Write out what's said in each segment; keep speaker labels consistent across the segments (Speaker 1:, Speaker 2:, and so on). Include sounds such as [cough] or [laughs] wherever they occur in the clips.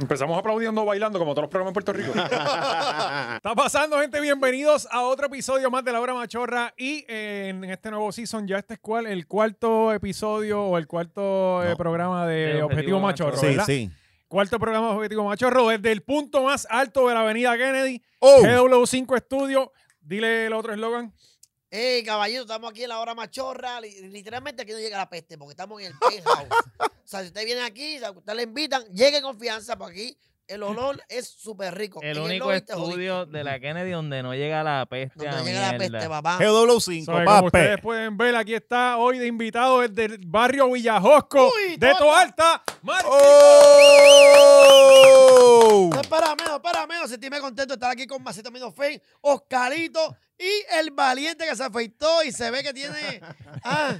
Speaker 1: Empezamos aplaudiendo, bailando, como todos los programas en Puerto
Speaker 2: [laughs]
Speaker 1: Rico. Está pasando, gente. Bienvenidos a otro episodio más de La Hora Machorra. Y eh, en este nuevo season, ya este es cual, el cuarto episodio o el cuarto eh,
Speaker 3: No.
Speaker 1: programa de
Speaker 3: De
Speaker 1: Objetivo,
Speaker 3: Objetivo
Speaker 1: Machorro,
Speaker 3: Machorro.
Speaker 2: Sí,
Speaker 1: ¿verdad?
Speaker 2: sí.
Speaker 1: Cuarto programa de Objetivo Machorro, desde el punto más alto de la avenida Kennedy,
Speaker 2: ¡Oh!
Speaker 1: GW5 Estudio. Dile el otro eslogan.
Speaker 4: Ey, caballito, estamos aquí en la hora machorra. Li- Literalmente aquí no llega la peste porque estamos en el
Speaker 3: [laughs]
Speaker 4: penthouse. o sea, si ustedes vienen aquí, o sea, ustedes le invitan, llegue confianza porque aquí
Speaker 3: [laughs]
Speaker 4: el olor es súper rico. En
Speaker 3: El único
Speaker 4: lobby te jodiste.
Speaker 3: estudio de la Kennedy donde no llega la peste.
Speaker 4: Donde
Speaker 3: a
Speaker 4: llega la
Speaker 3: mierda.
Speaker 4: peste, papá.
Speaker 2: GW5,
Speaker 1: Sabe, Como ustedes
Speaker 2: papi.
Speaker 1: pueden ver, aquí está hoy de invitado desde el barrio Villajosco de Toalta, Martín.
Speaker 2: ¡Oh!
Speaker 4: No, Espera, menos, espera, menos. Sentirme contento de estar aquí con Maceta Mino Fein, Oscarito y el valiente que se afeitó y se ve que
Speaker 3: [laughs]
Speaker 4: tiene. Ah,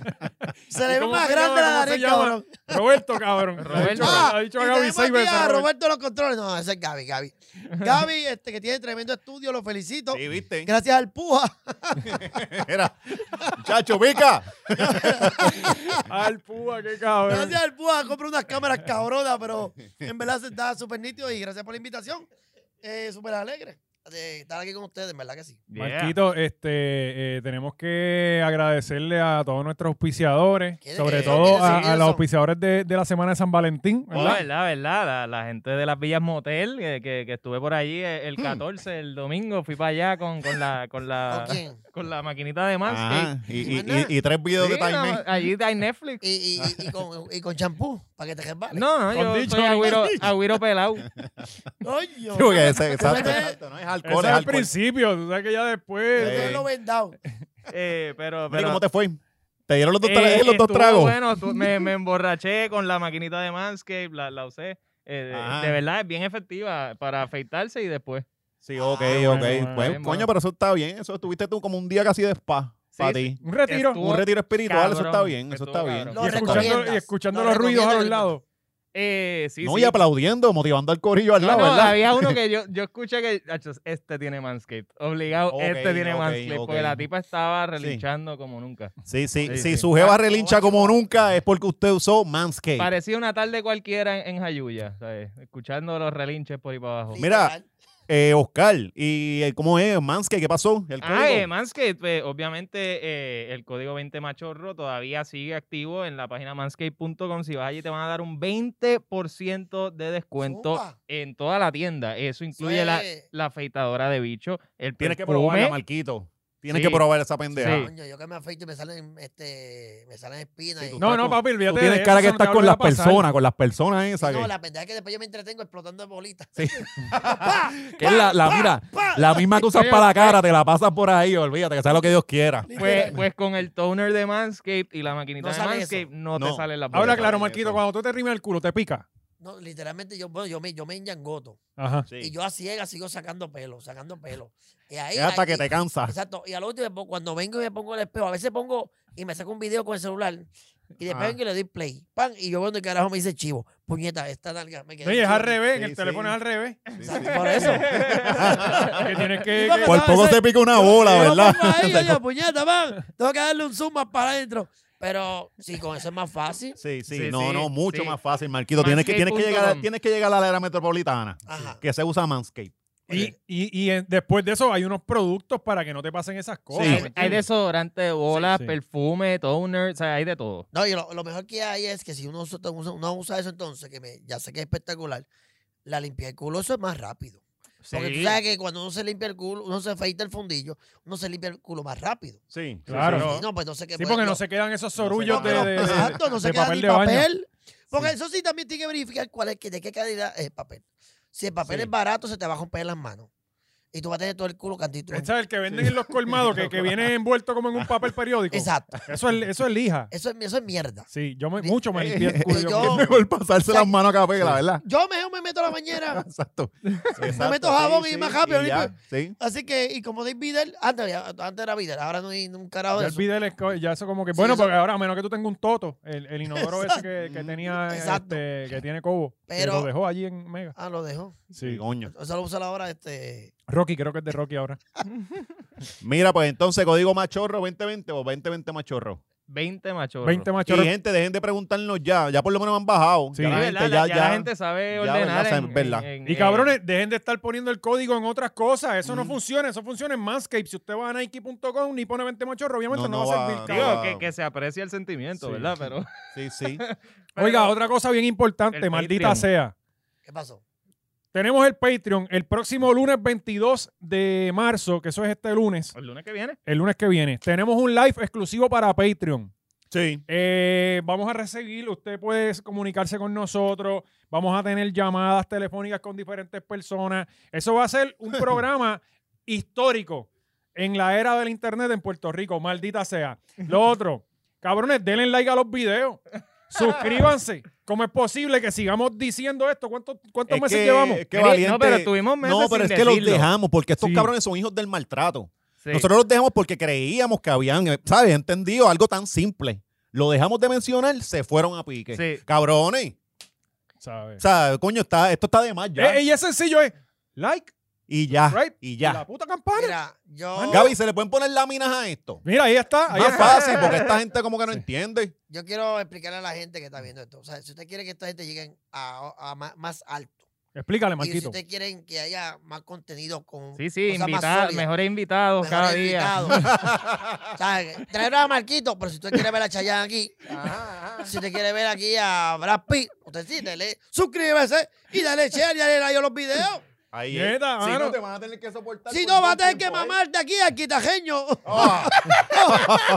Speaker 4: se
Speaker 1: ¿Y
Speaker 4: le ve
Speaker 1: cómo
Speaker 4: más
Speaker 1: se llama?
Speaker 4: grande la
Speaker 1: ¿Cómo se
Speaker 4: nariz,
Speaker 1: llama?
Speaker 4: cabrón.
Speaker 1: Roberto, cabrón. Ha dicho,
Speaker 3: Roberto.
Speaker 4: Ah,
Speaker 1: ha dicho a
Speaker 4: y
Speaker 1: Gaby
Speaker 4: tenemos
Speaker 1: seis
Speaker 4: aquí
Speaker 1: veces.
Speaker 4: a
Speaker 1: Roberto.
Speaker 4: Roberto los controles. No, ese es Gaby, Gaby. Gaby, este, que tiene tremendo estudio, lo felicito.
Speaker 2: Sí, viste.
Speaker 4: Gracias al Puja.
Speaker 2: Era. Chacho, pica.
Speaker 1: Al púa, qué cabrón.
Speaker 4: Gracias al Puja. Compré unas cámaras cabronas, pero en verdad se está súper nítido y gracias por la invitación. Eh, súper alegre de estar aquí con ustedes, en verdad que sí.
Speaker 3: Yeah.
Speaker 1: Marquito, este, eh, tenemos que agradecerle a todos nuestros auspiciadores,
Speaker 4: ¿Quiénes-
Speaker 1: sobre
Speaker 4: quiénes-
Speaker 1: todo
Speaker 4: quiénes
Speaker 1: a,
Speaker 4: son?
Speaker 1: a los
Speaker 4: ¿Quiénes son?
Speaker 1: auspiciadores de, de la semana de San Valentín,
Speaker 3: Oh,
Speaker 1: ¿verdad?
Speaker 3: verdad, verdad. La, la gente de las Villas Motel, que, que- que estuve por allí el
Speaker 1: Hmm.
Speaker 3: 14, el domingo, fui para allá con, con la, con
Speaker 4: ¿Con
Speaker 3: la,
Speaker 4: quién?
Speaker 3: con la maquinita de más.
Speaker 2: Ajá, Ah, y, y,
Speaker 4: Maná.
Speaker 2: y, y tres videos de Time.
Speaker 3: allí hay Netflix.
Speaker 4: Y, y, y, y con, y con champú, para que te resbale.
Speaker 3: No, no,
Speaker 1: Con
Speaker 3: yo
Speaker 1: dicho,
Speaker 3: soy
Speaker 1: con
Speaker 3: agüiro,
Speaker 1: dicho. [laughs]
Speaker 3: agüiro pelado.
Speaker 4: Coño.
Speaker 2: Sí, porque ese, exacto,
Speaker 4: Ese-
Speaker 2: exacto, No es
Speaker 1: Ese
Speaker 2: alcohol,
Speaker 1: es
Speaker 2: es
Speaker 1: el
Speaker 2: alcohol.
Speaker 1: principio, tú sabes que ya después...
Speaker 4: Yo
Speaker 2: Eh,
Speaker 4: lo vendado.
Speaker 3: Eh, pero,
Speaker 2: Mira,
Speaker 3: pero
Speaker 2: ¿Cómo te fue? ¿Te dieron los dos, tra-
Speaker 3: Eh,
Speaker 2: los dos
Speaker 3: estuvo
Speaker 2: tragos?
Speaker 3: Bueno, estu- me,
Speaker 2: [laughs]
Speaker 3: me emborraché con la maquinita de Manscape, la, la usé. Eh,
Speaker 2: Ah.
Speaker 3: de, de verdad es bien efectiva para afeitarse y después.
Speaker 2: Sí, ok,
Speaker 1: bueno,
Speaker 2: ok.
Speaker 1: bueno,
Speaker 2: pues,
Speaker 3: bueno.
Speaker 2: coño, pero eso está bien. Eso estuviste tú como un día casi de spa
Speaker 3: Sí,
Speaker 2: para
Speaker 3: sí.
Speaker 2: ti.
Speaker 1: Un retiro.
Speaker 3: Estuvo-
Speaker 2: Un retiro espiritual, eso está
Speaker 3: cabrón,
Speaker 2: bien, eso
Speaker 3: estuvo
Speaker 2: está bien.
Speaker 3: cabrón.
Speaker 4: Lo
Speaker 1: Y escuchando,
Speaker 4: recomiendas.
Speaker 1: y escuchando
Speaker 4: Lo
Speaker 1: los ruidos a los
Speaker 4: recomiendas.
Speaker 1: lados.
Speaker 3: Eh, sí,
Speaker 2: No,
Speaker 3: sí.
Speaker 2: y aplaudiendo, motivando al corillo al
Speaker 3: No,
Speaker 2: lado,
Speaker 3: no,
Speaker 2: ¿verdad?
Speaker 3: había
Speaker 2: [laughs]
Speaker 3: uno que yo, yo escuché que "Acho, este tiene Manscape. Obligado,
Speaker 2: Ok,
Speaker 3: este tiene
Speaker 2: ok,
Speaker 3: Manscape. Porque
Speaker 2: ok.
Speaker 3: la tipa estaba relinchando como nunca.
Speaker 2: Sí, sí,
Speaker 3: Sí,
Speaker 2: si
Speaker 3: sí.
Speaker 2: su jeva relincha como nunca es porque usted usó Manscaped.
Speaker 3: Parecía una tarde cualquiera en, en Jayuya, ¿sabes? Escuchando los relinches por ahí para abajo.
Speaker 2: Mira, Eh, Oscar, ¿y eh, cómo es Manscaped? ¿Qué pasó? ¿El código?
Speaker 3: Ah, eh, Manscaped, pues, obviamente eh, el código 20 machorro todavía sigue activo en la página manscaped.com. Si vas allí te van a dar un 20% de descuento
Speaker 4: Zumba.
Speaker 3: en toda la tienda. Eso incluye
Speaker 4: Eso
Speaker 3: la,
Speaker 4: es-
Speaker 3: la afeitadora de bicho, el
Speaker 2: Tienes que
Speaker 3: perfume.
Speaker 2: probarla, Marquito. Tienes
Speaker 3: Sí.
Speaker 2: que probar esa pendeja.
Speaker 3: Sí.
Speaker 4: Coño, yo que me afeito y me salen, este, me salen espinas.
Speaker 2: Sí,
Speaker 4: y-
Speaker 2: tú
Speaker 1: No,
Speaker 2: Está
Speaker 1: no,
Speaker 2: con-
Speaker 1: papi,
Speaker 2: Tú
Speaker 1: olvídate de
Speaker 2: tienes
Speaker 1: eso,
Speaker 2: cara que
Speaker 1: eso no
Speaker 2: estás
Speaker 1: te
Speaker 2: con
Speaker 1: vuelve
Speaker 2: las
Speaker 1: a pasar.
Speaker 2: personas, con las personas esas.
Speaker 4: No,
Speaker 2: que-
Speaker 4: la pendeja es que después yo me entretengo explotando bolitas. [laughs]
Speaker 2: que es la, la- mira, la misma que usas
Speaker 3: Oye,
Speaker 2: para la cara, te la pasas por ahí, olvídate, que sea lo que Dios quiera.
Speaker 1: [laughs]
Speaker 3: Pues, pues con el toner de Manscaped y la maquinita
Speaker 4: No
Speaker 3: de
Speaker 4: sale
Speaker 3: Manscaped no, te
Speaker 2: No.
Speaker 3: salen las
Speaker 1: Habla
Speaker 3: bolas.
Speaker 1: claro,
Speaker 2: Eso.
Speaker 1: Marquito, cuando tú te rimes el culo, te pica.
Speaker 4: No, literalmente yo, bueno, yo me, yo me enyangoto.
Speaker 1: Ajá.
Speaker 4: Y yo a ciegas sigo sacando pelo, sacando pelo. Y ahí.
Speaker 2: Es hasta
Speaker 4: ahí-
Speaker 2: que te cansas.
Speaker 4: Exacto. Y al último, po- cuando vengo y me pongo el espejo, a veces pongo y me saco un video con el celular. Y después
Speaker 1: Ah.
Speaker 4: vengo y le doy play. Pan, y yo cuando el carajo me dice chivo. Puñeta, esta nalga me quedé.
Speaker 1: No, y es
Speaker 4: chivo".
Speaker 1: al revés,
Speaker 2: Sí,
Speaker 1: que el
Speaker 2: sí.
Speaker 1: teléfono es al revés.
Speaker 4: Exacto, Por
Speaker 2: [laughs]
Speaker 4: eso.
Speaker 1: que tienes que.
Speaker 4: Iba a
Speaker 1: que-
Speaker 2: Por
Speaker 4: No,
Speaker 2: poco
Speaker 4: ese-
Speaker 2: se pica una bola,
Speaker 4: Yo lo
Speaker 2: ¿verdad?
Speaker 4: pongo
Speaker 2: [laughs]
Speaker 4: ahí, yo digo, puñeta, man. Tengo que darle un zoom más para adentro. Pero sí, con eso es más fácil.
Speaker 2: Sí, sí,
Speaker 3: Sí,
Speaker 2: no,
Speaker 3: sí,
Speaker 2: no, mucho
Speaker 3: sí.
Speaker 2: más fácil, Marquito. Tienes que, tienes, que llegar,
Speaker 3: Manscaped.com.
Speaker 2: tienes que llegar a la era metropolitana,
Speaker 4: Ajá.
Speaker 2: que se usa Manscaped.
Speaker 1: Y, y, y en- después de eso hay unos productos para que no te pasen esas cosas.
Speaker 2: Sí.
Speaker 1: ¿me
Speaker 3: Hay, hay
Speaker 1: entiendes?
Speaker 3: desodorante de bolas,
Speaker 1: Sí, sí.
Speaker 3: perfume, toner, o sea, hay de todo.
Speaker 4: No, y lo, lo mejor que hay es que si uno usa, usa- uno usa eso entonces, que me, ya sé que es espectacular, la limpia el culo, eso es más rápido. Porque tú sabes que cuando uno se limpia el culo, uno se afeita el fundillo, uno se limpia el culo más rápido.
Speaker 2: Sí,
Speaker 1: Claro.
Speaker 4: Y no, pues entonces que
Speaker 1: Sí, porque no
Speaker 4: yo-
Speaker 1: se quedan esos
Speaker 2: No se
Speaker 1: sorullos de,
Speaker 2: quedan.
Speaker 1: de- de-
Speaker 4: Exacto, no se
Speaker 1: de
Speaker 4: queda
Speaker 1: papel
Speaker 4: ni
Speaker 1: de baño.
Speaker 4: papel. Porque eso sí también tiene que verificar cuál es, que- de qué calidad es el papel. Si el papel
Speaker 2: Sí.
Speaker 4: es barato, se te va a romper las manos. Y tú vas a tener todo el culo cantito.
Speaker 1: Este es el que venden en los colmados, que, que viene envuelto como en un papel periódico.
Speaker 4: Exacto.
Speaker 1: Eso es, eso es lija.
Speaker 4: Eso es, eso es mierda.
Speaker 1: Sí, yo me- mucho me limpié
Speaker 4: [laughs]
Speaker 1: el culo.
Speaker 4: Yo-
Speaker 1: yo-
Speaker 2: [laughs] Es mejor pasarse las manos a capela, ¿verdad?
Speaker 4: Yo mejor me meto a la mañana.
Speaker 2: Exacto.
Speaker 4: Me meto jabón y más rápido,
Speaker 2: y ya,
Speaker 4: ¿viste?
Speaker 2: Sí.
Speaker 4: Así que, y como Dave Vidal, antes, había- antes era Vidal, ahora no hay un carajo
Speaker 1: Ya
Speaker 4: de
Speaker 1: el
Speaker 4: eso.
Speaker 1: video del esco- ya eso como que.
Speaker 4: Sí,
Speaker 1: Bueno,
Speaker 4: eso-
Speaker 1: porque ahora, a menos que tú tengas un toto, el, el inodoro ese que, que
Speaker 2: Exacto.
Speaker 1: tenía.
Speaker 4: Exacto.
Speaker 1: este, que tiene Cobo.
Speaker 4: Pero-
Speaker 1: que lo dejó allí en Mega.
Speaker 4: Ah, lo dejó.
Speaker 2: Sí, coño.
Speaker 4: Eso lo usa ahora este.
Speaker 1: Rocky, creo que es de Rocky ahora.
Speaker 2: Mira, pues entonces código machorro 2020 o 2020 machorro.
Speaker 3: 20 machorros.
Speaker 1: 20
Speaker 2: Y
Speaker 1: machorros.
Speaker 2: gente, dejen de preguntarnos ya. Ya por lo menos me han bajado.
Speaker 1: Sí.
Speaker 3: Sí,
Speaker 2: ya, la
Speaker 3: ¿verdad?
Speaker 2: gente,
Speaker 3: La-
Speaker 2: ya,
Speaker 3: ya
Speaker 2: ya.
Speaker 3: la gente sabe
Speaker 2: ya,
Speaker 3: ordenar.
Speaker 2: ¿verdad?
Speaker 3: en-
Speaker 2: Saben, ¿verdad?
Speaker 3: en- en-
Speaker 1: Y cabrones, dejen de estar poniendo el código en otras cosas. Eso no
Speaker 4: Mm.
Speaker 1: funciona. Eso funciona en Manscape. Si usted va a Nike.com ni pone 20 machorros, obviamente no,
Speaker 2: No, no
Speaker 1: va a
Speaker 2: va-
Speaker 1: servir.
Speaker 2: no
Speaker 3: Digo,
Speaker 1: cabrón.
Speaker 2: va.
Speaker 3: que, que se aprecia el sentimiento,
Speaker 1: Sí.
Speaker 3: ¿verdad? Pero,
Speaker 2: Sí, sí.
Speaker 3: pero-
Speaker 1: Oiga, otra cosa bien importante,
Speaker 3: El
Speaker 1: maldita
Speaker 3: Patreon.
Speaker 1: sea.
Speaker 4: ¿Qué pasó?
Speaker 1: Tenemos el Patreon el próximo lunes 22 de marzo, que eso es este lunes,
Speaker 3: El lunes que viene.
Speaker 1: el lunes que viene. Tenemos un live exclusivo para Patreon.
Speaker 2: Sí.
Speaker 1: Eh, vamos a recibir, usted puede comunicarse con nosotros, vamos a tener llamadas telefónicas con diferentes personas. Eso va a ser
Speaker 2: [laughs]
Speaker 1: un programa histórico en la era del Internet en Puerto Rico, maldita sea.
Speaker 2: [laughs]
Speaker 1: Lo otro, cabrones, denle like a los videos, suscríbanse. ¿Cómo es posible que sigamos diciendo esto? ¿Cuántos, cuántos
Speaker 2: Es
Speaker 1: meses
Speaker 2: que,
Speaker 1: llevamos?
Speaker 2: es que
Speaker 3: Eri-
Speaker 2: valiente.
Speaker 3: No, pero tuvimos meses
Speaker 2: No, pero
Speaker 3: sin
Speaker 2: es que los
Speaker 3: decirlo.
Speaker 2: dejamos porque estos
Speaker 1: Sí.
Speaker 2: cabrones son hijos del maltrato.
Speaker 3: Sí.
Speaker 2: Nosotros los dejamos porque creíamos que habían, eh, ¿sabes? Entendido algo tan simple. Lo dejamos de mencionar, se fueron a pique.
Speaker 3: Sí.
Speaker 2: Cabrones. O
Speaker 1: ¿Sabes?
Speaker 2: sea, coño, está, esto está de más ya.
Speaker 1: Eh, eh, y es sencillo, es like,
Speaker 2: y ya.
Speaker 1: right,
Speaker 2: Y
Speaker 1: y la
Speaker 2: ya.
Speaker 1: puta campana. Mira,
Speaker 4: Mira, yo,
Speaker 2: Gaby, ¿se le pueden poner láminas a esto?
Speaker 1: ahí está. Ahí
Speaker 2: Más
Speaker 1: está.
Speaker 2: fácil, porque
Speaker 1: [laughs]
Speaker 2: esta gente como que no
Speaker 1: Sí.
Speaker 2: entiende.
Speaker 4: yo quiero explicarle a la gente que está viendo esto. O sea, si usted quiere que esta gente llegue a, a ma- más, alto,
Speaker 1: Explícale,
Speaker 4: y si
Speaker 1: Marquito.
Speaker 4: usted quiere que haya más contenido con
Speaker 3: Sí, sí,
Speaker 4: cosas más
Speaker 3: invitados,
Speaker 4: sólidas,
Speaker 3: mejores invitados
Speaker 4: mejores
Speaker 3: cada día.
Speaker 4: invitados. O sea, traer a Marquito, pero si usted quiere ver a Chayanne aquí,
Speaker 3: Ah,
Speaker 4: si usted quiere ver aquí a Brad Pitt, usted sí, dele, suscríbese y dale share y dale like a los videos.
Speaker 2: Ahí es.
Speaker 1: Nieta,
Speaker 2: Si
Speaker 1: mano.
Speaker 2: no, te van a tener que soportar.
Speaker 4: Si
Speaker 2: por
Speaker 4: no,
Speaker 2: un
Speaker 4: va a
Speaker 2: buen
Speaker 4: tener que
Speaker 2: tiempo, ¿eh?
Speaker 4: mamarte aquí al quitajeño. [laughs]
Speaker 2: Ah,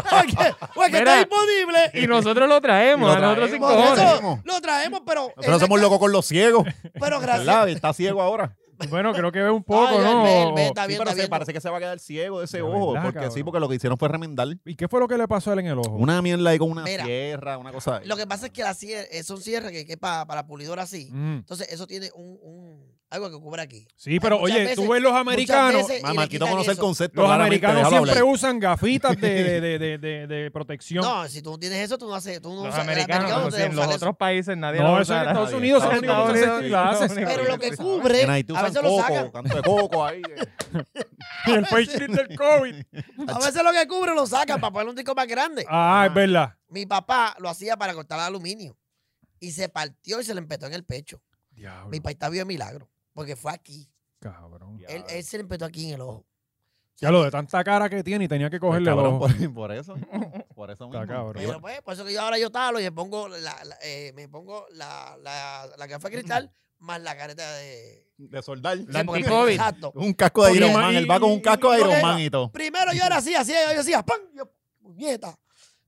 Speaker 4: Porque, porque está
Speaker 3: Mira.
Speaker 4: disponible.
Speaker 3: [laughs] Y nosotros lo traemos,
Speaker 2: Y lo
Speaker 3: a nosotros sin
Speaker 2: traemos,
Speaker 4: Por
Speaker 3: cojones.
Speaker 2: nosotros-
Speaker 4: eso lo traemos, pero.
Speaker 2: nosotros somos locos con los
Speaker 4: [laughs]
Speaker 2: ciegos.
Speaker 4: Pero gracias.
Speaker 2: ¿Verdad? Está ciego ahora.
Speaker 1: Bueno, creo que ve un poco,
Speaker 4: Ay,
Speaker 1: ¿no?
Speaker 4: él ve, él ve, está
Speaker 2: Sí,
Speaker 4: bien,
Speaker 2: pero
Speaker 4: está
Speaker 2: se-
Speaker 4: bien.
Speaker 2: parece que se va a quedar ciego de ese
Speaker 1: De
Speaker 2: ojo.
Speaker 1: verdad,
Speaker 2: porque sí,
Speaker 1: cabrón.
Speaker 2: porque lo que hicieron fue remendar.
Speaker 1: ¿Y qué fue lo que le pasó a él en el ojo?
Speaker 2: Una mierda ahí con una
Speaker 4: Mira,
Speaker 2: sierra, una cosa.
Speaker 4: Lo que pasa es que la cier- eh, son cierres que, que para, para pulidor así.
Speaker 1: Mm.
Speaker 4: Entonces, eso tiene un, un- algo que cubre aquí.
Speaker 1: Sí, pero
Speaker 4: muchas
Speaker 1: oye,
Speaker 4: veces-
Speaker 1: tú ves los americanos.
Speaker 4: Muchas veces-
Speaker 2: Ma-
Speaker 4: y le
Speaker 2: Marquito
Speaker 4: quitan
Speaker 2: conoce el
Speaker 4: eso.
Speaker 2: concepto.
Speaker 1: Los
Speaker 2: claramente,
Speaker 1: americanos
Speaker 2: déjalo
Speaker 1: siempre
Speaker 2: hablar.
Speaker 1: usan gafitas de, de, de, de, de- de protección. No,
Speaker 4: [laughs] No, si tú no tienes eso, tú no haces. Tú no
Speaker 3: Los
Speaker 4: usas- el
Speaker 3: americanos,
Speaker 4: americano no
Speaker 3: como
Speaker 4: te
Speaker 3: si en
Speaker 4: usa
Speaker 3: los
Speaker 4: eso.
Speaker 3: otros países nadie
Speaker 1: eso
Speaker 3: lo
Speaker 1: en
Speaker 3: usara.
Speaker 1: Estados
Speaker 2: Ahí
Speaker 1: Unidos
Speaker 2: está.
Speaker 1: son los únicos que usan
Speaker 3: Estados
Speaker 1: clases.
Speaker 3: Unidos.
Speaker 4: Pero lo que
Speaker 3: Sí.
Speaker 4: cubre,
Speaker 2: En Haití
Speaker 4: a
Speaker 2: usan
Speaker 4: veces lo
Speaker 2: coco,
Speaker 4: sacan.
Speaker 2: canto de coco ahí.
Speaker 1: [laughs]
Speaker 2: eh.
Speaker 1: Y el paycheck del COVID.
Speaker 4: A veces lo que cubre lo sacan para poner un disco más grande.
Speaker 1: Ah, es verdad.
Speaker 4: Mi papá lo hacía para cortar aluminio. Y se partió y se le empetó en el pecho.
Speaker 1: Diablo,
Speaker 4: Mi papá está vivo de milagro. Porque fue aquí.
Speaker 1: cabrón.
Speaker 4: Él, él se le empetó aquí en el ojo.
Speaker 1: Ya lo de tanta cara que tiene y tenía que
Speaker 2: Pues,
Speaker 1: cogerle el
Speaker 2: cabrón,
Speaker 1: ojo.
Speaker 2: por, por eso. Por eso
Speaker 1: Está
Speaker 2: mismo.
Speaker 1: cabrón.
Speaker 4: Pero pues, por eso que yo ahora yo talo y me pongo la, la- eh, me pongo la, la, la gafa de
Speaker 2: [clears throat]
Speaker 4: cristal más la careta de.
Speaker 2: De soldar.
Speaker 4: Sí, porque-
Speaker 3: anti-COVID.
Speaker 4: Exacto.
Speaker 2: Un casco de
Speaker 1: Porque-
Speaker 2: Iron Man. Él va con un casco de Iron
Speaker 4: Porque-
Speaker 2: Man y todo.
Speaker 4: Primero yo era así, así, yo decía, ¡pam! Yo, ¡puñeta!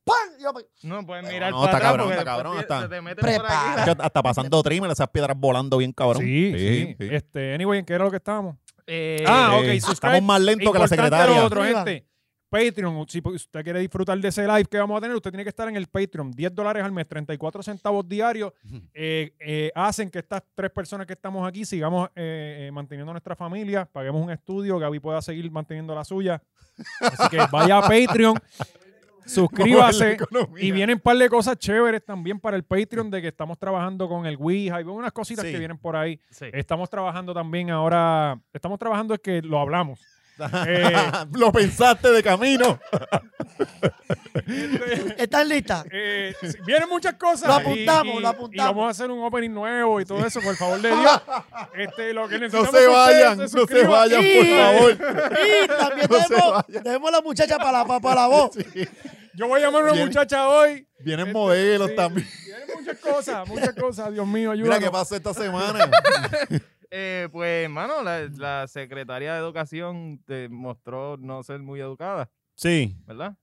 Speaker 4: ¡pam! Yo,
Speaker 3: No pues, pueden
Speaker 2: Bueno,
Speaker 3: mirar
Speaker 2: no,
Speaker 3: para
Speaker 2: está
Speaker 3: atrás
Speaker 2: cabrón,
Speaker 3: porque
Speaker 2: está cabrón,
Speaker 3: después
Speaker 2: está.
Speaker 3: se te meten por aquí.
Speaker 4: Prepara.
Speaker 2: Es que Hasta
Speaker 1: [laughs]
Speaker 2: pasando trimmer, esas piedras volando bien cabrón.
Speaker 1: Sí, sí.
Speaker 2: sí.
Speaker 1: Este, anyway, ¿en qué era lo que estábamos?
Speaker 3: Eh,
Speaker 1: Ah, ok,
Speaker 2: Sí.
Speaker 1: subscribe.
Speaker 2: Estamos más lentos que la
Speaker 1: Importante Lo
Speaker 2: secretaria.
Speaker 1: otro,
Speaker 4: Arriba.
Speaker 1: gente. Patreon, si usted quiere disfrutar de ese live que vamos a tener, usted tiene que estar en el Patreon. 10 dólares al mes, 34 centavos diarios. eh, eh, hacen que estas tres personas que estamos aquí sigamos eh, eh, manteniendo nuestra familia, paguemos un estudio, Gaby pueda seguir manteniendo la suya. Así que vaya a
Speaker 2: [laughs]
Speaker 1: Patreon, suscríbase. Y vienen un par de cosas chéveres también para el Patreon de que estamos trabajando con el Ouija y unas cositas
Speaker 2: Sí.
Speaker 1: que vienen por ahí.
Speaker 3: sí.
Speaker 1: Estamos trabajando también ahora, estamos trabajando es que lo hablamos. Eh,
Speaker 2: Lo pensaste
Speaker 1: [laughs]
Speaker 2: de camino. [laughs]
Speaker 4: ¿Están listas?
Speaker 1: [laughs] Eh, sí, vienen muchas cosas.
Speaker 4: Lo apuntamos,
Speaker 1: y- y-
Speaker 4: lo
Speaker 1: Y
Speaker 4: apuntamos.
Speaker 1: vamos a hacer un opening nuevo y todo eso, por favor
Speaker 2: [laughs]
Speaker 1: de Dios. Este, lo que
Speaker 2: No
Speaker 1: necesitamos
Speaker 2: se
Speaker 1: que ustedes
Speaker 2: vayan, no se
Speaker 1: suscriban.
Speaker 2: vayan, por
Speaker 4: Y-
Speaker 2: favor.
Speaker 1: [laughs]
Speaker 4: Y también
Speaker 2: No se
Speaker 4: tenemos,
Speaker 2: vaya.
Speaker 4: tenemos la muchacha para la, para, la voz.
Speaker 2: Sí.
Speaker 1: Yo voy a llamar a una
Speaker 2: Vienen-
Speaker 1: muchacha hoy.
Speaker 2: Vienen
Speaker 1: Este,
Speaker 2: modelos
Speaker 1: sí,
Speaker 2: también.
Speaker 1: Vienen muchas cosas, muchas cosas. Dios mío, ayuda.
Speaker 2: Mira qué pasó
Speaker 1: [laughs]
Speaker 2: esta semana.
Speaker 3: Eh, pues, hermano, la, la secretaria de Educación te mostró no ser muy educada,
Speaker 2: Sí,
Speaker 3: ¿verdad?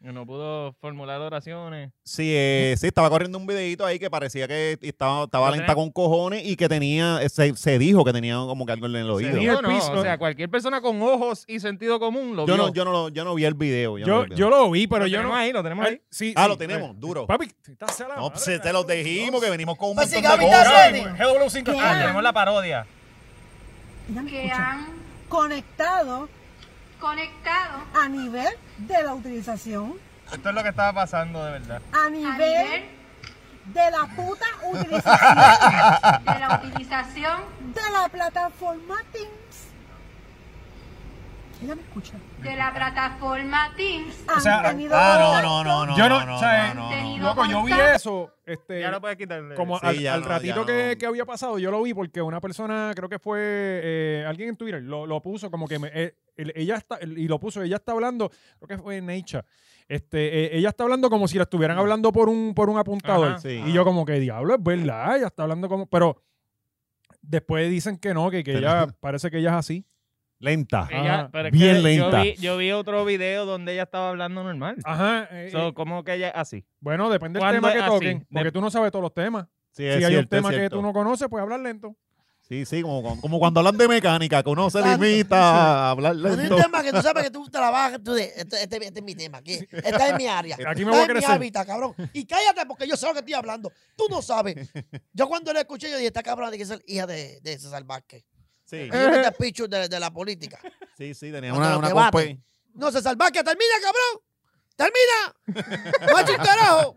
Speaker 3: Y No pudo formular oraciones.
Speaker 2: sí, eh, sí, estaba corriendo un videito ahí que parecía que estaba, estaba
Speaker 3: Lo
Speaker 2: lenta
Speaker 3: tenemos.
Speaker 2: con cojones y que tenía, eh, se, se dijo que tenía como que algo en el
Speaker 3: Se
Speaker 2: oído.
Speaker 1: dijo.
Speaker 3: dijo,
Speaker 1: el
Speaker 3: no,
Speaker 1: piso.
Speaker 3: o sea, cualquier persona con ojos y sentido común lo
Speaker 2: Yo
Speaker 3: vio.
Speaker 2: no, yo no, lo- yo no vi el video. yo no
Speaker 1: Yo,
Speaker 2: vi el video.
Speaker 1: yo lo vi,
Speaker 3: pero
Speaker 1: pero yo
Speaker 3: tenemos
Speaker 1: no.
Speaker 3: ahí, lo tenemos ahí.
Speaker 1: Ay, sí,
Speaker 2: Ah,
Speaker 1: sí,
Speaker 2: lo
Speaker 1: sí.
Speaker 2: tenemos, duro.
Speaker 1: Papi, estás sea la
Speaker 2: No,
Speaker 1: madre,
Speaker 2: pues, se, te los
Speaker 1: cabrón.
Speaker 2: dijimos que venimos con un
Speaker 4: Pues si
Speaker 2: montón
Speaker 4: Gaby
Speaker 2: de
Speaker 4: está
Speaker 2: cosas.
Speaker 4: ready.
Speaker 1: GW5
Speaker 5: ¿Qué? Ah,
Speaker 3: tenemos la parodia.
Speaker 5: que han conectado
Speaker 6: conectado
Speaker 5: a nivel de la utilización,
Speaker 3: Esto es lo que estaba pasando de verdad.
Speaker 5: a
Speaker 6: a
Speaker 5: nivel,
Speaker 6: nivel
Speaker 5: de la puta utilización
Speaker 6: de la utilización
Speaker 5: de la plataforma Teams Ella me escucha.
Speaker 6: de la plataforma Teams.
Speaker 5: Han
Speaker 1: sea,
Speaker 5: tenido
Speaker 2: Ah,
Speaker 5: contacto.
Speaker 2: no, no, no, no.
Speaker 1: Yo no- eh,
Speaker 2: no,
Speaker 1: ¿sabes?
Speaker 2: no, no, no.
Speaker 1: Loco, yo vi eso. Este,
Speaker 3: Ya no puedes quitarle.
Speaker 1: Como
Speaker 2: Sí,
Speaker 1: al,
Speaker 2: ya
Speaker 1: al
Speaker 2: no,
Speaker 1: ratito
Speaker 2: ya
Speaker 1: que,
Speaker 2: no.
Speaker 1: que había pasado, yo lo vi porque una persona, creo que fue eh, alguien en Twitter, lo, lo puso como que me- eh, el- ella está, el- y lo puso, ella está hablando, creo que fue Nature. Este, eh, ella está hablando como si la estuvieran hablando por un, por un apuntador.
Speaker 3: Ajá,
Speaker 2: Mm. sí.
Speaker 1: Y yo como que diablo, es verdad, ella está hablando como. Pero después dicen que no, que, que
Speaker 2: Que
Speaker 1: ella
Speaker 2: no.
Speaker 1: parece que ella es así.
Speaker 2: Lenta.
Speaker 3: Ella-
Speaker 1: Ah,
Speaker 3: pero es que
Speaker 2: bien
Speaker 3: yo
Speaker 2: lenta.
Speaker 3: vi- Yo vi, otro video donde ella estaba hablando normal.
Speaker 1: Ajá. eh,
Speaker 3: So,
Speaker 1: eh,
Speaker 3: ¿Cómo que ella así?
Speaker 1: bueno, depende del
Speaker 3: ¿cuándo
Speaker 1: tema que
Speaker 3: es así?
Speaker 1: toquen. Porque
Speaker 3: De-
Speaker 1: tú no sabes todos los temas.
Speaker 2: Sí,
Speaker 1: Si
Speaker 2: es
Speaker 1: hay un
Speaker 2: cierto, es
Speaker 1: tema que
Speaker 2: cierto.
Speaker 1: tú no conoces, pues hablar lento.
Speaker 2: Sí, sí, como, como- como cuando hablan de mecánica, que uno se
Speaker 4: Tanto.
Speaker 2: limita a hablar
Speaker 4: Cuando hay
Speaker 2: lento.
Speaker 4: un tema que tú sabes que tú te la bajas, tú de, este, este- este es mi tema, aquí, esta es mi área,
Speaker 1: Aquí me
Speaker 4: esta
Speaker 1: voy a
Speaker 4: es mi
Speaker 1: crecer.
Speaker 4: hábitat, cabrón. Y cállate porque yo sé lo que estoy hablando. Tú no sabes. Yo cuando lo escuché, yo dije, esta cabrón tiene que ser hija de, de César Vázquez.
Speaker 2: Sí,
Speaker 4: Ella mete pichu de, de la política.
Speaker 2: sí, sí, tenía
Speaker 4: Cuando
Speaker 2: una,
Speaker 4: los
Speaker 2: una
Speaker 4: debates.
Speaker 2: compa-
Speaker 4: No, César Vázquez, termina, cabrón. Termina. Macho un carajo.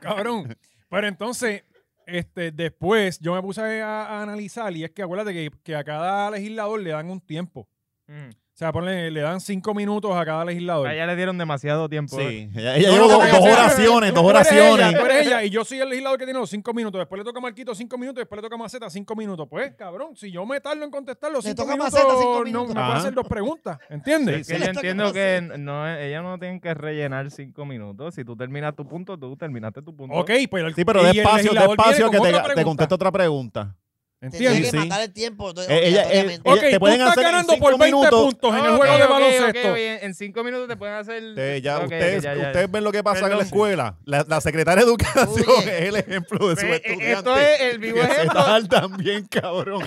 Speaker 1: Cabrón. Pero entonces, este, después yo me puse a, a analizar y es que acuérdate que, que a cada legislador le dan un tiempo. O
Speaker 3: Mm.
Speaker 1: sea, ponle, le dan cinco minutos a cada legislador.
Speaker 3: A ella le dieron demasiado tiempo.
Speaker 2: Sí, ella, ella
Speaker 1: No, no,
Speaker 2: llevó dos,
Speaker 1: no,
Speaker 2: dos
Speaker 1: no, no, no,
Speaker 2: oraciones,
Speaker 1: no,
Speaker 2: dos
Speaker 1: tú eres
Speaker 2: oraciones.
Speaker 1: ella, tú eres ella, y yo soy el legislador que tiene los cinco minutos. Después le toca a Marquito cinco minutos, después le toca a Maceta cinco minutos. Pues, cabrón, si yo me tardo en contestar los
Speaker 4: Le
Speaker 1: cinco
Speaker 4: toca a
Speaker 1: minutos,
Speaker 4: Maceta cinco
Speaker 1: no-
Speaker 4: minutos.
Speaker 1: no, puedo
Speaker 2: Ajá.
Speaker 1: hacer dos preguntas. ¿Entiendes?
Speaker 3: Es que
Speaker 4: Sí,
Speaker 3: yo
Speaker 4: esto que
Speaker 3: entiendo
Speaker 4: pasa.
Speaker 3: que no, ella no tiene que rellenar cinco minutos. Si tú terminas tu punto, tú terminaste tu punto.
Speaker 1: Ok, pero el,
Speaker 2: Sí, pero
Speaker 1: y el
Speaker 2: despacio,
Speaker 1: legislador viene
Speaker 2: despacio,
Speaker 1: con
Speaker 2: que te,
Speaker 1: otra
Speaker 2: te
Speaker 1: pregunta.
Speaker 2: contesto otra pregunta.
Speaker 4: Tiene
Speaker 1: ¿Entiendes?
Speaker 4: que
Speaker 2: Sí, sí.
Speaker 4: matar el tiempo.
Speaker 2: Eh, ella- eh,
Speaker 4: obligatoriamente.
Speaker 1: Ok,
Speaker 2: te
Speaker 1: tú
Speaker 2: pueden
Speaker 1: estás
Speaker 2: hacer en
Speaker 1: ganando
Speaker 2: cinco
Speaker 1: por 20
Speaker 2: minutos.
Speaker 1: puntos en el
Speaker 3: Ok,
Speaker 1: juego de
Speaker 3: ok, ok,
Speaker 1: baloncesto.
Speaker 3: ok, En en cinco minutos te pueden hacer.
Speaker 2: Ustedes ya,
Speaker 3: Ok,
Speaker 2: ustedes,
Speaker 3: ya, ya.
Speaker 2: ustedes ven lo que pasa en la
Speaker 3: Perdón.
Speaker 2: escuela. La, la secretaria de educación
Speaker 4: Oye.
Speaker 2: es el ejemplo de su
Speaker 1: e,
Speaker 3: Ve, eh,
Speaker 2: estudiante.
Speaker 3: Esto es el
Speaker 2: [laughs]
Speaker 3: vivo
Speaker 2: que se
Speaker 3: ejemplo.
Speaker 2: tardan bien, cabrón,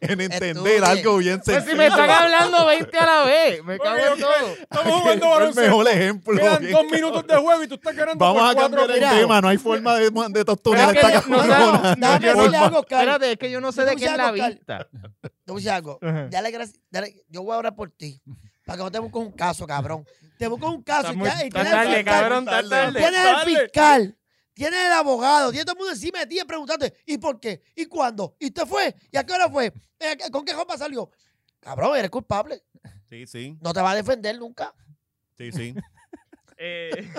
Speaker 2: en entender
Speaker 4: Estudien.
Speaker 2: algo bien
Speaker 3: Pues
Speaker 2: sencillo.
Speaker 3: si me están hablando 20 a la vez, me cago
Speaker 1: Ok,
Speaker 3: en
Speaker 1: ok.
Speaker 3: todo.
Speaker 2: [laughs]
Speaker 1: Estamos
Speaker 2: Es
Speaker 1: jugando
Speaker 2: el
Speaker 1: baloncesto.
Speaker 2: mejor ejemplo.
Speaker 1: Quedan
Speaker 2: bien
Speaker 1: dos minutos de juego y tú estás ganando
Speaker 2: Vamos
Speaker 1: por
Speaker 2: a
Speaker 1: cuatro.
Speaker 2: cambiar el
Speaker 4: mira.
Speaker 2: tema, no hay forma de, de
Speaker 3: Pero
Speaker 2: tostonear
Speaker 3: es
Speaker 2: esta
Speaker 3: que no
Speaker 2: cabrona.
Speaker 3: sabemos-
Speaker 2: No hay
Speaker 4: Déjame decirle
Speaker 2: forma.
Speaker 4: algo, Oscar.
Speaker 3: Espérate, es que yo no sé
Speaker 4: Yo
Speaker 3: de
Speaker 4: no
Speaker 3: qué
Speaker 4: sé
Speaker 3: es la
Speaker 4: algo, Cal.
Speaker 3: vista.
Speaker 4: Te voy a decir algo.
Speaker 3: Ajá.
Speaker 4: Dale gracias. dale- yo voy a orar por ti. Para que no te busques un caso, cabrón. Te busques un caso
Speaker 3: Está
Speaker 4: y
Speaker 3: muy-
Speaker 4: ya. y
Speaker 3: está
Speaker 4: tienes el
Speaker 3: tarde,
Speaker 4: fiscal,
Speaker 3: cabrón, está
Speaker 2: Tarde.
Speaker 3: tarde.
Speaker 4: Tienes el
Speaker 1: dale.
Speaker 4: fiscal. Tienes el abogado. Tienes todo el mundo encima de ti y preguntándote. ¿Y por qué? ¿Y cuándo? ¿Y te fue? ¿Y a qué hora fue? Eh, ¿Con qué ropa salió? Cabrón, eres culpable.
Speaker 2: Sí, sí,
Speaker 4: No te va a defender nunca.
Speaker 2: sí,
Speaker 4: [laughs]
Speaker 2: sí. [laughs]
Speaker 3: Eh,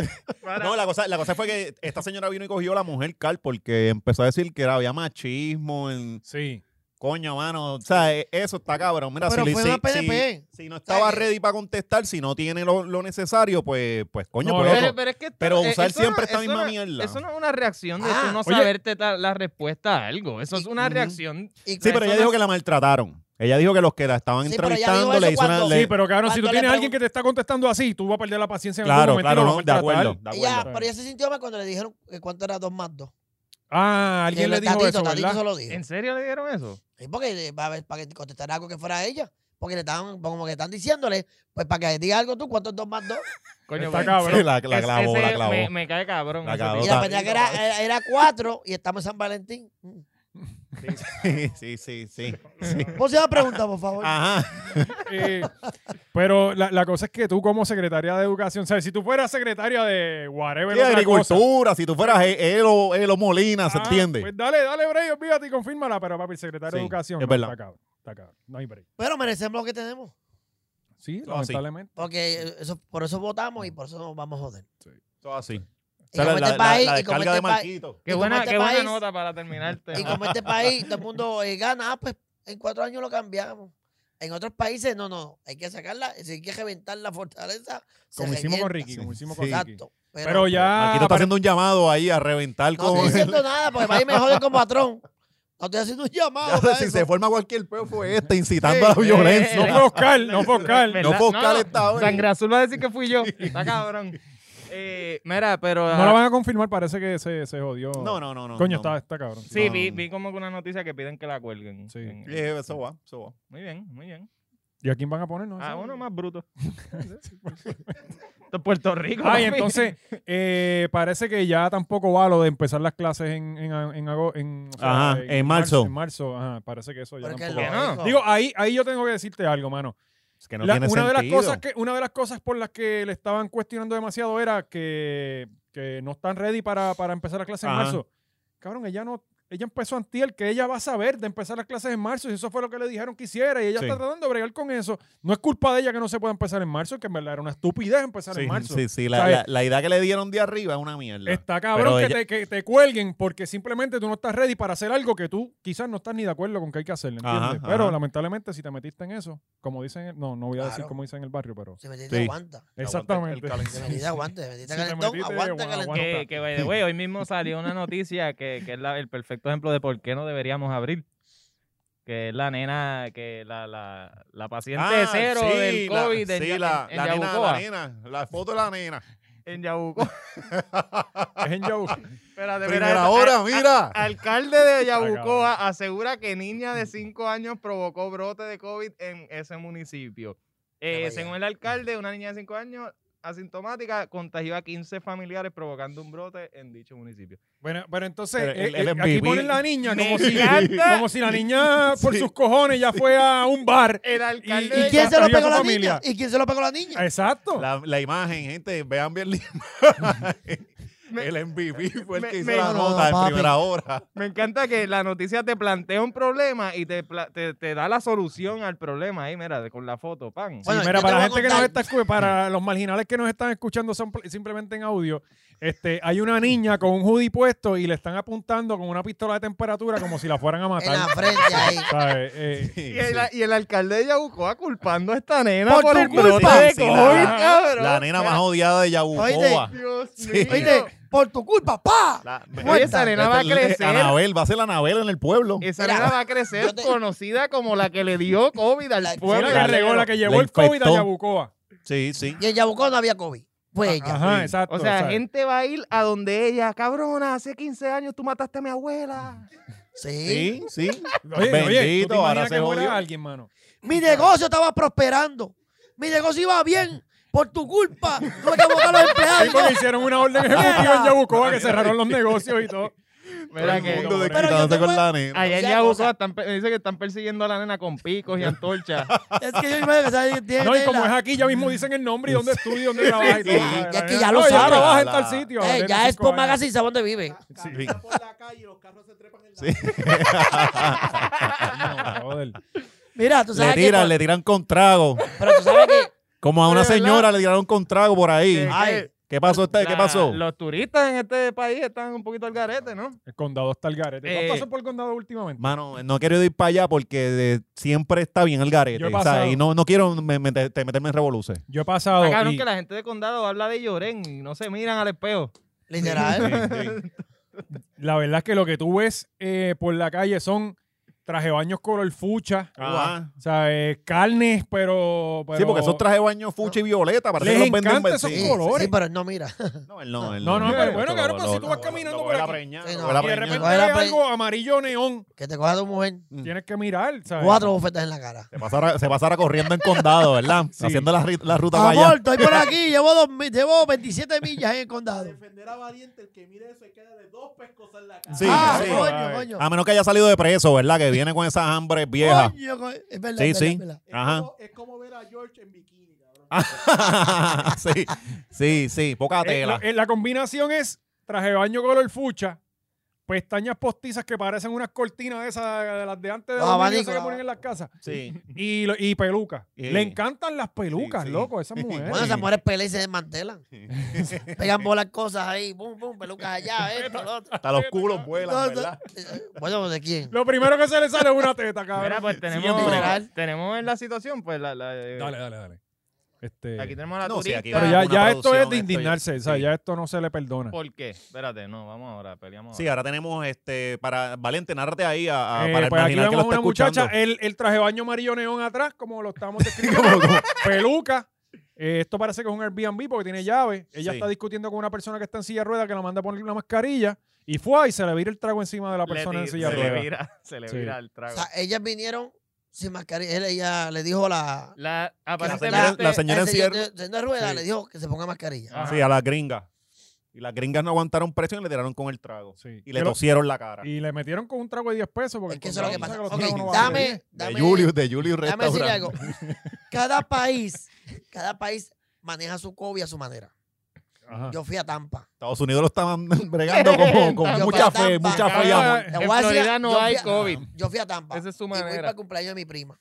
Speaker 3: para-
Speaker 2: No, la cosa, la cosa fue que esta señora vino y cogió a la mujer Cal porque empezó a decir que era, había machismo en...
Speaker 1: Sí.
Speaker 2: Coño, mano, o sea, e- eso está cabrón. Mira,
Speaker 4: Pero
Speaker 2: si, le-
Speaker 4: fue
Speaker 2: si-
Speaker 4: una PNP.
Speaker 2: si- si no estaba
Speaker 4: O sea,
Speaker 2: ready para contestar, si no tiene lo, lo necesario, pues, pues coño,
Speaker 1: No,
Speaker 2: pues,
Speaker 1: loco.
Speaker 3: pero, pero es que esto-
Speaker 2: Pero
Speaker 3: eh,
Speaker 2: usar
Speaker 3: eso
Speaker 2: siempre esta
Speaker 3: eso
Speaker 2: misma
Speaker 3: no-
Speaker 2: mierda.
Speaker 3: Eso no es una reacción de
Speaker 4: Ah,
Speaker 3: tú no
Speaker 1: oye.
Speaker 3: saberte ta- la respuesta a algo. Eso es una
Speaker 2: Ujú.
Speaker 3: reacción.
Speaker 4: Y-
Speaker 2: Sí, pero ella dijo que la maltrataron. Ella dijo que los que la estaban
Speaker 4: Sí, pero ella
Speaker 2: entrevistando
Speaker 4: dijo
Speaker 2: le
Speaker 4: eso
Speaker 2: hizo una...
Speaker 4: cuando-
Speaker 2: le-
Speaker 1: Sí, pero cabrón, si tú
Speaker 4: Cuando le
Speaker 1: tienes a alguien
Speaker 4: pregun-
Speaker 1: que te está contestando así, tú vas a perder la paciencia en
Speaker 2: Claro,
Speaker 1: algún momento. y
Speaker 2: claro,
Speaker 1: lo
Speaker 2: no,
Speaker 1: vas a
Speaker 2: de
Speaker 1: maltratar.
Speaker 2: acuerdo, de
Speaker 4: ella-
Speaker 2: acuerdo.
Speaker 4: pero ella se sintió mal cuando le dijeron que cuánto era dos más dos.
Speaker 1: Ah, alguien
Speaker 4: Que
Speaker 1: le dijo
Speaker 4: Tatito,
Speaker 1: eso,
Speaker 4: Tatito
Speaker 1: ¿verdad?
Speaker 4: se lo dijo.
Speaker 3: ¿En serio le dieron eso?
Speaker 4: Sí, porque eh, va a ver, para que contestara algo que fuera ella. Porque le estaban, como que están diciéndole, pues para que diga algo tú, ¿cuántos dos más dos?
Speaker 3: Coño,
Speaker 1: Está
Speaker 3: pero-
Speaker 1: cabrón.
Speaker 2: Sí, la, la
Speaker 3: es-
Speaker 2: clavó,
Speaker 3: ese
Speaker 2: la clavó.
Speaker 3: Me, me cae cabrón.
Speaker 2: La
Speaker 3: ese
Speaker 2: clavó,
Speaker 3: tipo.
Speaker 4: Y
Speaker 2: Total.
Speaker 4: la verdad que era,
Speaker 2: eh,
Speaker 4: era- era cuatro y estamos en San Valentín.
Speaker 2: Sí, [laughs] sí, sí, sí.
Speaker 4: Próxima pregunta, por favor.
Speaker 2: Ajá.
Speaker 1: Eh, pero la, la cosa es que tú como secretaria de educación, o sea, si tú fueras secretaria de whatever
Speaker 2: Sí,
Speaker 1: otra cosa,
Speaker 2: agricultura, si tú fueras E- Elo, Elo Molina, ¿se
Speaker 1: ah,
Speaker 2: entiende?
Speaker 1: Pues dale, dale break, olvídate y confírmala, pero papi, el secretario de
Speaker 2: Sí,
Speaker 1: educación
Speaker 2: es
Speaker 1: no,
Speaker 2: verdad.
Speaker 1: está cabrón, está cabrón, no hay break.
Speaker 4: Pero merecemos lo que tenemos.
Speaker 1: Sí,
Speaker 2: No, sí.
Speaker 1: lamentablemente.
Speaker 4: Porque eh, eso, por eso votamos y por eso nos vamos a joder.
Speaker 2: Todo así.
Speaker 4: Y como este país, y
Speaker 2: descarga
Speaker 4: como este
Speaker 2: de
Speaker 4: país-
Speaker 2: Marquito.
Speaker 3: Qué
Speaker 4: Y como
Speaker 3: buena,
Speaker 4: este
Speaker 3: qué buena
Speaker 4: país-
Speaker 3: nota para terminarte.
Speaker 4: [laughs] Y como este país, todo el mundo eh, gana, ah, pues en cuatro años lo cambiamos. En otros países, no, no, hay que sacarla, si hay que reventar la fortaleza, se
Speaker 1: Como hicimos con
Speaker 4: revienta.
Speaker 1: Ricky, como hicimos con
Speaker 2: Sí.
Speaker 1: Ricky.
Speaker 4: Exacto.
Speaker 1: Ah, Pero ya...
Speaker 2: Marquito está haciendo un llamado ahí a reventar
Speaker 4: No
Speaker 2: con... [laughs]
Speaker 4: estoy diciendo nada porque para mí me joden con patrón. No estoy haciendo un
Speaker 2: Ya
Speaker 4: llamado.
Speaker 2: sé,
Speaker 4: para
Speaker 2: si
Speaker 4: eso.
Speaker 2: se forma cualquier peo fue este, incitando a la
Speaker 3: Sí,
Speaker 2: violencia.
Speaker 1: No fue Oscar, no
Speaker 4: [laughs]
Speaker 1: fue Oscar.
Speaker 3: ¿Verdad?
Speaker 2: No fue Oscar esta vez.
Speaker 3: Sangre Azul va a decir que fui yo. Está cabrón. Eh, mira, pero.
Speaker 1: No la van a confirmar, parece que se, se jodió.
Speaker 2: No, no, no. no
Speaker 1: Coño,
Speaker 2: no.
Speaker 1: está, está cabrón.
Speaker 3: Sí,
Speaker 2: no.
Speaker 3: vi, vi como que una noticia que piden que la cuelguen.
Speaker 1: Sí.
Speaker 3: En-
Speaker 2: Eh, eso va, eso va.
Speaker 3: Muy bien, muy bien.
Speaker 1: ¿Y a quién van a poner? No,
Speaker 3: Ah,
Speaker 1: sé.
Speaker 3: uno más bruto. [laughs] Esto es Puerto Rico. [laughs]
Speaker 1: Ay,
Speaker 3: papi.
Speaker 1: Ah, entonces, eh, parece que ya tampoco va lo de empezar las clases en, en, en, ago- en, o sea,
Speaker 2: Ajá, en marzo.
Speaker 1: En marzo, ajá, parece que eso ya
Speaker 4: Pero es que
Speaker 1: tampoco
Speaker 3: lo-
Speaker 1: va.
Speaker 3: no.
Speaker 4: lógico.
Speaker 1: Digo, ahí, ahí yo tengo que decirte algo, mano.
Speaker 2: Es que no
Speaker 1: La-
Speaker 2: tiene
Speaker 1: una, de las
Speaker 2: sentido.
Speaker 1: cosas que, una de las cosas por las que le estaban cuestionando demasiado era que, que no están ready para, para empezar las clases en
Speaker 2: Ajá.
Speaker 1: marzo. Cabrón, ella no, Ella empezó antier, que ella va a saber de empezar las clases en marzo, y eso fue lo que le dijeron que hiciera, y ella
Speaker 2: Sí.
Speaker 1: está tratando de bregar con eso. No es culpa de ella que no se pueda empezar en marzo, que en verdad era una estupidez empezar en marzo.
Speaker 2: sí, sí, la,
Speaker 1: ¿Sabes? Este
Speaker 2: la- la idea que le dieron de arriba es una mierda.
Speaker 1: Está cabrón que,
Speaker 2: ella-
Speaker 1: te, que te cuelguen porque simplemente tú no estás ready para hacer algo que tú quizás no estás ni de acuerdo con que hay que hacer, ¿entiendes?
Speaker 2: Ajá,
Speaker 1: pero
Speaker 2: ajá.
Speaker 1: lamentablemente si te metiste en eso, como dicen, no, no voy a decir
Speaker 4: Claro.
Speaker 1: como dicen en el barrio, pero...
Speaker 4: Se metiste
Speaker 2: Sí.
Speaker 4: aguanta.
Speaker 1: Exactamente.
Speaker 2: el
Speaker 4: Se metiste aguanta. Se metiste
Speaker 1: Si te
Speaker 4: calentón,
Speaker 1: metiste,
Speaker 4: aguanta
Speaker 1: bueno,
Speaker 4: calentón. Eh,
Speaker 1: aguanta.
Speaker 3: Que, que, by the way, hoy mismo salió una noticia que, que es la- el perfecto ejemplo de por qué no deberíamos abrir. Que es la nena, que la, la, la paciente
Speaker 2: Ah,
Speaker 3: cero
Speaker 2: sí,
Speaker 3: del
Speaker 2: la-
Speaker 3: COVID en,
Speaker 2: sí,
Speaker 3: Ya-
Speaker 2: la,
Speaker 3: en- en
Speaker 2: la nena,
Speaker 3: Yabucoa.
Speaker 2: la nena, la foto de la nena.
Speaker 3: En
Speaker 2: [laughs]
Speaker 3: Yabucoa.
Speaker 1: Es en Yahoo.
Speaker 3: Espérate, espera,
Speaker 2: Primera
Speaker 3: esto.
Speaker 2: hora,
Speaker 3: A-
Speaker 2: mira.
Speaker 3: a- [laughs] alcalde de Yabucoa asegura que niña de 5 años provocó brote de COVID en ese municipio. Eh,
Speaker 4: Ya vaya.
Speaker 3: según el alcalde, una niña de 5 años asintomática contagió a 15 familiares provocando un brote en dicho municipio.
Speaker 1: Bueno, pero entonces
Speaker 2: Pero el-
Speaker 1: eh,
Speaker 2: el
Speaker 1: eh, aquí
Speaker 2: MVP.
Speaker 1: ponen la niña
Speaker 3: Me
Speaker 1: como si,
Speaker 3: encanta.
Speaker 1: como si la niña por
Speaker 2: Sí.
Speaker 1: sus cojones ya fue a un bar.
Speaker 3: El
Speaker 1: alcalde
Speaker 3: alcalde
Speaker 1: de
Speaker 4: ¿Y quién se lo
Speaker 1: Construyó
Speaker 4: pegó a
Speaker 1: su
Speaker 4: la
Speaker 1: familia.
Speaker 4: niña? ¿Y quién se lo pegó a la niña?
Speaker 1: Exacto.
Speaker 2: La, la imagen, gente, vean bien la imagen.
Speaker 3: Me-
Speaker 2: el MVP fue el
Speaker 3: me-
Speaker 2: que hizo
Speaker 3: me-
Speaker 2: la
Speaker 4: No, no,
Speaker 2: nota en
Speaker 4: papi.
Speaker 2: primera hora. [laughs]
Speaker 3: Me encanta que la noticia te plantea un problema y te, pla- te, te da la solución al problema ahí, mira, de- con la foto, pan.
Speaker 1: Sí,
Speaker 4: Bueno,
Speaker 1: mira,
Speaker 4: yo te
Speaker 1: para la
Speaker 4: voy a
Speaker 1: gente que nos
Speaker 4: contar.
Speaker 1: está escu- para los marginales que nos están escuchando son pl- simplemente en audio, este, hay una niña con un hoodie puesto y le están apuntando con una pistola de temperatura como si la fueran a
Speaker 4: En la
Speaker 1: matar. [laughs]
Speaker 4: frente ahí.
Speaker 1: ¿sabes? Eh, [laughs]
Speaker 2: Sí,
Speaker 3: Y el,
Speaker 2: sí.
Speaker 3: y el alcalde de Yabucoa culpando a esta nena
Speaker 4: Por
Speaker 3: por,
Speaker 4: tu
Speaker 3: el
Speaker 4: culpa.
Speaker 3: brote de
Speaker 2: Sí, sí, la-
Speaker 3: COVID,
Speaker 2: la-
Speaker 3: cabrón.
Speaker 2: La nena más odiada de Yabucoa.
Speaker 4: Oíste.
Speaker 3: Dios
Speaker 2: Sí.
Speaker 3: mío.
Speaker 4: Oíste, por tu culpa, pa.
Speaker 2: La-
Speaker 3: Oye, esa nena va a
Speaker 2: Esta-
Speaker 3: crecer. Eh,
Speaker 2: Anabel, va a ser la Anabel en el pueblo.
Speaker 3: Esa
Speaker 4: Mira,
Speaker 3: nena va a crecer
Speaker 4: yo te-
Speaker 3: conocida como la que le dio COVID al
Speaker 4: La-
Speaker 1: fue
Speaker 3: pueblo.
Speaker 1: la que regó, la que llevó
Speaker 2: La
Speaker 1: el COVID a
Speaker 2: infectó.
Speaker 1: Yabucoa.
Speaker 2: Sí, sí.
Speaker 4: Y en Yabucoa no había COVID. Pues Fue ella.
Speaker 1: Ajá,
Speaker 2: Sí.
Speaker 1: exacto.
Speaker 3: O sea,
Speaker 1: ¿sabes?
Speaker 3: gente va a ir a donde ella, cabrona, hace 15 años tú mataste a mi abuela.
Speaker 4: Sí.
Speaker 2: Sí, sí.
Speaker 1: Oye, oye, ¿tú te
Speaker 2: Bendito,
Speaker 1: imaginas
Speaker 2: ahora se
Speaker 1: que fuera
Speaker 2: jodió.
Speaker 1: alguien, mano.
Speaker 4: Mi negocio estaba prosperando. Mi negocio iba bien. Por tu culpa. Tuve que botar a los
Speaker 1: Sí, porque
Speaker 4: empleados.
Speaker 1: hicieron una
Speaker 4: [laughs]
Speaker 1: orden ejecutiva en Yabucoa que cerraron los negocios y todo.
Speaker 3: Mira
Speaker 1: el
Speaker 3: que
Speaker 1: mundo de-
Speaker 4: Pero yo te voy-
Speaker 2: la nena.
Speaker 3: allá en
Speaker 4: O sea,
Speaker 3: Yabucoa
Speaker 4: cosa-
Speaker 3: están pe- dicen que están persiguiendo a la nena con picos y antorchas.
Speaker 4: Es que yo imagino que ¿sabes? tiene
Speaker 1: No, y
Speaker 4: tela.
Speaker 1: como es aquí, ya mismo dicen el nombre y dónde estudia, dónde trabaja y todo.
Speaker 2: Sí.
Speaker 1: ¿sabes?
Speaker 4: Y es que ya lo
Speaker 1: No,
Speaker 4: saben.
Speaker 1: trabaja en
Speaker 2: La-
Speaker 1: tal sitio.
Speaker 4: Eh,
Speaker 1: tiene
Speaker 4: ya es
Speaker 1: cinco
Speaker 4: por
Speaker 1: años.
Speaker 4: magazine, ¿sabes dónde vive?
Speaker 2: Sí. [laughs]
Speaker 1: No, joder.
Speaker 4: Mira, tú
Speaker 2: Le
Speaker 4: sabes
Speaker 2: tiran,
Speaker 4: que...
Speaker 2: le tiran con trago.
Speaker 4: Pero tú sabes que...
Speaker 2: Como a una
Speaker 3: Oye, ¿verdad?
Speaker 2: señora le tiraron con trago por ahí.
Speaker 3: Sí.
Speaker 4: Ay,
Speaker 2: ¿Qué pasó? este- ¿Qué
Speaker 3: La-
Speaker 2: pasó?
Speaker 3: Los turistas en este país están un poquito al garete, ¿no?
Speaker 1: El condado está al garete. ¿Tú
Speaker 3: Eh,
Speaker 1: has pasado por el condado últimamente?
Speaker 2: Mano, no quiero ir para allá porque de- siempre está bien el garete.
Speaker 1: Yo he
Speaker 2: o sea,
Speaker 1: pasado.
Speaker 2: y no, no quiero me- me- te- te meterme en revoluciones.
Speaker 1: Yo he pasado.
Speaker 3: Está Ah, cabrón
Speaker 1: y-
Speaker 3: que la gente de condado habla de Llorén y no se miran al espejo.
Speaker 4: literal. [laughs]
Speaker 1: La verdad es que lo que tú ves eh, por la calle son trajebaños color fucha.
Speaker 2: Ajá.
Speaker 1: O sea, eh, carnes, pero, pero-
Speaker 2: Ah. Sí, porque esos trajes de baño fuchi y violeta. Parece
Speaker 1: Les
Speaker 2: que los venden
Speaker 1: encanta
Speaker 2: en
Speaker 1: esos
Speaker 2: sí.
Speaker 4: Sí,
Speaker 1: colores.
Speaker 4: sí, pero él no mira.
Speaker 2: No, él no, él
Speaker 1: No, no,
Speaker 2: él
Speaker 1: pero bueno,
Speaker 2: Lo-
Speaker 1: cabrón, pero
Speaker 2: lo-
Speaker 1: si tú vas
Speaker 2: lo-
Speaker 1: caminando
Speaker 2: lo
Speaker 1: por
Speaker 2: huele a
Speaker 1: aquí.
Speaker 2: preña,
Speaker 4: Sí,
Speaker 2: lo
Speaker 4: no.
Speaker 2: huele a
Speaker 1: Y de
Speaker 2: preña.
Speaker 1: repente
Speaker 4: Ahora
Speaker 1: ves
Speaker 4: pre-
Speaker 1: algo amarillo neón.
Speaker 4: Que te coja tu mujer.
Speaker 1: Tienes que mirar, ¿sabes?
Speaker 4: Cuatro bofetas en la cara.
Speaker 2: Se pasara, se pasara corriendo en condado, ¿verdad?
Speaker 1: Sí. Ah,
Speaker 2: Haciendo la, ri- la ruta para allá.
Speaker 4: Amor, estoy por aquí. Llevo, dos mi- llevo 27 millas en el condado.
Speaker 2: Sí,
Speaker 4: ah,
Speaker 2: sí.
Speaker 1: Ay.
Speaker 4: coño, coño.
Speaker 2: A menos que haya salido de preso, ¿verdad? Que viene con esas hambres viejas.
Speaker 4: Coño, co- es verdad,
Speaker 2: Sí,
Speaker 4: es verdad,
Speaker 2: sí.
Speaker 4: es verdad.
Speaker 2: Ajá.
Speaker 7: Es como ver a George en bikini, cabrón.
Speaker 2: [laughs] sí, sí, sí. Poca
Speaker 1: Eh, la,
Speaker 2: tela.
Speaker 1: eh, la combinación es trajebaño color fucha, pestañas postizas que parecen unas cortinas de esas, de las de antes de
Speaker 4: Los
Speaker 1: los que
Speaker 4: abanicos,
Speaker 1: se
Speaker 4: ah.
Speaker 1: ponen en las casas.
Speaker 2: Sí.
Speaker 1: Y, lo- y pelucas.
Speaker 2: Eh.
Speaker 1: Le encantan las pelucas,
Speaker 2: Sí, sí.
Speaker 1: loco, a esas mujeres.
Speaker 3: Eh,
Speaker 4: Bueno, esas mujeres pelean y se desmantelan. [laughs] Pegan bolas cosas ahí, pum, pum, pelucas
Speaker 3: [laughs]
Speaker 4: allá, esto, lo otro.
Speaker 2: Hasta los culos vuelan, ¿verdad?
Speaker 4: Ah. Bueno, ¿de quién?
Speaker 1: Lo primero que se le sale es una
Speaker 3: [laughs]
Speaker 1: teta,
Speaker 2: Ah,
Speaker 1: cabrón.
Speaker 3: Mira, pues
Speaker 4: Siempre.
Speaker 3: tenemos, tenemos en la situación, pues la, la- eh,
Speaker 1: Dale, dale, dale. Este,
Speaker 3: aquí tenemos a la
Speaker 2: No, sí,
Speaker 3: turista.
Speaker 2: aquí
Speaker 1: pero
Speaker 2: va.
Speaker 1: ya,
Speaker 2: una
Speaker 1: ya esto es
Speaker 2: producción,
Speaker 1: de
Speaker 2: esto ya-
Speaker 1: indignarse, o sea,
Speaker 2: sí.
Speaker 1: ya esto no se le perdona.
Speaker 3: ¿Por qué? Espérate, no, vamos ahora, peleamos.
Speaker 2: Sí, ahora tenemos este para Valente, narrate ahí a, a-
Speaker 1: Eh,
Speaker 2: Ah, para el
Speaker 1: pues aquí
Speaker 2: marginal que
Speaker 1: vemos
Speaker 2: lo
Speaker 1: a
Speaker 2: está
Speaker 1: una
Speaker 2: escuchando.
Speaker 1: muchacha, el, el traje baño amarillo neón atrás, como lo
Speaker 2: [laughs]
Speaker 1: estábamos describiendo, peluca. Eh, esto parece que es un Airbnb porque tiene llave. Ella
Speaker 2: Sí.
Speaker 1: está discutiendo con una persona que está en silla de ruedas que la manda a poner una mascarilla y fue y se le vira el trago encima de la
Speaker 3: Le
Speaker 1: persona en
Speaker 3: ti-
Speaker 1: silla de
Speaker 3: se le
Speaker 1: ruedas.
Speaker 3: vira, se le
Speaker 1: Sí.
Speaker 3: vira el
Speaker 4: O
Speaker 3: trago.
Speaker 4: sea, ellas vinieron sin mascarilla. Él, ella le dijo a la...
Speaker 3: La,
Speaker 2: La
Speaker 3: aparentemente,
Speaker 2: señora, la señora en
Speaker 4: el
Speaker 2: silla-
Speaker 4: señor de- señor de rueda
Speaker 2: Sí.
Speaker 4: le dijo que se ponga mascarilla.
Speaker 3: Ajá.
Speaker 2: Sí, a las gringas. Y las gringas no aguantaron presión y le tiraron con el trago.
Speaker 1: Sí.
Speaker 2: Y le
Speaker 1: Que lo-
Speaker 2: tosieron la cara.
Speaker 1: Y le metieron con un trago de 10 pesos porque
Speaker 4: Es que eso es lo que
Speaker 1: encontraron, tú
Speaker 4: pasa. Ok,
Speaker 1: sabes que los tragos no valen.
Speaker 4: dame, dame,
Speaker 2: de Julius, de Julius
Speaker 4: dame decirle
Speaker 2: Restaurant.
Speaker 3: [laughs]
Speaker 4: algo. Cada país, cada país maneja su COVID a su manera.
Speaker 3: Ah.
Speaker 1: Ajá.
Speaker 4: yo fui a Tampa.
Speaker 2: Estados Unidos lo estaban [laughs] bregando
Speaker 4: [laughs]
Speaker 2: como, con
Speaker 4: Yo
Speaker 2: mucha
Speaker 4: para
Speaker 2: fe,
Speaker 4: Tampa.
Speaker 2: mucha fe. y
Speaker 1: Cabrón.
Speaker 2: amor.
Speaker 4: Te
Speaker 3: En
Speaker 4: voy a
Speaker 3: Florida no
Speaker 4: yo
Speaker 3: hay
Speaker 4: fui a-
Speaker 3: COVID.
Speaker 4: Yo fui a Tampa.
Speaker 3: Esa es su
Speaker 4: Y fui para
Speaker 3: manera.
Speaker 4: el cumpleaños de mi prima.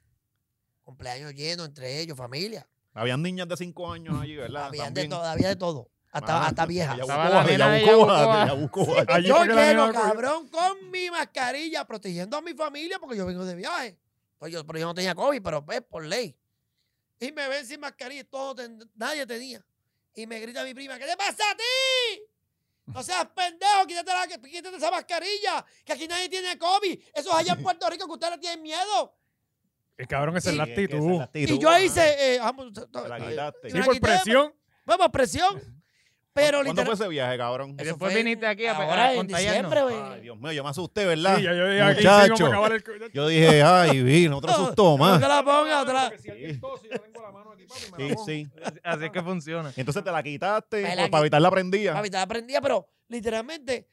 Speaker 4: Cumpleaños lleno, entre ellos, familia.
Speaker 2: Habían niñas de 5 años allí, ¿verdad?
Speaker 4: Había de,
Speaker 2: También.
Speaker 4: todo, había de todo. Hasta,
Speaker 2: Ah,
Speaker 4: hasta vieja.
Speaker 2: Yabucoa,
Speaker 3: Estaba la nena de
Speaker 2: Yabucoa,
Speaker 3: Yabucoa.
Speaker 2: de Yabucoa.
Speaker 1: Allí
Speaker 4: Yo
Speaker 1: fue que la
Speaker 4: llego,
Speaker 1: nena cogió-
Speaker 4: cabrón, con mi mascarilla, protegiendo a mi familia porque yo vengo de viaje. Pues yo, pero yo no tenía COVID, pero pues por ley. Y me ven sin mascarilla, todo ten- nadie tenía. Y me grita mi prima, ¿qué te pasa a ti? No seas pendejo, quítate, la- quítate esa mascarilla, que aquí nadie tiene COVID. Eso es allá en Puerto Rico que ustedes le tienen miedo.
Speaker 1: El cabrón, esa es la
Speaker 2: Sí, que esa es
Speaker 1: actitud.
Speaker 2: la
Speaker 4: Y,
Speaker 2: actitud.
Speaker 4: yo
Speaker 2: Ajá.
Speaker 4: hice, eh, ah, pues,
Speaker 2: Te la
Speaker 4: y
Speaker 2: quitaste.
Speaker 1: Sí,
Speaker 4: me la
Speaker 1: por
Speaker 4: quité,
Speaker 1: presión.
Speaker 4: Vamos, presión. Pero
Speaker 2: ¿Cuándo fue
Speaker 4: literalmente.
Speaker 2: ese viaje, cabrón?
Speaker 3: Eso Después viniste aquí a- a
Speaker 4: ahora en
Speaker 3: contagiarnos.
Speaker 4: diciembre, güey.
Speaker 2: Ay, Dios mío, yo me asusté, ¿verdad?
Speaker 1: Sí, ya yo dije, aquí sí vamos a
Speaker 2: Muchacho.
Speaker 1: acabar el-
Speaker 2: Yo dije, ay, vi, no te [laughs] asustó
Speaker 4: No
Speaker 2: más.
Speaker 4: te la pongas, no te la-
Speaker 1: Porque si alguien tose, yo tengo la mano aquí, papi, me la
Speaker 2: Sí,
Speaker 1: pongo.
Speaker 2: sí.
Speaker 3: Así es que funciona.
Speaker 2: Entonces te la quitaste
Speaker 4: Me la
Speaker 2: pues,
Speaker 4: qui-
Speaker 2: para evitar la prendida.
Speaker 4: Papi, te la prendía, pero literalmente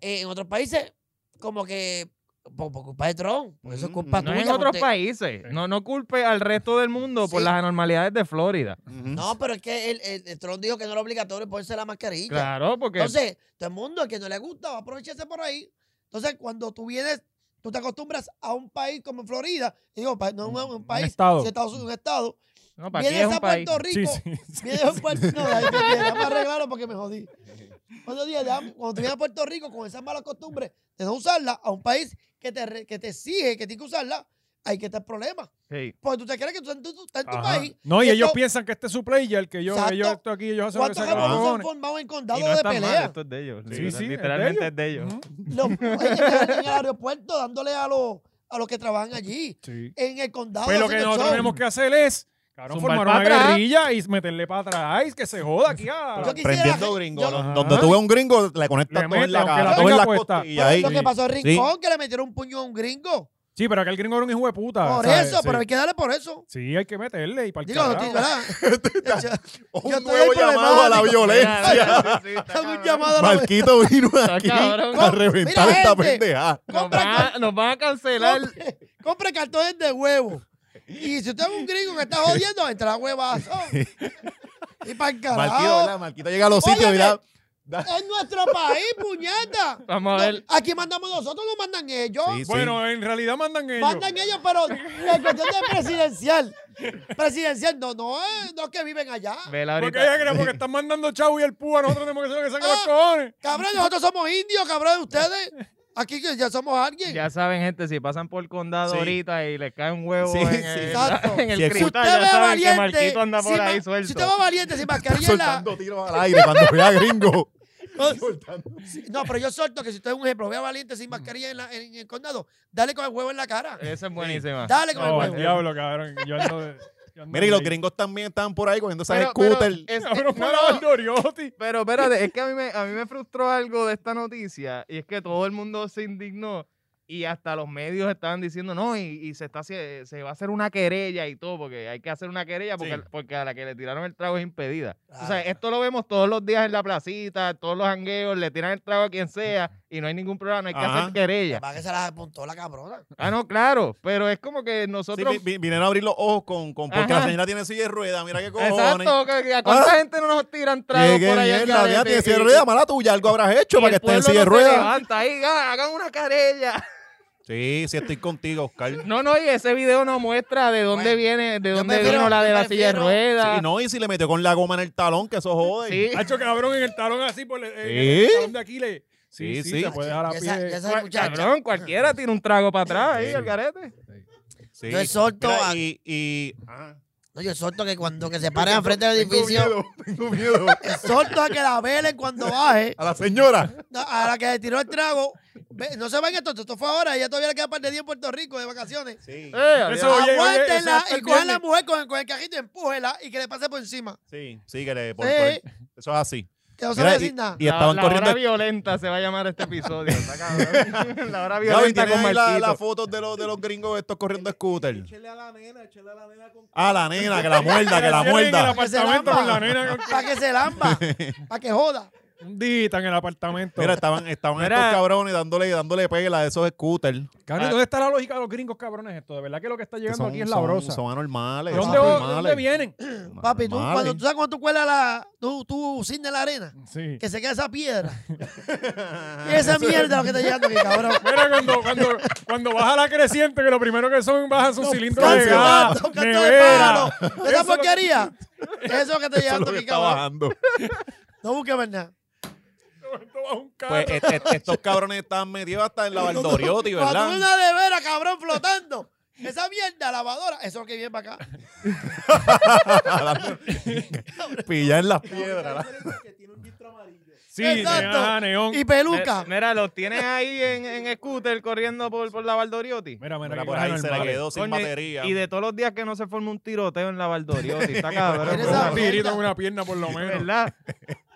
Speaker 4: eh, en otros países, como que por, por culpa de Trump, por eso es
Speaker 2: Ujú,
Speaker 4: culpa
Speaker 2: ujú.
Speaker 3: Mm, No
Speaker 4: tuya.
Speaker 3: en otros
Speaker 4: porque-
Speaker 3: países. No, no culpe al resto del mundo por
Speaker 4: Sí.
Speaker 3: las anormalidades de Florida.
Speaker 2: Ujú.
Speaker 4: No, pero es que el, el- el Trump dijo que no era obligatorio ponerse la mascarilla.
Speaker 3: Claro, porque
Speaker 4: Entonces, todo el mundo, el que no le gusta, va a aprovecharse por ahí. Entonces, cuando tú vienes, tú te acostumbras a un país como Florida, digo, pa- no un, un país,
Speaker 1: estado.
Speaker 4: si Estados Unidos, un estado,
Speaker 3: Mm, no, para aquí es
Speaker 4: vienes
Speaker 3: un
Speaker 4: a
Speaker 3: país.
Speaker 4: Puerto
Speaker 1: Sí,
Speaker 4: Rico,
Speaker 1: sí.
Speaker 4: [laughs] Vienes a Puerto No, ahí te tienes, déjame arreglarlo porque me jodí. Otro día, déjame- cuando tú vienes a Puerto Rico con esas malas costumbres de no usarla a un país que te, re- que te exige que tienes que usarla, hay que estar problemas.
Speaker 3: Sí.
Speaker 4: Porque tú te crees que tú, tú- tú estás en tu
Speaker 1: Ajá.
Speaker 4: país.
Speaker 1: No, y ellos
Speaker 4: esto-
Speaker 1: piensan que este es su player, que yo,
Speaker 4: Exacto.
Speaker 1: ellos esto aquí, ellos hacen lo que
Speaker 4: ¿Cuántos
Speaker 1: se
Speaker 4: japoneses se han
Speaker 1: cojones.
Speaker 4: formado en
Speaker 3: Y
Speaker 4: condado
Speaker 3: no
Speaker 4: de
Speaker 3: está mal,
Speaker 4: pelea?
Speaker 3: esto es de ellos.
Speaker 1: Sí, sí, es de
Speaker 3: literalmente
Speaker 1: ellos.
Speaker 3: es de ellos.
Speaker 1: Ujú. [laughs]
Speaker 4: Los hay gente que están en el aeropuerto dándole a los, a los que trabajan allí.
Speaker 1: Sí.
Speaker 4: En el condado.
Speaker 1: Pues lo que
Speaker 4: haciendo
Speaker 1: nosotros
Speaker 4: show.
Speaker 1: tenemos que hacer es cabrón,
Speaker 3: Zumbar
Speaker 1: formar
Speaker 3: pa'
Speaker 1: una
Speaker 3: atrás.
Speaker 1: guerrilla y meterle para atrás, y que se joda
Speaker 2: [laughs]
Speaker 1: aquí a...
Speaker 4: Yo quisiera-
Speaker 2: Prendiendo gringo.
Speaker 4: yo-
Speaker 2: lo-
Speaker 1: Ajá.
Speaker 2: Donde tuve un gringo, le conectas
Speaker 1: Le
Speaker 2: todo en
Speaker 1: mete, aunque
Speaker 2: la
Speaker 1: la
Speaker 2: cara, todo en
Speaker 1: tenga
Speaker 2: la
Speaker 1: puesta.
Speaker 2: costilla.
Speaker 4: Pero
Speaker 2: Ahí.
Speaker 4: lo que pasó en
Speaker 2: Sí.
Speaker 4: Rincón, que le metieron un puño a un gringo.
Speaker 1: Sí, pero aquel gringo era un hijo de puta.
Speaker 4: por
Speaker 1: ¿sabes?
Speaker 4: eso,
Speaker 1: Ah, Sí.
Speaker 4: pero hay que darle por eso.
Speaker 1: Sí, hay que meterle y para
Speaker 4: Digo, no estoy- ¿verdad?
Speaker 1: [laughs]
Speaker 4: [laughs]
Speaker 2: Un
Speaker 4: Yo estoy
Speaker 2: nuevo llamado a la [laughs]
Speaker 4: problemático.
Speaker 2: violencia.
Speaker 3: Mira, sí, sí, está
Speaker 4: Hago un
Speaker 3: cabrón.
Speaker 4: llamado a la-
Speaker 2: Marquito vino
Speaker 3: Está
Speaker 2: aquí
Speaker 3: cabrón.
Speaker 2: a reventar
Speaker 4: Mira,
Speaker 2: esta
Speaker 4: gente.
Speaker 2: pendeja.
Speaker 3: Nos
Speaker 4: Compra,
Speaker 3: van a- nos van a cancelar.
Speaker 4: compre, compre cartones de huevo. Y si usted es un gringo que está jodiendo, entra a huevazo. Y para el
Speaker 2: Marquito,
Speaker 4: carajo.
Speaker 2: ¿verdad? Marquito llega a los
Speaker 4: Óyeme.
Speaker 2: sitios,
Speaker 3: eh,
Speaker 2: mira. da-
Speaker 4: Es nuestro país, puñeta.
Speaker 3: Vamos a ver.
Speaker 4: aquí mandamos nosotros, lo mandan ellos.
Speaker 2: Sí, sí.
Speaker 3: eh,
Speaker 1: Bueno, en realidad mandan ellos.
Speaker 4: Mandan ellos, pero la cuestión de presidencial. Presidencial, no, no es los que viven allá.
Speaker 3: Vela
Speaker 1: Porque
Speaker 3: ahorita.
Speaker 1: ella cree porque están mandando chavo y el púa, nosotros tenemos que hacer lo que salga de los
Speaker 4: Ah.
Speaker 1: cojones.
Speaker 4: Cabrón, nosotros somos indios, cabrón, ustedes. Aquí que ya somos alguien.
Speaker 3: Ya saben, gente, si pasan por el condado
Speaker 2: Sí.
Speaker 3: ahorita y le caen huevos [laughs]
Speaker 2: Sí,
Speaker 3: en,
Speaker 2: sí,
Speaker 3: el,
Speaker 4: exacto.
Speaker 3: en el
Speaker 2: Si
Speaker 4: Si
Speaker 3: cristal,
Speaker 4: usted
Speaker 3: ya
Speaker 4: ve
Speaker 3: saben que
Speaker 4: valiente,
Speaker 3: Marquito anda por ahí
Speaker 4: si, ma- si
Speaker 3: suelto.
Speaker 4: usted va valiente sin mascarilla en la, [laughs]
Speaker 2: soltando tiros al aire cuando
Speaker 3: [laughs]
Speaker 2: vea gringo. Soltando.
Speaker 4: No, pero yo suelto que si usted es un ejemplo, vea valiente sin mascarilla en, la- en el condado, dale con el huevo en la cara.
Speaker 3: Esa es buenísima.
Speaker 4: Dale con
Speaker 1: No,
Speaker 4: el
Speaker 1: al
Speaker 4: huevo.
Speaker 1: diablo, cabrón. Yo ando de- yo ando
Speaker 2: Mira, y los
Speaker 1: de-
Speaker 2: gringos también estaban por ahí cogiendo esas
Speaker 3: Pero- eh, pero
Speaker 2: scooters.
Speaker 3: es- es-
Speaker 1: Cabrón,
Speaker 3: no,
Speaker 1: fue
Speaker 3: no,
Speaker 1: la Valdoriotti.
Speaker 3: Pero espérate, es que a mí, me, a mí me frustró algo de esta noticia y es que todo el mundo se indignó y hasta los medios estaban diciendo no y, y se está haci- se va a hacer una querella y todo porque hay que hacer una querella porque,
Speaker 2: Sí.
Speaker 3: porque a la que le tiraron el trago es impedida. O sea,
Speaker 4: Claro.
Speaker 3: esto lo vemos todos los días en la placita, todos los jangueos, le tiran el trago a quien sea y no hay ningún problema, no hay que
Speaker 2: Ajá.
Speaker 3: hacer querella.
Speaker 4: Para que se las apuntó la cabrona.
Speaker 3: Ah, no, claro, pero es como que
Speaker 2: Sí,
Speaker 3: nosotros...
Speaker 2: vi- vi- vinieron a abrir los ojos con, con porque la
Speaker 3: Ajá.
Speaker 2: señora tiene silla de rueda, mira qué cojones.
Speaker 3: Exacto, que- que a cuánta
Speaker 2: Ah.
Speaker 3: gente no nos tiran
Speaker 2: Qué
Speaker 3: trago por allá. al
Speaker 2: mierda, mira,
Speaker 3: garete?
Speaker 2: tiene silla de
Speaker 3: Y-
Speaker 2: rueda, mala tuya, algo habrás hecho
Speaker 3: y
Speaker 2: para
Speaker 3: el
Speaker 2: que esté en
Speaker 3: pueblo
Speaker 2: silla
Speaker 3: no
Speaker 2: de
Speaker 3: se
Speaker 2: rueda.
Speaker 3: levanta, ahí, ah, hagan una querella.
Speaker 2: Sí, sí, estoy contigo, Oscar.
Speaker 3: [laughs] No, no, y ese video no muestra de dónde
Speaker 4: Bueno,
Speaker 3: viene, de
Speaker 4: yo
Speaker 3: dónde
Speaker 4: prefiero-
Speaker 3: vino la de
Speaker 4: yo
Speaker 3: la silla de
Speaker 4: prefiero-
Speaker 3: ruedas.
Speaker 2: Sí, no, y si le metió con la goma en el talón, que eso jode.
Speaker 3: Sí.
Speaker 1: Ha hecho cabrón en el talón así, por el, en
Speaker 2: Sí.
Speaker 1: el talón de Aquiles. Sí,
Speaker 2: Sí,
Speaker 1: sí,
Speaker 2: sí.
Speaker 1: te puedes dejar la
Speaker 4: Ya esa-
Speaker 1: piel.
Speaker 4: ya esa
Speaker 3: Cual-
Speaker 4: muchacha.
Speaker 3: Cabrón, cualquiera tiene un trago para atrás ahí,
Speaker 2: Sí.
Speaker 3: el garete.
Speaker 2: Sí.
Speaker 4: Yo exhorto
Speaker 2: Mira,
Speaker 4: a-
Speaker 2: Y, y- ah.
Speaker 4: No, yo suelto que cuando que se paren al frente del
Speaker 2: Tengo
Speaker 4: edificio,
Speaker 2: miedo, tengo miedo.
Speaker 4: suelto a [laughs] que la velen cuando baje.
Speaker 2: A la señora.
Speaker 4: No, A la que le tiró el trago. Ve- No se ven esto, esto fue ahora. Ella todavía le queda un par de días en Puerto Rico de vacaciones.
Speaker 2: Sí.
Speaker 3: Eh,
Speaker 1: Eso-
Speaker 3: adiós.
Speaker 1: oye, oye, eso
Speaker 4: Aguántenla
Speaker 1: hasta el
Speaker 4: y cojan a la
Speaker 1: viernes.
Speaker 4: mujer con el, con el cajito y empújela y que le pase por encima.
Speaker 2: Sí, sí, que le. por-
Speaker 4: Sí.
Speaker 2: por- eso es así.
Speaker 4: Que no se
Speaker 2: Mira,
Speaker 4: le
Speaker 2: y,
Speaker 4: decir nada.
Speaker 2: y estaban
Speaker 3: la, la
Speaker 2: corriendo.
Speaker 3: hora violenta se va a llamar este episodio. está cabrón. [laughs] la hora
Speaker 2: No, y
Speaker 3: violenta
Speaker 2: tiene
Speaker 3: con
Speaker 2: ahí
Speaker 3: Marquito.
Speaker 2: la- las fotos de los, de los gringos estos corriendo scooter.
Speaker 7: Échale a la nena, échale a la nena con.
Speaker 2: Ah, la nena, que la muerda, que la
Speaker 1: Cierren el
Speaker 2: muerda.
Speaker 4: Que se [laughs]
Speaker 1: apartamento
Speaker 4: lamba.
Speaker 3: [laughs]
Speaker 1: con la nena. con-
Speaker 4: Para que se lamba. Para que joda.
Speaker 1: Un dita en el apartamento.
Speaker 2: Mira, estaban, estaban
Speaker 3: Mira.
Speaker 2: estos cabrones dándole, dándole pela a esos scooters.
Speaker 1: Cabrón,
Speaker 3: Ah.
Speaker 1: ¿dónde está la lógica de los gringos cabrones esto? De verdad que lo que está
Speaker 2: que
Speaker 1: llegando
Speaker 2: son,
Speaker 1: aquí es la
Speaker 2: son-
Speaker 1: brosa.
Speaker 2: Son anormales.
Speaker 1: ¿Dónde,
Speaker 2: son
Speaker 1: ¿Dónde
Speaker 2: anormales.
Speaker 1: vienen?
Speaker 4: Papi, tú,
Speaker 2: Anormales.
Speaker 4: cuando, tú sabes cuando tú cuelas la, tú, tú cindes la arena,
Speaker 1: [laughs] Sí.
Speaker 4: que se queda esa piedra. y esa mierda lo que está llegando aquí, cabrón.
Speaker 1: Mira, cuando, cuando, cuando baja la creciente, que lo primero que son bajan sus
Speaker 4: Los
Speaker 1: cilindros de
Speaker 4: cantos,
Speaker 1: gas,
Speaker 4: los cantos de
Speaker 1: [laughs] nevera.
Speaker 4: palo.
Speaker 1: Eso es lo
Speaker 4: Esa
Speaker 1: que- [laughs]
Speaker 4: porquería. Eso que está
Speaker 2: Eso es
Speaker 4: llegando
Speaker 2: lo que
Speaker 4: aquí,
Speaker 2: está
Speaker 4: cabrón.
Speaker 2: bajando.
Speaker 4: No busques más nada.
Speaker 1: Esto baja un carro.
Speaker 2: Pues este- este- estos cabrones están metidos hasta en la Valdoriotti,
Speaker 4: Cuando tú
Speaker 2: ¿verdad?
Speaker 4: una de vera, cabrón, flotando. Esa mierda, lavadora. Eso es lo que viene para acá.
Speaker 2: [laughs] Pillar las piedras.
Speaker 7: Que tiene un distro amarillo.
Speaker 1: sí,
Speaker 4: Exacto.
Speaker 1: ajá, neón.
Speaker 4: Y peluca.
Speaker 3: Mira, los tienes ahí en, en scooter corriendo por, por la Valdoriotti.
Speaker 1: Mira, mira,
Speaker 2: Mira,
Speaker 1: qué
Speaker 2: por
Speaker 1: cosas
Speaker 2: ahí se la
Speaker 1: normales.
Speaker 2: quedó sin
Speaker 3: Coño,
Speaker 2: batería.
Speaker 3: Y de todos los días que no se forma un tiroteo en la Valdoriotti,
Speaker 2: [laughs]
Speaker 3: está cabrón.
Speaker 4: Eres
Speaker 1: Un
Speaker 4: esa-
Speaker 3: ¿verdad?
Speaker 1: tirito en una pierna, por lo menos.
Speaker 3: ¿Verdad?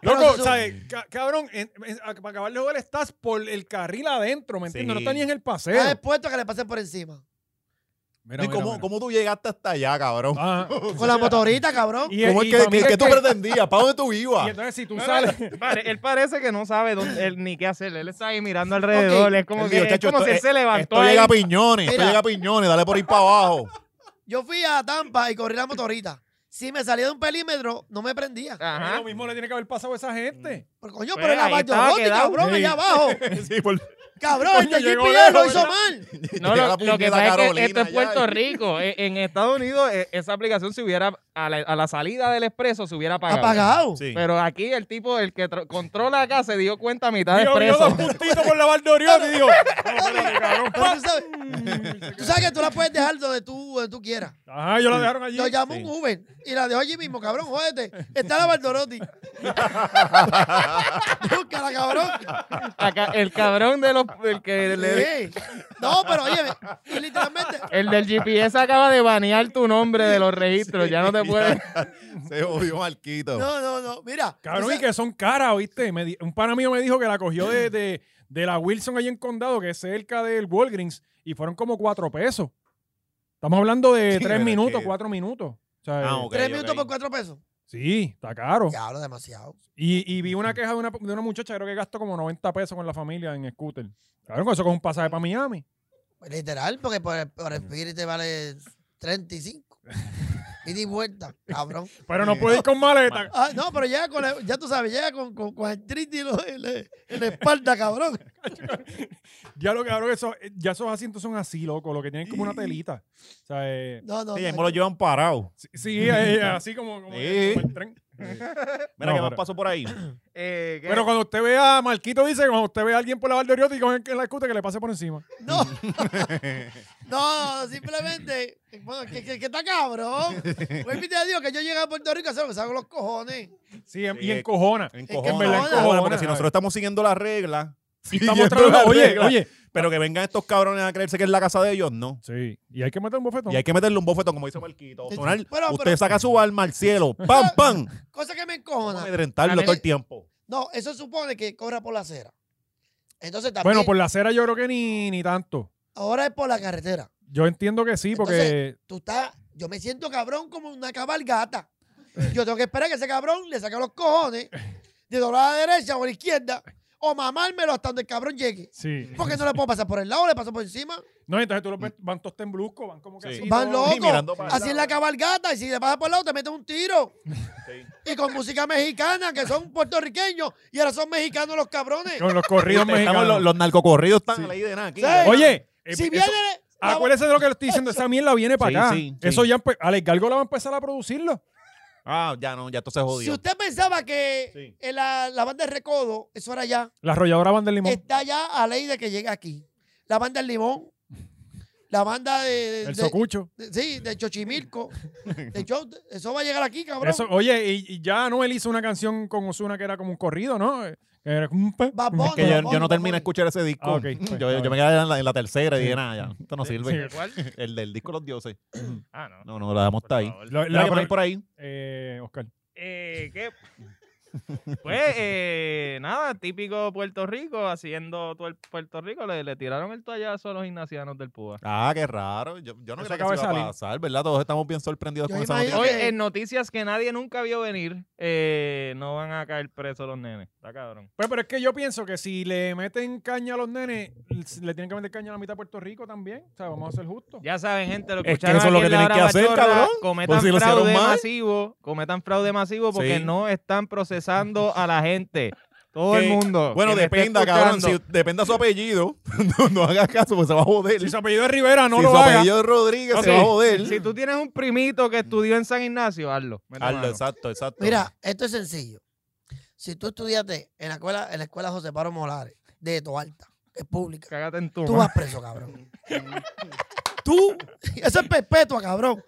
Speaker 1: Loco,
Speaker 4: Pero eso-
Speaker 1: ¿sabes? Ca- cabrón, en- en- a- para acabar de joder, estás por el carril adentro, ¿me entiendes? No
Speaker 2: Sí.
Speaker 1: está ni en el paseo.
Speaker 4: Estás expuesto a que le pasen por encima.
Speaker 1: Mira,
Speaker 2: Ah, ¿Y
Speaker 1: mira,
Speaker 2: cómo,
Speaker 1: mira. Ah,
Speaker 2: cómo tú llegaste hasta allá, cabrón? [laughs]
Speaker 1: Ajá.
Speaker 4: Con la motorita, cabrón.
Speaker 1: Y-
Speaker 2: ¿Cómo
Speaker 1: y
Speaker 2: es que,
Speaker 1: para mí
Speaker 2: que-
Speaker 1: es
Speaker 2: que tú
Speaker 1: que-
Speaker 2: pretendías? ¿Para dónde tú
Speaker 1: Y
Speaker 2: ibas?
Speaker 1: entonces, si tú
Speaker 3: No, no,
Speaker 1: sales. [laughs]
Speaker 3: no, pare- él parece que no sabe dónde, él ni qué hacer. Él está ahí mirando alrededor.
Speaker 4: Ok.
Speaker 3: Es como,
Speaker 2: Él
Speaker 3: que,
Speaker 2: dijo,
Speaker 3: es
Speaker 2: "Chacho,
Speaker 3: como
Speaker 2: esto-
Speaker 3: si él se levantó.
Speaker 2: Esto
Speaker 3: ahí.
Speaker 2: llega a piñones, esto
Speaker 4: Mira.
Speaker 2: llega a piñones, dale por ir
Speaker 3: [laughs]
Speaker 2: para abajo.
Speaker 4: Yo fui a Tampa y corrí la motorita. Si me salía de un perímetro, no me prendía.
Speaker 3: Ajá.
Speaker 1: Lo mismo le tiene que haber pasado a esa
Speaker 2: Mm.
Speaker 1: gente.
Speaker 4: Pero coño,
Speaker 3: Pues
Speaker 4: pero era
Speaker 3: ahí estaba
Speaker 4: Valdoriotti,
Speaker 3: quedado.
Speaker 4: cabrón,
Speaker 1: Sí.
Speaker 4: allá abajo.
Speaker 2: Sí, [laughs] por-
Speaker 4: Cabrón,
Speaker 1: Coño,
Speaker 4: este
Speaker 1: llegó
Speaker 4: GPS lo
Speaker 1: lejos,
Speaker 4: hizo
Speaker 1: ¿verdad?
Speaker 4: mal.
Speaker 3: No,
Speaker 2: Llega
Speaker 3: lo,
Speaker 2: la
Speaker 3: lo que
Speaker 2: puñeta
Speaker 3: pasa es
Speaker 2: Carolina
Speaker 3: que esto es
Speaker 2: allá
Speaker 3: Puerto
Speaker 2: y-
Speaker 3: Rico. E- En, Estados Unidos, e- esa aplicación se hubiera, a la, a la salida del expreso, se hubiera apagado.
Speaker 4: Apagado.
Speaker 2: Sí.
Speaker 3: Pero aquí el tipo, el que tro- controla acá, se dio cuenta a
Speaker 2: Ah,
Speaker 3: mitad de
Speaker 1: Vio, vio
Speaker 3: expreso.
Speaker 1: dos puntitos por la Valdoriotti y
Speaker 2: [laughs]
Speaker 1: dijo: "No, espérate, cabrón,
Speaker 4: Pero
Speaker 1: pa".
Speaker 4: tú sabes, tú sabes que tú la puedes dejar donde tú, donde tú quieras.
Speaker 1: Ajá, ellos la dejaron allí.
Speaker 4: Yo llamo un Uber y la dejo allí mismo, cabrón, jódete. Está la Valdorotti. Búscala, cabrón.
Speaker 3: [laughs] Acá, el cabrón de los. El, que le-
Speaker 4: Sí. No, pero oye, y literalmente,
Speaker 3: el del GPS acaba de banear tu nombre de los registros. ya no te
Speaker 2: [laughs]
Speaker 3: puedes.
Speaker 2: Se jodió Marquito.
Speaker 4: no, no, no, mira.
Speaker 1: Cabrón,
Speaker 4: tú
Speaker 1: y que son caras, ¿oíste? Me di- un pana mío me dijo que la cogió de, de, de la Wilson allí en Condado, que es cerca del Walgreens, y fueron como cuatro pesos. Estamos hablando de
Speaker 2: Sí, pero
Speaker 1: tres
Speaker 2: es
Speaker 1: minutos,
Speaker 2: que-
Speaker 1: cuatro minutos. O sea,
Speaker 2: Ah, ok,
Speaker 4: Tres
Speaker 2: ok.
Speaker 4: minutos por cuatro pesos.
Speaker 1: Sí, está caro.
Speaker 4: Ya hablo demasiado.
Speaker 1: Y, y vi una queja de una, de una muchacha, creo que gastó como 90 pesos con la familia en scooter. Cabrón, eso con un pasaje para Miami.
Speaker 4: Pues, Literal, porque por, el- por el Spirit te vale [laughs] 35. Y di vuelta, cabrón.
Speaker 1: Pero no puede ir con maleta.
Speaker 4: Ah, no, pero llega con, la- ya tú sabes, llega con, con, con el trinity en la- en la- en la espalda, cabrón.
Speaker 1: Ya lo cabrón, eso, eh, ya esos asientos son así, loco, lo que tienen como una telita. O sea, eh,
Speaker 4: No, no.
Speaker 2: Sí,
Speaker 4: no,
Speaker 2: ahí me lo llevan parado.
Speaker 1: sí, sí, eh, así como, como- como el tren.
Speaker 2: Mira,
Speaker 1: No,
Speaker 2: ¿qué más
Speaker 1: pero-
Speaker 2: pasó por [clears throat] ahí?
Speaker 3: Eh, ¿qué?
Speaker 1: Pero cuando usted ve a Marquito, dice, cuando usted ve a alguien por la Valdoriotti con el- la escuta, que le pase por encima.
Speaker 4: No, [laughs] no, simplemente, bueno, que, que, que está cabrón. Vuelve a Dios que yo llegué a Puerto Rico, ¿sabes? Salgo los cojones.
Speaker 1: Sí, en-
Speaker 2: Sí,
Speaker 1: y
Speaker 2: es-
Speaker 1: encojona.
Speaker 2: En
Speaker 4: que
Speaker 2: cojones.
Speaker 4: verdad,
Speaker 2: En
Speaker 4: encojona,
Speaker 2: cojones, porque si
Speaker 1: ¿sabes?
Speaker 2: nosotros estamos siguiendo las reglas, [laughs]
Speaker 1: Y está
Speaker 2: Siguiendo
Speaker 1: mostrando,
Speaker 2: las
Speaker 1: oye,
Speaker 2: reglas.
Speaker 1: oye.
Speaker 2: pero que vengan estos cabrones a creerse que es la casa de ellos, no.
Speaker 1: Sí, y hay que meter un bofetón.
Speaker 2: Y hay que meterle un bofetón, como dice Marquito.
Speaker 4: Sí, sí.
Speaker 2: Sonar,
Speaker 4: Pero-
Speaker 2: usted
Speaker 4: pero-
Speaker 2: saca su alma al cielo. ¡Pam,
Speaker 4: [laughs]
Speaker 2: pam!
Speaker 4: Cosa que
Speaker 2: Vamos a
Speaker 4: me encojona.
Speaker 2: amedrentarlo
Speaker 3: A mí-
Speaker 2: todo el tiempo.
Speaker 4: No, eso supone que corra por la acera. Entonces también,
Speaker 1: bueno, por la acera yo creo que ni, ni tanto.
Speaker 4: ahora es por la carretera.
Speaker 1: Yo entiendo que sí, porque...
Speaker 4: Tú estás, yo me siento cabrón como una cabalgata. Yo tengo que esperar que ese cabrón le saque los cojones de doblar a la derecha o a la izquierda o mamármelo hasta donde el cabrón llegue.
Speaker 1: Sí.
Speaker 4: Porque no le puedo pasar por el lado, le paso por encima.
Speaker 1: No, entonces tú los ves, van todos tembluscos, van como que
Speaker 2: Mm. Sí.
Speaker 1: así.
Speaker 4: Van
Speaker 1: todos-
Speaker 2: Sí, mirando
Speaker 4: locos.
Speaker 2: para el
Speaker 4: Así es la cabalgata. Y si le pasas por el lado, te meten un tiro. Y con música mexicana, que son puertorriqueños. Y ahora son mexicanos los cabrones.
Speaker 1: Con los corridos
Speaker 2: Estamos,
Speaker 1: mexicanos.
Speaker 2: los, los narcocorridos están a la ley de nada aquí.
Speaker 4: Sí.
Speaker 2: ¿verdad?
Speaker 1: Oye, eh,
Speaker 4: Si
Speaker 1: eso-
Speaker 4: viene. la-
Speaker 1: acuérdese de lo que le estoy diciendo. Esa mierda viene para
Speaker 2: Sí,
Speaker 1: acá.
Speaker 2: sí, sí.
Speaker 1: Eso ya... empe- Alex Gárgola va a empezar a producirlo.
Speaker 2: Ah, ya no, ya esto se
Speaker 4: Si
Speaker 2: jodió.
Speaker 4: usted pensaba que
Speaker 2: Sí.
Speaker 4: en la, la banda de recodo, eso era ya,
Speaker 1: La arrolladora Van del Limón.
Speaker 4: está ya a ley de que llegue aquí. La banda del limón, la banda de. de-
Speaker 1: el
Speaker 4: de-
Speaker 1: socucho.
Speaker 4: de- sí, de Chochimilco. de Cho- eso va a llegar aquí, cabrón.
Speaker 1: Eso, oye, y, y ya Noel hizo una canción con Osuna que era como un corrido, ¿no? Eh, Era como un pe-
Speaker 4: Bad Bunny,
Speaker 2: Que yo,
Speaker 4: Bad
Speaker 2: yo no terminé
Speaker 4: Bunny,
Speaker 2: de
Speaker 4: Bad Bunny.
Speaker 2: escuchar ese disco.
Speaker 1: Ah, ok, pues,
Speaker 2: yo,
Speaker 1: está
Speaker 2: yo
Speaker 1: bien.
Speaker 2: me quedé en la, en la tercera y dije, nada, ya, esto no sirve.
Speaker 3: ¿Cuál?
Speaker 2: [laughs] El del disco Los Dioses.
Speaker 3: Ah, no.
Speaker 1: Pues,
Speaker 2: No, no, lo dejamos hasta ahí.
Speaker 3: Por favor.
Speaker 1: La- la-
Speaker 2: Mira, ¿qué más hay por ahí?
Speaker 1: eh, Oscar.
Speaker 3: Eh, ¿qué? Pues eh, nada, típico Puerto Rico, haciendo todo el Puerto Rico, le, le tiraron el toallazo a los gimnasianos del Púa.
Speaker 2: Ah, qué raro. Yo, yo no
Speaker 1: Eso
Speaker 2: creo que
Speaker 1: acaba
Speaker 2: se
Speaker 1: de
Speaker 2: iba a
Speaker 1: salir.
Speaker 2: pasar, ¿verdad? Todos estamos bien sorprendidos
Speaker 4: Yo
Speaker 2: con esa
Speaker 4: imagino
Speaker 2: noticia.
Speaker 4: que-
Speaker 3: Oye, en noticias que nadie nunca vio venir, eh, no van a caer presos los nenes. Está cabrón.
Speaker 1: Pues, pero es que yo pienso que si le meten caña a los nenes, le tienen que meter caña a la mitad de Puerto Rico también. O sea, vamos a ser justos.
Speaker 3: Ya saben, gente, lo
Speaker 2: que
Speaker 3: escucharon
Speaker 2: eso es lo
Speaker 3: aquí
Speaker 2: que
Speaker 3: en la
Speaker 2: tienen que
Speaker 3: hora
Speaker 2: hacer,
Speaker 3: machorra.
Speaker 2: cabrón.
Speaker 3: Cometan
Speaker 2: Pues si lo hicieron
Speaker 3: fraude
Speaker 2: mal.
Speaker 3: masivo, cometan fraude masivo porque
Speaker 2: Sí.
Speaker 3: no están procesando a la gente. Todo el
Speaker 2: Que-
Speaker 3: mundo.
Speaker 2: Bueno,
Speaker 3: que me esté
Speaker 2: dependa, cabrón.
Speaker 3: escuchando.
Speaker 2: Si dependa su apellido, [laughs] no, no hagas caso, pues se va a joder.
Speaker 1: Si su apellido es Rivera, no
Speaker 2: Si
Speaker 1: lo
Speaker 2: su
Speaker 1: haga.
Speaker 2: apellido es Rodríguez, se
Speaker 3: Ok.
Speaker 2: va a joder.
Speaker 3: Si tú tienes un primito que estudió en San Ignacio, hazlo. Mete
Speaker 2: Hazlo,
Speaker 3: mano.
Speaker 2: exacto, exacto.
Speaker 4: Mira, esto es sencillo. Si tú estudiaste en la escuela, en la escuela José Paro Molares de Toalta, que es pública,
Speaker 3: Cágate en tu
Speaker 4: tú
Speaker 3: madre.
Speaker 4: vas preso, cabrón. tú, eso es perpetua, cabrón.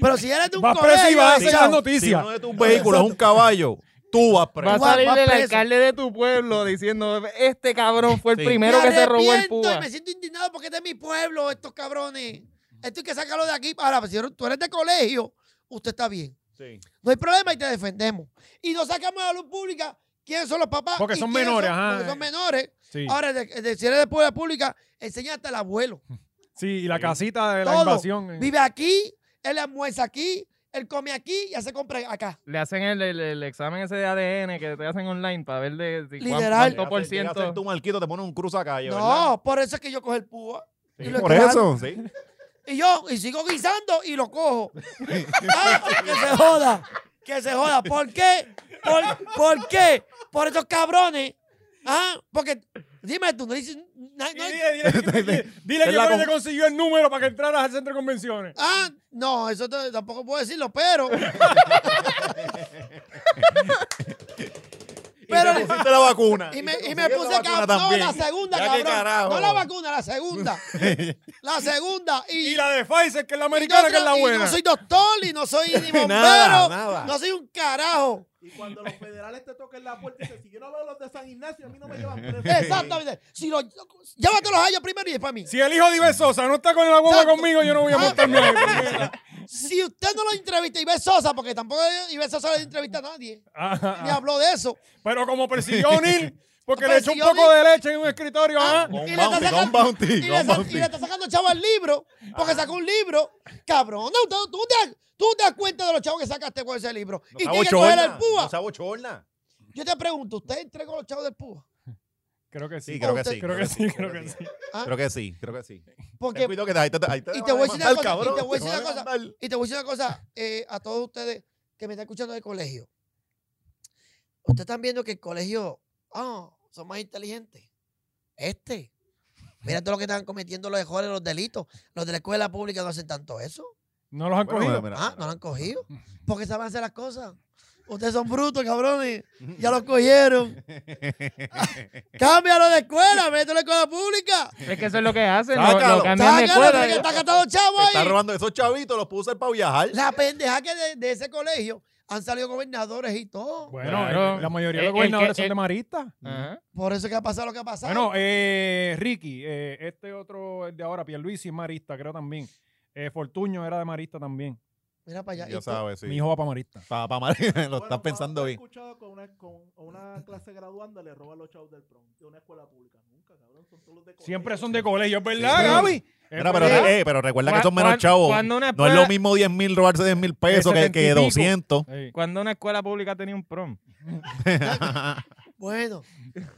Speaker 4: Pero si eres de un
Speaker 1: Vas
Speaker 4: colegio,
Speaker 1: preso y vas a hacer las
Speaker 4: chao,
Speaker 2: si
Speaker 1: noticias.
Speaker 2: uno de tus vehículos es un caballo, tú vas preso.
Speaker 3: Va a
Speaker 4: Vas-
Speaker 3: salir
Speaker 4: vas
Speaker 3: el
Speaker 4: preso.
Speaker 3: alcalde de tu pueblo diciendo, este cabrón fue el
Speaker 2: Sí.
Speaker 3: primero
Speaker 4: me
Speaker 3: que se robó el
Speaker 4: arrepiento y
Speaker 3: púa.
Speaker 4: Me siento indignado porque este es mi pueblo, estos cabrones. Esto hay que sacarlo de aquí. Ahora, pues, si tú eres de colegio, usted está bien.
Speaker 2: Sí.
Speaker 4: No hay problema y te defendemos. Y no sacamos a la luz pública quiénes son los papás.
Speaker 1: Porque
Speaker 4: y
Speaker 1: son
Speaker 4: quiénes
Speaker 1: menores, ajá.
Speaker 4: Porque son menores.
Speaker 1: Sí.
Speaker 4: Ahora, de, de- si eres de escuela pública, enseña hasta el abuelo.
Speaker 1: Sí, y la casita de la
Speaker 4: Todo.
Speaker 1: invasión. eh.
Speaker 4: Vive aquí, él almuerza aquí, él come aquí y hace compra acá.
Speaker 3: Le hacen el, el- el examen ese de ADN que te hacen online para ver de si cuán-
Speaker 4: Literal.
Speaker 3: cuánto por
Speaker 2: Llega a ser
Speaker 3: ciento.
Speaker 2: tu marquito, te pone un cruz a calle, ¿verdad?
Speaker 4: No, por eso es que yo cojo el púa.
Speaker 2: Sí,
Speaker 4: y lo
Speaker 2: por
Speaker 4: claro.
Speaker 2: eso. Sí.
Speaker 4: Y yo, y sigo guisando y lo cojo. Ah, que se joda, que se joda. ¿Por qué? ¿Por, por qué? Por esos cabrones. Ah, porque, dime tú, no dices... no-
Speaker 1: Y
Speaker 4: no-
Speaker 1: Dile, dile- dile- dile- dile
Speaker 2: Es
Speaker 1: que
Speaker 2: la
Speaker 1: Jorge
Speaker 2: con-
Speaker 1: te consiguió el número para que entraras al centro de convenciones.
Speaker 4: ah, no, eso t- tampoco puedo decirlo,
Speaker 2: [laughs]
Speaker 4: pero...
Speaker 2: Pero
Speaker 4: pero...
Speaker 2: pusiste la vacuna.
Speaker 4: Y me,
Speaker 2: te
Speaker 4: y me
Speaker 2: consigues
Speaker 4: puse
Speaker 2: la vacuna
Speaker 4: cabrón.
Speaker 2: también.
Speaker 4: No, la segunda,
Speaker 2: Ya que
Speaker 4: cabrón.
Speaker 2: carajo.
Speaker 4: No la vacuna, la segunda.
Speaker 2: [laughs]
Speaker 4: la segunda. Y,
Speaker 1: Y la de Pfizer, que es la
Speaker 4: y
Speaker 1: americana,
Speaker 4: no
Speaker 1: que es la
Speaker 4: creo- y
Speaker 1: buena.
Speaker 4: no soy doctor y
Speaker 1: [laughs]
Speaker 4: no soy ni bombero.
Speaker 2: Nada, nada.
Speaker 4: No soy un carajo.
Speaker 7: Y cuando los federales te toquen la puerta y dicen, si yo no veo los de San Ignacio, a mí no me llevan preso.
Speaker 4: Exactamente. Si lo, llévatelos a ellos primero y después a mí.
Speaker 1: Si el hijo de Iber Sosa no está con la guagua
Speaker 4: Exacto.
Speaker 1: conmigo, yo no voy a
Speaker 4: Ah.
Speaker 1: montarme ahí. puñeta.
Speaker 4: Si usted no lo entrevista, Iber Sosa, porque tampoco Iber Sosa le entrevista a nadie. Ni
Speaker 1: Ajá.
Speaker 4: habló de eso.
Speaker 1: Pero como persiguió a O'Neal, porque le echó un
Speaker 4: Persiguió a
Speaker 1: poco de
Speaker 4: O'Neal.
Speaker 1: leche en un escritorio,
Speaker 4: Ah,
Speaker 1: ajá.
Speaker 2: Con
Speaker 4: y le
Speaker 2: bounty,
Speaker 4: está sacando-
Speaker 2: con bounty,
Speaker 4: y le
Speaker 2: con
Speaker 4: sa-
Speaker 2: bounty.
Speaker 4: y le está sacando chavo al libro,
Speaker 1: Ah.
Speaker 4: porque sacó un libro. Cabrón, no, tú, tú te, tú te das cuenta de los chavos que sacaste con ese libro. y
Speaker 2: sea
Speaker 4: tiene que coger el
Speaker 2: bochorna,
Speaker 4: púa.
Speaker 2: No sea bochorna.
Speaker 4: Yo te pregunto, ¿usted entregó los chavos del púa?
Speaker 1: Creo que
Speaker 2: Sí,
Speaker 1: sí.
Speaker 2: creo que
Speaker 4: usted-
Speaker 2: sí.
Speaker 1: Creo que sí, creo que sí.
Speaker 4: ¿Ah?
Speaker 2: Creo que sí, creo que sí. Ten
Speaker 4: Porque,
Speaker 2: cuidado que te- ahí te, ahí
Speaker 4: y
Speaker 2: van
Speaker 4: te voy a decir
Speaker 2: demandar,
Speaker 4: una cosa, y te
Speaker 2: cabrón,
Speaker 4: voy a decir
Speaker 2: van
Speaker 4: una cosa,
Speaker 2: demandar.
Speaker 4: y te voy a decir una cosa eh, a todos ustedes que me están escuchando del colegio. Ustedes están viendo que el colegio, ah, son más inteligentes. Este. Mira todo lo que están cometiendo los errores, los delitos. Los de la escuela pública no hacen tanto eso.
Speaker 1: No los han
Speaker 2: Bueno,
Speaker 1: cogido.
Speaker 2: mira,
Speaker 4: Ah,
Speaker 2: mira.
Speaker 4: no lo han cogido. Porque saben hacer las cosas. Ustedes son brutos, cabrones. Ya los cogieron. Cámbialo de escuela, mételo en la escuela pública.
Speaker 3: Es que eso es lo que hacen. lo-
Speaker 2: Sácalo.
Speaker 3: lo cambian de
Speaker 4: Sácalo, porque
Speaker 3: escuela.
Speaker 4: está catado chavo
Speaker 2: Te Está
Speaker 4: ahí.
Speaker 2: robando esos chavitos, los puso para viajar.
Speaker 4: La pendeja que de, de ese colegio han salido gobernadores y todo.
Speaker 1: Bueno,
Speaker 3: Claro.
Speaker 1: eh, la mayoría de
Speaker 3: El- el
Speaker 1: los gobernadores
Speaker 3: que-
Speaker 1: son
Speaker 3: el-
Speaker 1: de Marista.
Speaker 3: Ajá.
Speaker 4: Por eso es que ha pasado lo que ha pasado.
Speaker 1: Bueno, eh, Ricky, eh, este otro el de ahora, Pierluisi es marista, creo también. Eh, Fortuño era de marista también.
Speaker 4: Mira para allá.
Speaker 2: Ya
Speaker 4: Y tú-
Speaker 2: sabes,
Speaker 1: Mi
Speaker 2: sí.
Speaker 1: hijo va para marista.
Speaker 2: Pa, pa, lo
Speaker 7: Bueno,
Speaker 2: estás pensando
Speaker 7: cuando
Speaker 2: bien.
Speaker 7: He escuchado con una, con una clase graduanda le roban los chavos del prom de una escuela pública. Nunca, cabrón. Son todos los de colegio.
Speaker 1: Siempre son de colegio, es verdad,
Speaker 2: Sí.
Speaker 1: Gaby. Es
Speaker 2: Mira, pero,
Speaker 1: verdad.
Speaker 2: re- eh, pero recuerda que
Speaker 3: Cuan-
Speaker 2: son menos
Speaker 3: cuan-
Speaker 2: chavos.
Speaker 3: cuando una
Speaker 2: No es
Speaker 3: escuela-
Speaker 2: lo mismo 10 mil robarse 10 mil pesos que,
Speaker 1: 70 y
Speaker 2: que
Speaker 1: pico.
Speaker 2: 200.
Speaker 1: Sí.
Speaker 3: Cuando una escuela pública tenía un prom.
Speaker 4: Bueno,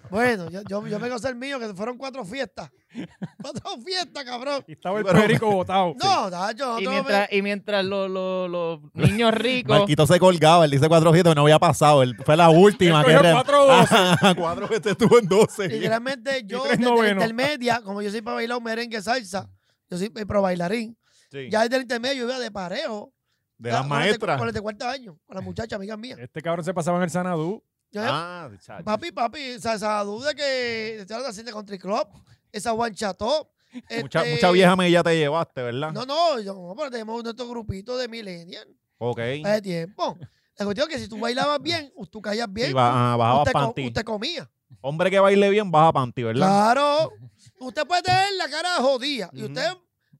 Speaker 4: bueno, yo, yo, yo me gozo el mío, que fueron cuatro fiestas. [laughs] Cuatro fiestas, cabrón.
Speaker 1: Y estaba el
Speaker 2: [laughs] Pero-
Speaker 1: perico
Speaker 2: [laughs]
Speaker 1: botado.
Speaker 4: No, Nacho,
Speaker 3: Y
Speaker 4: no
Speaker 3: mientras, y mientras los, los- los niños
Speaker 2: [laughs]
Speaker 3: ricos
Speaker 2: Marquito se colgaba, él dice 400, no había pasado. Él fue la última.
Speaker 1: Él
Speaker 2: que
Speaker 1: cogió
Speaker 2: re-
Speaker 1: cuatro doce.
Speaker 2: Ajá, [laughs] cuatro veces estuvo en 12. [laughs]
Speaker 4: Literalmente yo
Speaker 1: tres
Speaker 4: desde la
Speaker 1: novenos.
Speaker 4: intermedia, como yo soy para bailar un merengue salsa, yo soy eh, pro bailarín.
Speaker 2: Sí.
Speaker 4: Ya desde el intermedio yo iba de parejo.
Speaker 2: De
Speaker 4: Ya,
Speaker 2: las
Speaker 4: con el
Speaker 2: maestras.
Speaker 4: Con el de cuarto año, con la muchacha amiga mía.
Speaker 1: Este cabrón se pasaba en el Sanadú.
Speaker 4: Yo,
Speaker 2: Ah, chacho.
Speaker 4: Papi, papi, esa, esa duda que te estoy hablando así de Country Club, esa One Chateau.
Speaker 2: Mucha,
Speaker 4: este,
Speaker 2: mucha vieja me ya te llevaste, ¿verdad?
Speaker 4: No, no, yo, no, pero tenemos nuestro grupito de millennials
Speaker 2: ok.
Speaker 4: hace tiempo. La cuestión es que si tú bailabas bien, u- tú caías bien,
Speaker 2: Y ba- ajá, bajabas
Speaker 4: usted, co-
Speaker 2: ah, panty.
Speaker 4: usted comía.
Speaker 2: Hombre que baile bien, baja panty, ¿verdad?
Speaker 4: Claro. Usted puede tener la cara jodida. Y usted,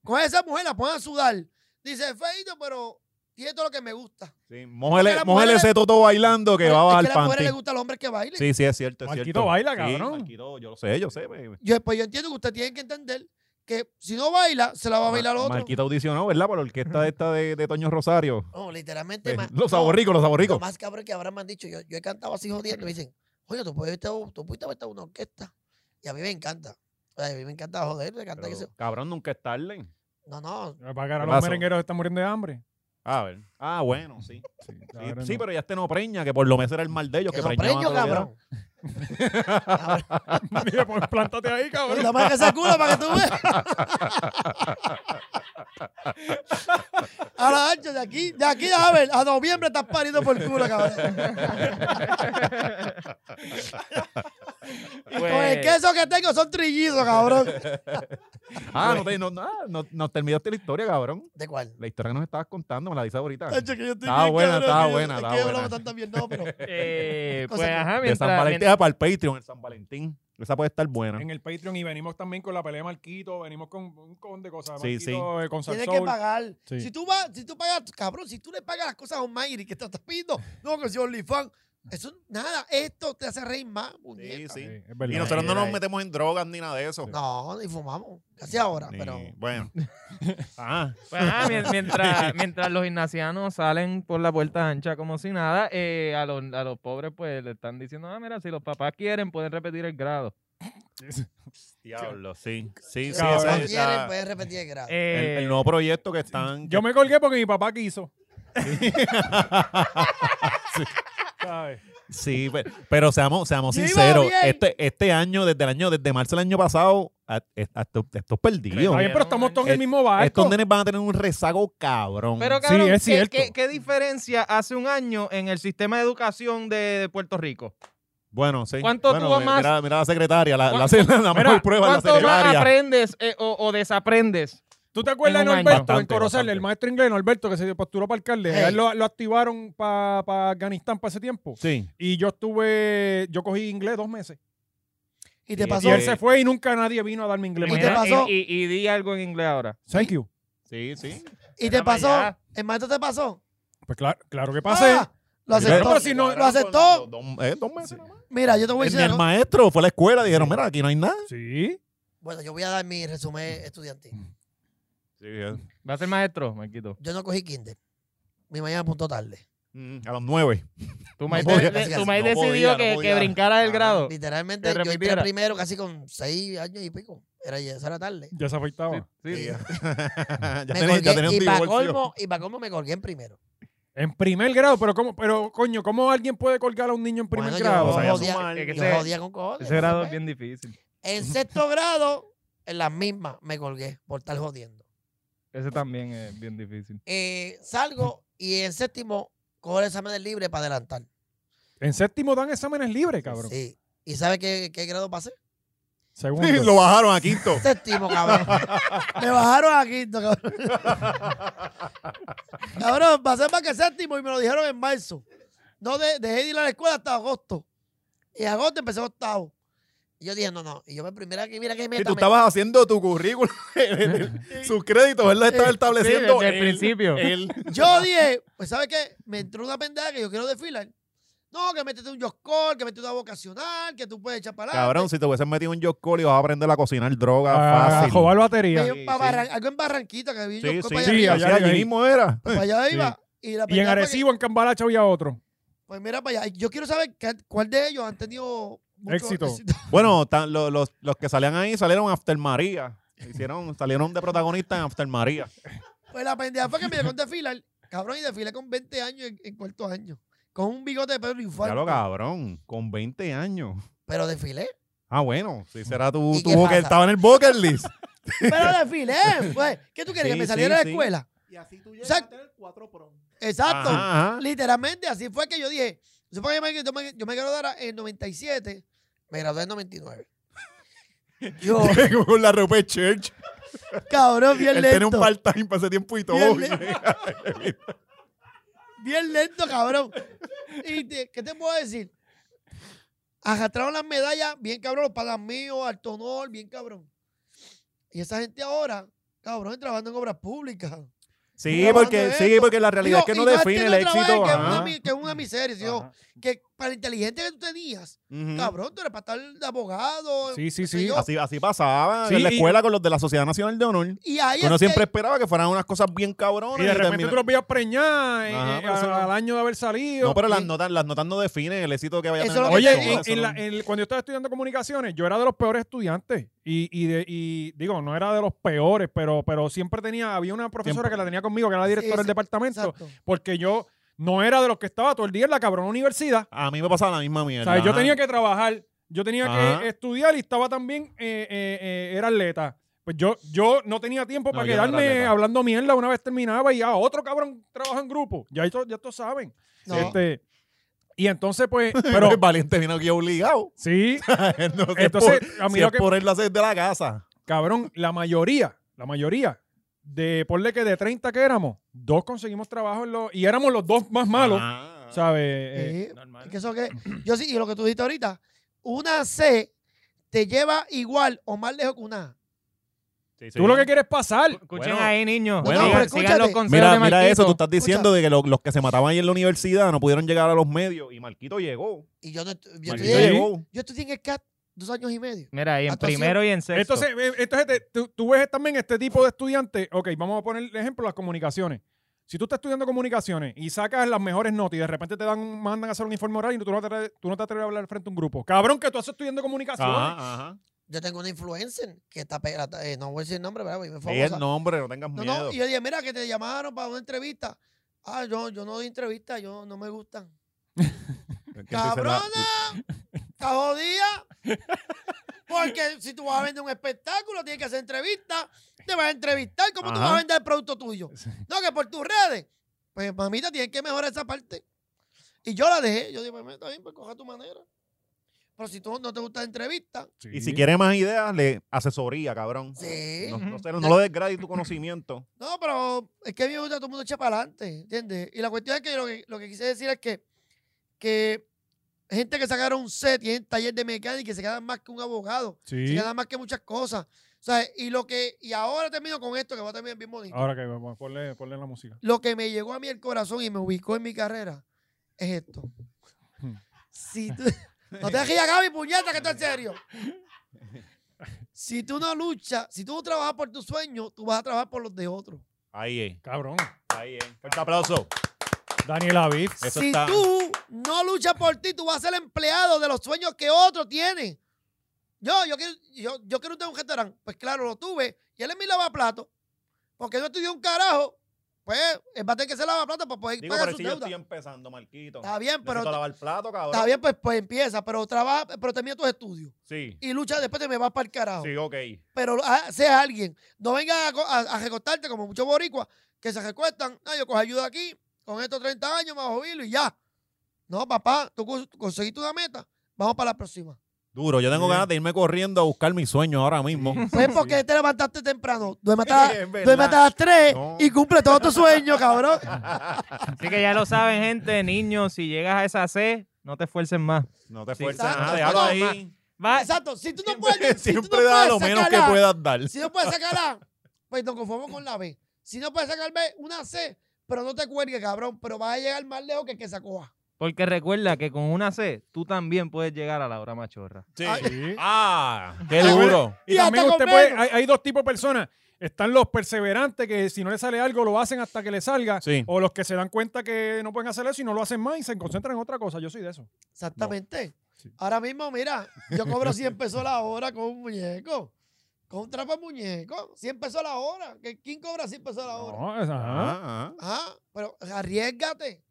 Speaker 4: con esa mujer, la pueden sudar. Dice, feito, pero Tiene todo lo que me gusta.
Speaker 2: Sí,
Speaker 4: Porque
Speaker 2: mójele,
Speaker 4: las
Speaker 2: mójele
Speaker 4: mujeres-
Speaker 2: ese toto bailando que va a
Speaker 4: es
Speaker 2: bajar
Speaker 4: que a las mujeres
Speaker 2: panty.
Speaker 4: les gusta a los hombres que bailen.
Speaker 2: Sí, sí, es cierto, es
Speaker 1: Marquito
Speaker 2: cierto.
Speaker 1: baila,
Speaker 2: Sí,
Speaker 1: cabrón.
Speaker 2: Marquito, yo lo sé, yo sé. baby.
Speaker 4: Yo, pues yo entiendo que usted tiene que entender que si no baila, se la va a bailar
Speaker 2: Ma-
Speaker 4: otro.
Speaker 2: Marquito audicionó, ¿verdad? Para la orquesta esta de, de Toño Rosario.
Speaker 4: No, literalmente.
Speaker 2: Eh,
Speaker 4: ma-
Speaker 2: Los
Speaker 4: no,
Speaker 2: saborricos, los
Speaker 4: Lo
Speaker 2: saborricos.
Speaker 4: más cabrón que habrán me han dicho, yo, yo he cantado así jodiendo, me dicen, oye, tú puedes irte a un- tú pudiste verte a una orquesta. Y a mí me encanta. O sea, a mí me encanta joder, me encanta que
Speaker 2: Pero,
Speaker 4: se...
Speaker 2: Cabrón, nunca es tarde.
Speaker 4: No, no,
Speaker 1: Para que ahora
Speaker 2: ¿Qué
Speaker 1: los
Speaker 2: pasó?
Speaker 1: merengueros están muriendo de hambre. [laughs]
Speaker 2: A ver. Ah, bueno, sí.
Speaker 1: Sí,
Speaker 2: Sí, sí, pero ya este no preña, que por lo menos era el mal de ellos.
Speaker 4: que
Speaker 2: Que,
Speaker 4: no
Speaker 2: preñaba todo
Speaker 4: preño,
Speaker 2: lo que
Speaker 4: cabrón.
Speaker 1: Mira, pues plántate ahí,
Speaker 2: [laughs]
Speaker 4: Pues
Speaker 1: cabrón.
Speaker 4: Dame ese culo para que tú veas. Ahora, Ancho, de aquí, de aquí a ver, a noviembre estás pariendo por culo, cabrón.
Speaker 3: pues,
Speaker 4: Con
Speaker 2: Pues
Speaker 4: el queso que tengo son trillizos, cabrón.
Speaker 2: era. Ah, no, te, no, no, no- nos terminaste la historia, cabrón.
Speaker 4: ¿De cuál?
Speaker 2: La historia que nos estabas contando, me la dices ahorita.
Speaker 4: Ancho, que yo estoy
Speaker 2: Estaba
Speaker 4: bien,
Speaker 2: buena,
Speaker 4: cabrón,
Speaker 2: estaba
Speaker 4: que yo-
Speaker 2: buena,
Speaker 4: es
Speaker 2: estaba
Speaker 4: que yo
Speaker 2: buena.
Speaker 4: hablamos tanto bien, no, pero...
Speaker 3: Eh,
Speaker 4: Cosa
Speaker 3: pues
Speaker 4: que-
Speaker 3: ajá,
Speaker 2: De San
Speaker 3: mientras,
Speaker 2: Valentín ah, para el Patreon, el San Valentín. Esa puede estar buena.
Speaker 1: En el Patreon y venimos también con la pelea de Marquito, venimos con un con de cosas.
Speaker 2: Sí, sí.
Speaker 1: Marquito, eh, con
Speaker 4: Tienes
Speaker 1: Salsoul.
Speaker 4: que pagar.
Speaker 1: Sí.
Speaker 4: Si tú vas, si tú pagas, cabrón, si tú le pagas las cosas a Mayri que te estás pidiendo, no, que si OnlyFans, eso nada, esto te hace reír más,
Speaker 2: Sí,
Speaker 4: muñeca.
Speaker 1: Sí,
Speaker 2: sí.
Speaker 1: es verdad.
Speaker 2: Y nosotros no
Speaker 4: Era
Speaker 2: nos
Speaker 4: ahí.
Speaker 2: metemos en drogas ni nada de eso.
Speaker 4: No, ni fumamos, casi ahora,
Speaker 2: Ni-
Speaker 4: pero
Speaker 2: [laughs] Bueno. Ajá.
Speaker 3: pues, ajá,
Speaker 2: [laughs]
Speaker 3: mien- mientras, mientras los gimnasianos salen por la puerta ancha como si nada, eh, a, los, a los pobres pues le están diciendo, ah, mira, si los papás quieren pueden repetir el grado.
Speaker 2: Diablo, sí. Sí, sí.
Speaker 4: si
Speaker 1: Cabrón.
Speaker 2: esa
Speaker 4: no
Speaker 2: es
Speaker 4: quieren,
Speaker 2: la-
Speaker 4: puedes repetir el grado.
Speaker 2: el,
Speaker 3: Eh,
Speaker 2: el nuevo proyecto que están.
Speaker 1: Yo
Speaker 2: que-
Speaker 1: me colgué porque mi papá quiso. ¿Sabes?
Speaker 2: Sí, pe- pero, seamos, seamos
Speaker 4: Yo iba
Speaker 2: sinceros.
Speaker 4: bien.
Speaker 2: Este, este año, desde el año, desde marzo del año pasado, a- es- a- esto- esto es perdido.
Speaker 1: Está bien, pero estamos todos en el mismo
Speaker 2: Estos
Speaker 1: barco.
Speaker 2: nenes van a tener un rezago cabrón.
Speaker 3: Pero
Speaker 1: Sí,
Speaker 3: cabrón,
Speaker 1: es
Speaker 3: ¿qué-
Speaker 1: cierto.
Speaker 3: qué, qué diferencia hace un año en el sistema de educación de, de Puerto Rico?
Speaker 2: bueno, sí.
Speaker 3: ¿Cuánto
Speaker 2: Bueno,
Speaker 3: tuvo
Speaker 2: mi-
Speaker 3: más?
Speaker 2: Mira, mira la secretaria, la, la,
Speaker 3: ¿Cuánto-
Speaker 2: [laughs] la- la mejor
Speaker 1: mira,
Speaker 2: prueba es la
Speaker 3: ¿Cuánto más
Speaker 2: secretaria.
Speaker 3: aprendes eh, o, o desaprendes?
Speaker 1: ¿Tú te acuerdas de
Speaker 3: En un año.
Speaker 1: Norberto en
Speaker 2: Bastante,
Speaker 1: Corozal, el
Speaker 2: bastante.
Speaker 1: maestro inglés Norberto que se postuló para alcalde?
Speaker 4: Hey.
Speaker 1: A él Lo, lo activaron para Afganistán para ese tiempo.
Speaker 2: Sí.
Speaker 1: Y yo estuve, yo cogí inglés dos meses.
Speaker 4: Y te
Speaker 2: y-
Speaker 4: pasó,
Speaker 1: Y él
Speaker 2: Sí.
Speaker 1: se fue y nunca nadie vino a darme inglés.
Speaker 4: te
Speaker 3: Mira,
Speaker 4: pasó?
Speaker 3: Y, y- y di algo en inglés ahora.
Speaker 1: Thank you.
Speaker 2: Sí, sí.
Speaker 4: y te
Speaker 3: Era
Speaker 4: pasó,
Speaker 3: para allá.
Speaker 4: el maestro te pasó.
Speaker 1: Pues claro, claro que pasé.
Speaker 4: Ah, lo
Speaker 2: Pero-
Speaker 4: aceptó.
Speaker 1: pero si no-
Speaker 4: lo aceptó.
Speaker 2: Dos, eh, dos meses
Speaker 1: Sí.
Speaker 2: nomás.
Speaker 4: Mira, yo te voy a
Speaker 2: Ni
Speaker 4: decir
Speaker 2: el
Speaker 4: algo.
Speaker 2: maestro fue a la escuela dijeron, mira, aquí no hay nada.
Speaker 1: Sí.
Speaker 4: Bueno, yo voy a dar mi resumen estudiantil.
Speaker 2: Sí, eh.
Speaker 3: ¿Va a ser maestro, Marquito?
Speaker 4: Yo no cogí kinder. Mi mañana apuntó tarde.
Speaker 2: Mm, A los nueve.
Speaker 3: Tu maíz,
Speaker 4: No
Speaker 3: de-
Speaker 2: [laughs]
Speaker 4: podía,
Speaker 3: de- tu maíz
Speaker 2: no podía,
Speaker 3: decidió
Speaker 2: no
Speaker 3: que, que
Speaker 2: podía.
Speaker 3: brincara el
Speaker 2: Ah,
Speaker 3: grado.
Speaker 4: Literalmente,
Speaker 3: Te
Speaker 4: yo entré
Speaker 3: repitiera.
Speaker 4: primero casi con seis años y pico. Era, esa era tarde.
Speaker 1: Ya se afeitaba.
Speaker 3: Sí, [laughs]
Speaker 2: [laughs]
Speaker 3: sí.
Speaker 2: ya,
Speaker 4: Me
Speaker 2: tenía, ya
Speaker 4: colgué,
Speaker 2: tenía un
Speaker 4: y para
Speaker 2: divorcio.
Speaker 4: colmo, y pa' colmo me colgué en primero.
Speaker 1: En primer grado, pero cómo, pero coño, ¿cómo alguien puede colgar a un niño en primer
Speaker 4: Bueno, yo
Speaker 1: grado?
Speaker 2: O sea, ya
Speaker 4: jodía-
Speaker 2: sumar.
Speaker 3: Es que
Speaker 4: yo
Speaker 3: ese-
Speaker 4: jodía con cojones.
Speaker 3: Ese grado es
Speaker 4: ¿sabes?
Speaker 3: bien difícil.
Speaker 4: En sexto grado, en las mismas, me colgué por estar jodiendo.
Speaker 3: Ese también es bien difícil.
Speaker 4: Eh, salgo y en séptimo cojo el examen del libre para adelantar.
Speaker 1: en séptimo dan exámenes libres, cabrón.
Speaker 4: Sí. ¿Y sabes qué, qué grado pasé?
Speaker 1: Segundo.
Speaker 2: [laughs] Sí, lo bajaron a quinto.
Speaker 4: Séptimo, cabrón. me bajaron a quinto,
Speaker 3: [laughs]
Speaker 4: cabrón. cabrón, pasé más que séptimo y me lo dijeron en marzo. No de- dejé de ir a la escuela hasta agosto. Y en agosto empecé octavo. Y yo dije, no, no. Y yo me primera que mira que me
Speaker 2: Y tú estabas haciendo tu currículum, [laughs] el- el- sus créditos, él los estaba estableciendo.
Speaker 3: desde el
Speaker 2: él,
Speaker 3: principio.
Speaker 2: él.
Speaker 4: [laughs]
Speaker 2: [laughs]
Speaker 4: Yo dije, pues ¿sabes qué? Me entró una pendeja que yo quiero desfilar. No, que métete un yoscol, que métete una vocacional, que tú puedes echar para
Speaker 2: Cabrón, si te hubiesen metido un yoscol y vas a aprender a cocinar droga
Speaker 1: Ah, A
Speaker 2: Ah, fácil.
Speaker 1: jugar batería.
Speaker 2: sí,
Speaker 4: Algo en Barranquita, que había un
Speaker 2: Sí,
Speaker 4: yoscol
Speaker 2: sí,
Speaker 4: para
Speaker 2: sí, allá,
Speaker 4: allá
Speaker 1: allá,
Speaker 4: arriba.
Speaker 2: allí
Speaker 1: allí.
Speaker 2: mismo era.
Speaker 4: Para allá iba.
Speaker 1: Y
Speaker 4: Y, la
Speaker 1: en
Speaker 4: pendeja fue que-
Speaker 1: Arecibo, en Cambalacha había otro.
Speaker 4: pues mira para allá. Yo quiero saber qué- cuál de ellos han tenido mucho
Speaker 1: Éxito.
Speaker 2: Bueno, tan- lo- los, los que salían ahí salieron After María. Hicieron, salieron de protagonista en After María.
Speaker 4: [laughs] Pues la pendeja fue que me llegó a desfilar. Cabrón, y desfilé con 20 años en, en cuarto año. Con un bigote de Pedro
Speaker 2: Ya lo
Speaker 4: Infante.
Speaker 2: cabrón, con 20 años.
Speaker 4: Pero desfilé.
Speaker 2: Ah, bueno, si será tu,
Speaker 4: ¿Y
Speaker 2: tu
Speaker 4: qué
Speaker 2: bucket-
Speaker 4: pasa?
Speaker 2: estaba en el bucket list.
Speaker 4: Pero desfilé. Pues, ¿Qué tú quieres?
Speaker 2: Sí,
Speaker 4: que me
Speaker 2: sí,
Speaker 4: saliera de
Speaker 2: sí.
Speaker 4: la escuela.
Speaker 7: Y así tú llegas
Speaker 4: Exacto.
Speaker 7: a tener cuatro prom.
Speaker 4: Exacto.
Speaker 2: Ajá, ajá.
Speaker 4: Literalmente así fue que yo dije, yo me, yo me, yo me graduara en 97, me gradué en
Speaker 2: [laughs]
Speaker 4: 99. Yo,
Speaker 2: Con la ropa de church.
Speaker 4: cabrón, bien
Speaker 2: Él tiene un
Speaker 4: lento.
Speaker 2: part-time para ese tiempo y todo.
Speaker 4: Bien lento. Bien lento, cabrón. Y te- ¿qué te puedo decir? Arrastraron las medallas, bien cabrón, los pagas míos, alto honor, bien cabrón. Y esa gente ahora, cabrón, trabajando en obras públicas.
Speaker 2: Sí, porque,
Speaker 4: esto.
Speaker 2: sí, porque la realidad es que
Speaker 4: Digo,
Speaker 2: no
Speaker 4: y es
Speaker 2: define
Speaker 4: que
Speaker 2: el
Speaker 4: no trabajes,
Speaker 2: éxito.
Speaker 4: Que es,
Speaker 2: ajá.
Speaker 4: una, mi- que es una miseria, sino
Speaker 1: Ajá.
Speaker 4: que para el inteligente que tú tenías,
Speaker 2: Ujú.
Speaker 4: cabrón, tú eres para estar de abogado.
Speaker 1: Sí, sí,
Speaker 4: qué sé
Speaker 1: sí.
Speaker 4: yo.
Speaker 2: Así, así pasaba
Speaker 1: Sí,
Speaker 2: en la
Speaker 1: y-
Speaker 2: escuela con los de la Sociedad Nacional de Honor.
Speaker 4: Y ahí
Speaker 2: Uno
Speaker 4: es que-
Speaker 2: siempre esperaba que fueran unas cosas bien cabronas.
Speaker 1: Y de
Speaker 2: y
Speaker 1: repente
Speaker 2: termina-
Speaker 1: tú los veías preñar eh,
Speaker 2: Ajá,
Speaker 1: eh,
Speaker 2: pero eso
Speaker 1: al,
Speaker 2: no-
Speaker 1: al año de haber salido.
Speaker 2: No, pero las
Speaker 1: Y-
Speaker 2: notas, las notas no definen el éxito que vaya a
Speaker 4: Eso
Speaker 2: tener.
Speaker 4: es lo
Speaker 2: la
Speaker 1: Oye,
Speaker 4: que
Speaker 2: persona,
Speaker 4: te digo.
Speaker 1: en-
Speaker 2: eso
Speaker 1: en
Speaker 2: no-
Speaker 1: la- en- cuando yo estaba estudiando comunicaciones, yo era de los peores estudiantes. Y, y, de- y, digo, no era de los peores, pero, pero siempre tenía, había una profesora
Speaker 2: Siempre.
Speaker 1: que la tenía conmigo, que era la directora
Speaker 4: Sí,
Speaker 1: del
Speaker 4: sí,
Speaker 1: departamento,
Speaker 4: Exacto.
Speaker 1: porque yo no era de los que estaba todo el día en la cabrón universidad.
Speaker 2: A mí me pasaba la misma
Speaker 1: O
Speaker 2: mierda.
Speaker 1: sea, yo
Speaker 2: ajá.
Speaker 1: tenía que trabajar, yo tenía
Speaker 2: Ajá.
Speaker 1: que estudiar y estaba también, eh, eh, eh, era atleta. Pues yo, yo no tenía tiempo
Speaker 2: No,
Speaker 1: para
Speaker 2: yo no era
Speaker 1: quedarme
Speaker 2: atleta.
Speaker 1: hablando mierda una vez terminaba y a otro cabrón trabaja en grupo. Ya esto, ya esto saben.
Speaker 4: No.
Speaker 1: Este, y entonces,
Speaker 2: [laughs]
Speaker 1: pues,
Speaker 2: Ah. Pero
Speaker 1: pero
Speaker 2: el valiente vino aquí obligado. [laughs]
Speaker 1: sí,
Speaker 2: No sé
Speaker 1: entonces,
Speaker 2: por-
Speaker 1: a mí
Speaker 2: si
Speaker 1: lo
Speaker 2: es
Speaker 1: que,
Speaker 2: por él lo hace de la casa.
Speaker 1: cabrón, la mayoría, la mayoría, de ponle que de 30 que éramos, dos conseguimos trabajo en los, y éramos los dos más malos,
Speaker 2: Ajá.
Speaker 1: ¿sabes? Eh,
Speaker 4: Sí, es que eso que, yo sí, y lo que tú dijiste ahorita, una C te lleva igual o más lejos que una A.
Speaker 2: Sí, sí.
Speaker 1: Tú lo que quieres es pasar.
Speaker 3: Escuchen
Speaker 2: Bueno.
Speaker 3: ahí, niños.
Speaker 2: Bueno,
Speaker 3: Sigan-
Speaker 4: pero
Speaker 3: sigan
Speaker 4: escúchate.
Speaker 3: los consejos
Speaker 2: Mira,
Speaker 3: de
Speaker 2: mira eso, tú
Speaker 3: Marquito.
Speaker 2: estás diciendo de que lo- los que se mataban ahí en la universidad no pudieron llegar a los medios y Marquito llegó.
Speaker 4: Y yo, no, estu- yo,
Speaker 2: Marquito
Speaker 1: sí.
Speaker 4: estudié,
Speaker 2: llegó.
Speaker 4: yo estudié en el CAT dos años y medio.
Speaker 3: Mira, ahí en
Speaker 4: Actuación.
Speaker 3: primero y en sexto.
Speaker 1: Entonces, eh, entonces te- tú, tú ves también este tipo de estudiantes. Ok, vamos a poner el ejemplo las comunicaciones. Si tú estás estudiando comunicaciones y sacas las mejores notas y de repente te dan, mandan a hacer un informe oral y tú no te, atreves- tú no te atreves a hablar frente a un grupo. Cabrón, que tú estás estudiando comunicaciones.
Speaker 2: Ah, Ajá, ajá.
Speaker 4: Yo tengo una influencer que está pe- la- eh, no voy a decir el nombre, ¿verdad? Porque me fue
Speaker 2: Di el
Speaker 4: famosa.
Speaker 2: nombre, no tengas
Speaker 4: No,
Speaker 2: miedo.
Speaker 4: no, y yo dije, mira, que te llamaron para una entrevista. Ah, yo, yo no doy entrevistas, yo no me gustan.
Speaker 2: Es que entonces
Speaker 4: ¡Cabrona!
Speaker 2: la-
Speaker 4: ¡Está jodida! Porque si tú vas a vender un espectáculo, tienes que hacer entrevistas, te vas a entrevistar, ¿cómo tú
Speaker 2: Ajá.
Speaker 4: vas a vender el producto tuyo? No, que por tus redes. Pues, mamita, tienes que mejorar esa parte. Y yo la dejé. Yo dije, pues, está bien, pues, coja tu manera. Pero si tú no te gusta la entrevista,
Speaker 1: Sí.
Speaker 2: Y si quieres más ideas, le asesoría, cabrón.
Speaker 4: sí.
Speaker 2: No, no, sé, no lo desgrades tu conocimiento.
Speaker 4: No, pero es que a mí me gusta todo el mundo echar para adelante, ¿entiendes? Y la cuestión es que lo, que lo que quise decir es que, que gente que sacaron un set y en taller de mecánica y se quedan más que un abogado,
Speaker 1: Sí.
Speaker 4: se quedan más que muchas cosas. O sea, y lo que, y ahora termino con esto que va a terminar bien bonito.
Speaker 1: Ahora que vamos, ponle, ponle la música.
Speaker 4: Lo que me llegó a mí el corazón y me ubicó en mi carrera es esto. Si tú- no te dejes a Gaby, puñeta, que esto es serio. Si tú no luchas, si tú no trabajas por tus sueños, tú vas a trabajar por los de otros.
Speaker 2: Ahí es.
Speaker 1: Cabrón.
Speaker 2: Ahí es. Fuerte aplauso.
Speaker 1: Daniel Aviv.
Speaker 2: Eso
Speaker 4: si
Speaker 2: está-
Speaker 4: tú no luchas por ti, tú vas a ser empleado de los sueños que otro tiene. Yo, yo quiero, yo, yo quiero tener un restaurante. Pues claro, lo tuve. Y él es mi lavaplato. Porque no estudió un carajo. Pues él va a tener que ser lavaplato para poder
Speaker 2: Digo,
Speaker 4: pagar
Speaker 2: pero
Speaker 4: sus
Speaker 2: si yo
Speaker 4: deudas.
Speaker 2: estoy empezando, Marquito.
Speaker 4: Está bien, pero
Speaker 2: Necesito lavar plato, cabrón.
Speaker 4: está bien, pues, pues empieza. Pero trabaja, pero termina tus estudios.
Speaker 2: Sí,
Speaker 4: Y lucha después te me vas para el carajo.
Speaker 2: sí, ok.
Speaker 4: Pero ah, sea alguien. No vengas a, co- a- a recostarte como muchos boricuas que se recuestan. Ah, yo cojo ayuda aquí. Con estos 30 años me jubilo y ya. No, papá, tú cons- conseguiste una meta. Vamos para la próxima.
Speaker 2: Duro, yo tengo
Speaker 1: Sí.
Speaker 2: ganas de irme corriendo a buscar mi sueño ahora mismo.
Speaker 4: Pues porque te levantaste temprano. Duerme
Speaker 2: [laughs]
Speaker 4: hasta,
Speaker 2: Es verdad.
Speaker 4: duerme hasta las 3
Speaker 2: No.
Speaker 4: y cumple todos tus sueños, cabrón.
Speaker 3: Así que ya lo saben, gente, niños, si llegas a esa C, no te esfuerces más.
Speaker 2: No te
Speaker 3: Sí,
Speaker 2: esfuerces,
Speaker 4: exacto,
Speaker 2: nada, déjalo
Speaker 3: exacto.
Speaker 2: ahí.
Speaker 3: Va,
Speaker 4: Exacto. Si tú no
Speaker 2: Ah, Siempre,
Speaker 4: puedes, si tú no
Speaker 2: siempre da
Speaker 4: puedes
Speaker 2: lo menos que
Speaker 4: sacarla-
Speaker 2: puedas dar.
Speaker 4: Si no puedes sacarla, pues nos conformamos con la B. Si no puedes sacar B, una C. Pero no te cuelgues, cabrón. Pero vas a llegar más lejos que el que sacó A.
Speaker 3: porque recuerda que con una C, tú también puedes llegar a la hora machorra.
Speaker 2: Sí.
Speaker 1: Sí.
Speaker 2: Ah, qué
Speaker 1: Ah,
Speaker 2: duro.
Speaker 1: Y,
Speaker 4: Y
Speaker 1: también
Speaker 4: hasta
Speaker 1: usted
Speaker 4: con
Speaker 1: puede,
Speaker 4: menos.
Speaker 1: hay, hay dos tipos de personas. Están los perseverantes que si no les sale algo lo hacen hasta que les salga.
Speaker 2: Sí.
Speaker 1: O los que se dan cuenta que no pueden hacer eso y no lo hacen más y se concentran en otra cosa. Yo soy de eso.
Speaker 4: Exactamente.
Speaker 1: Sí.
Speaker 4: Ahora mismo, mira, yo
Speaker 1: [laughs]
Speaker 4: cobro 100 pesos la hora con un muñeco. Con un trapo de muñeco. 100 pesos la hora. ¿Qué- ¿Quién cobra 100 pesos la hora?
Speaker 1: No, es- ajá.
Speaker 2: Ah, ah.
Speaker 4: Ajá. Pero arriesgate.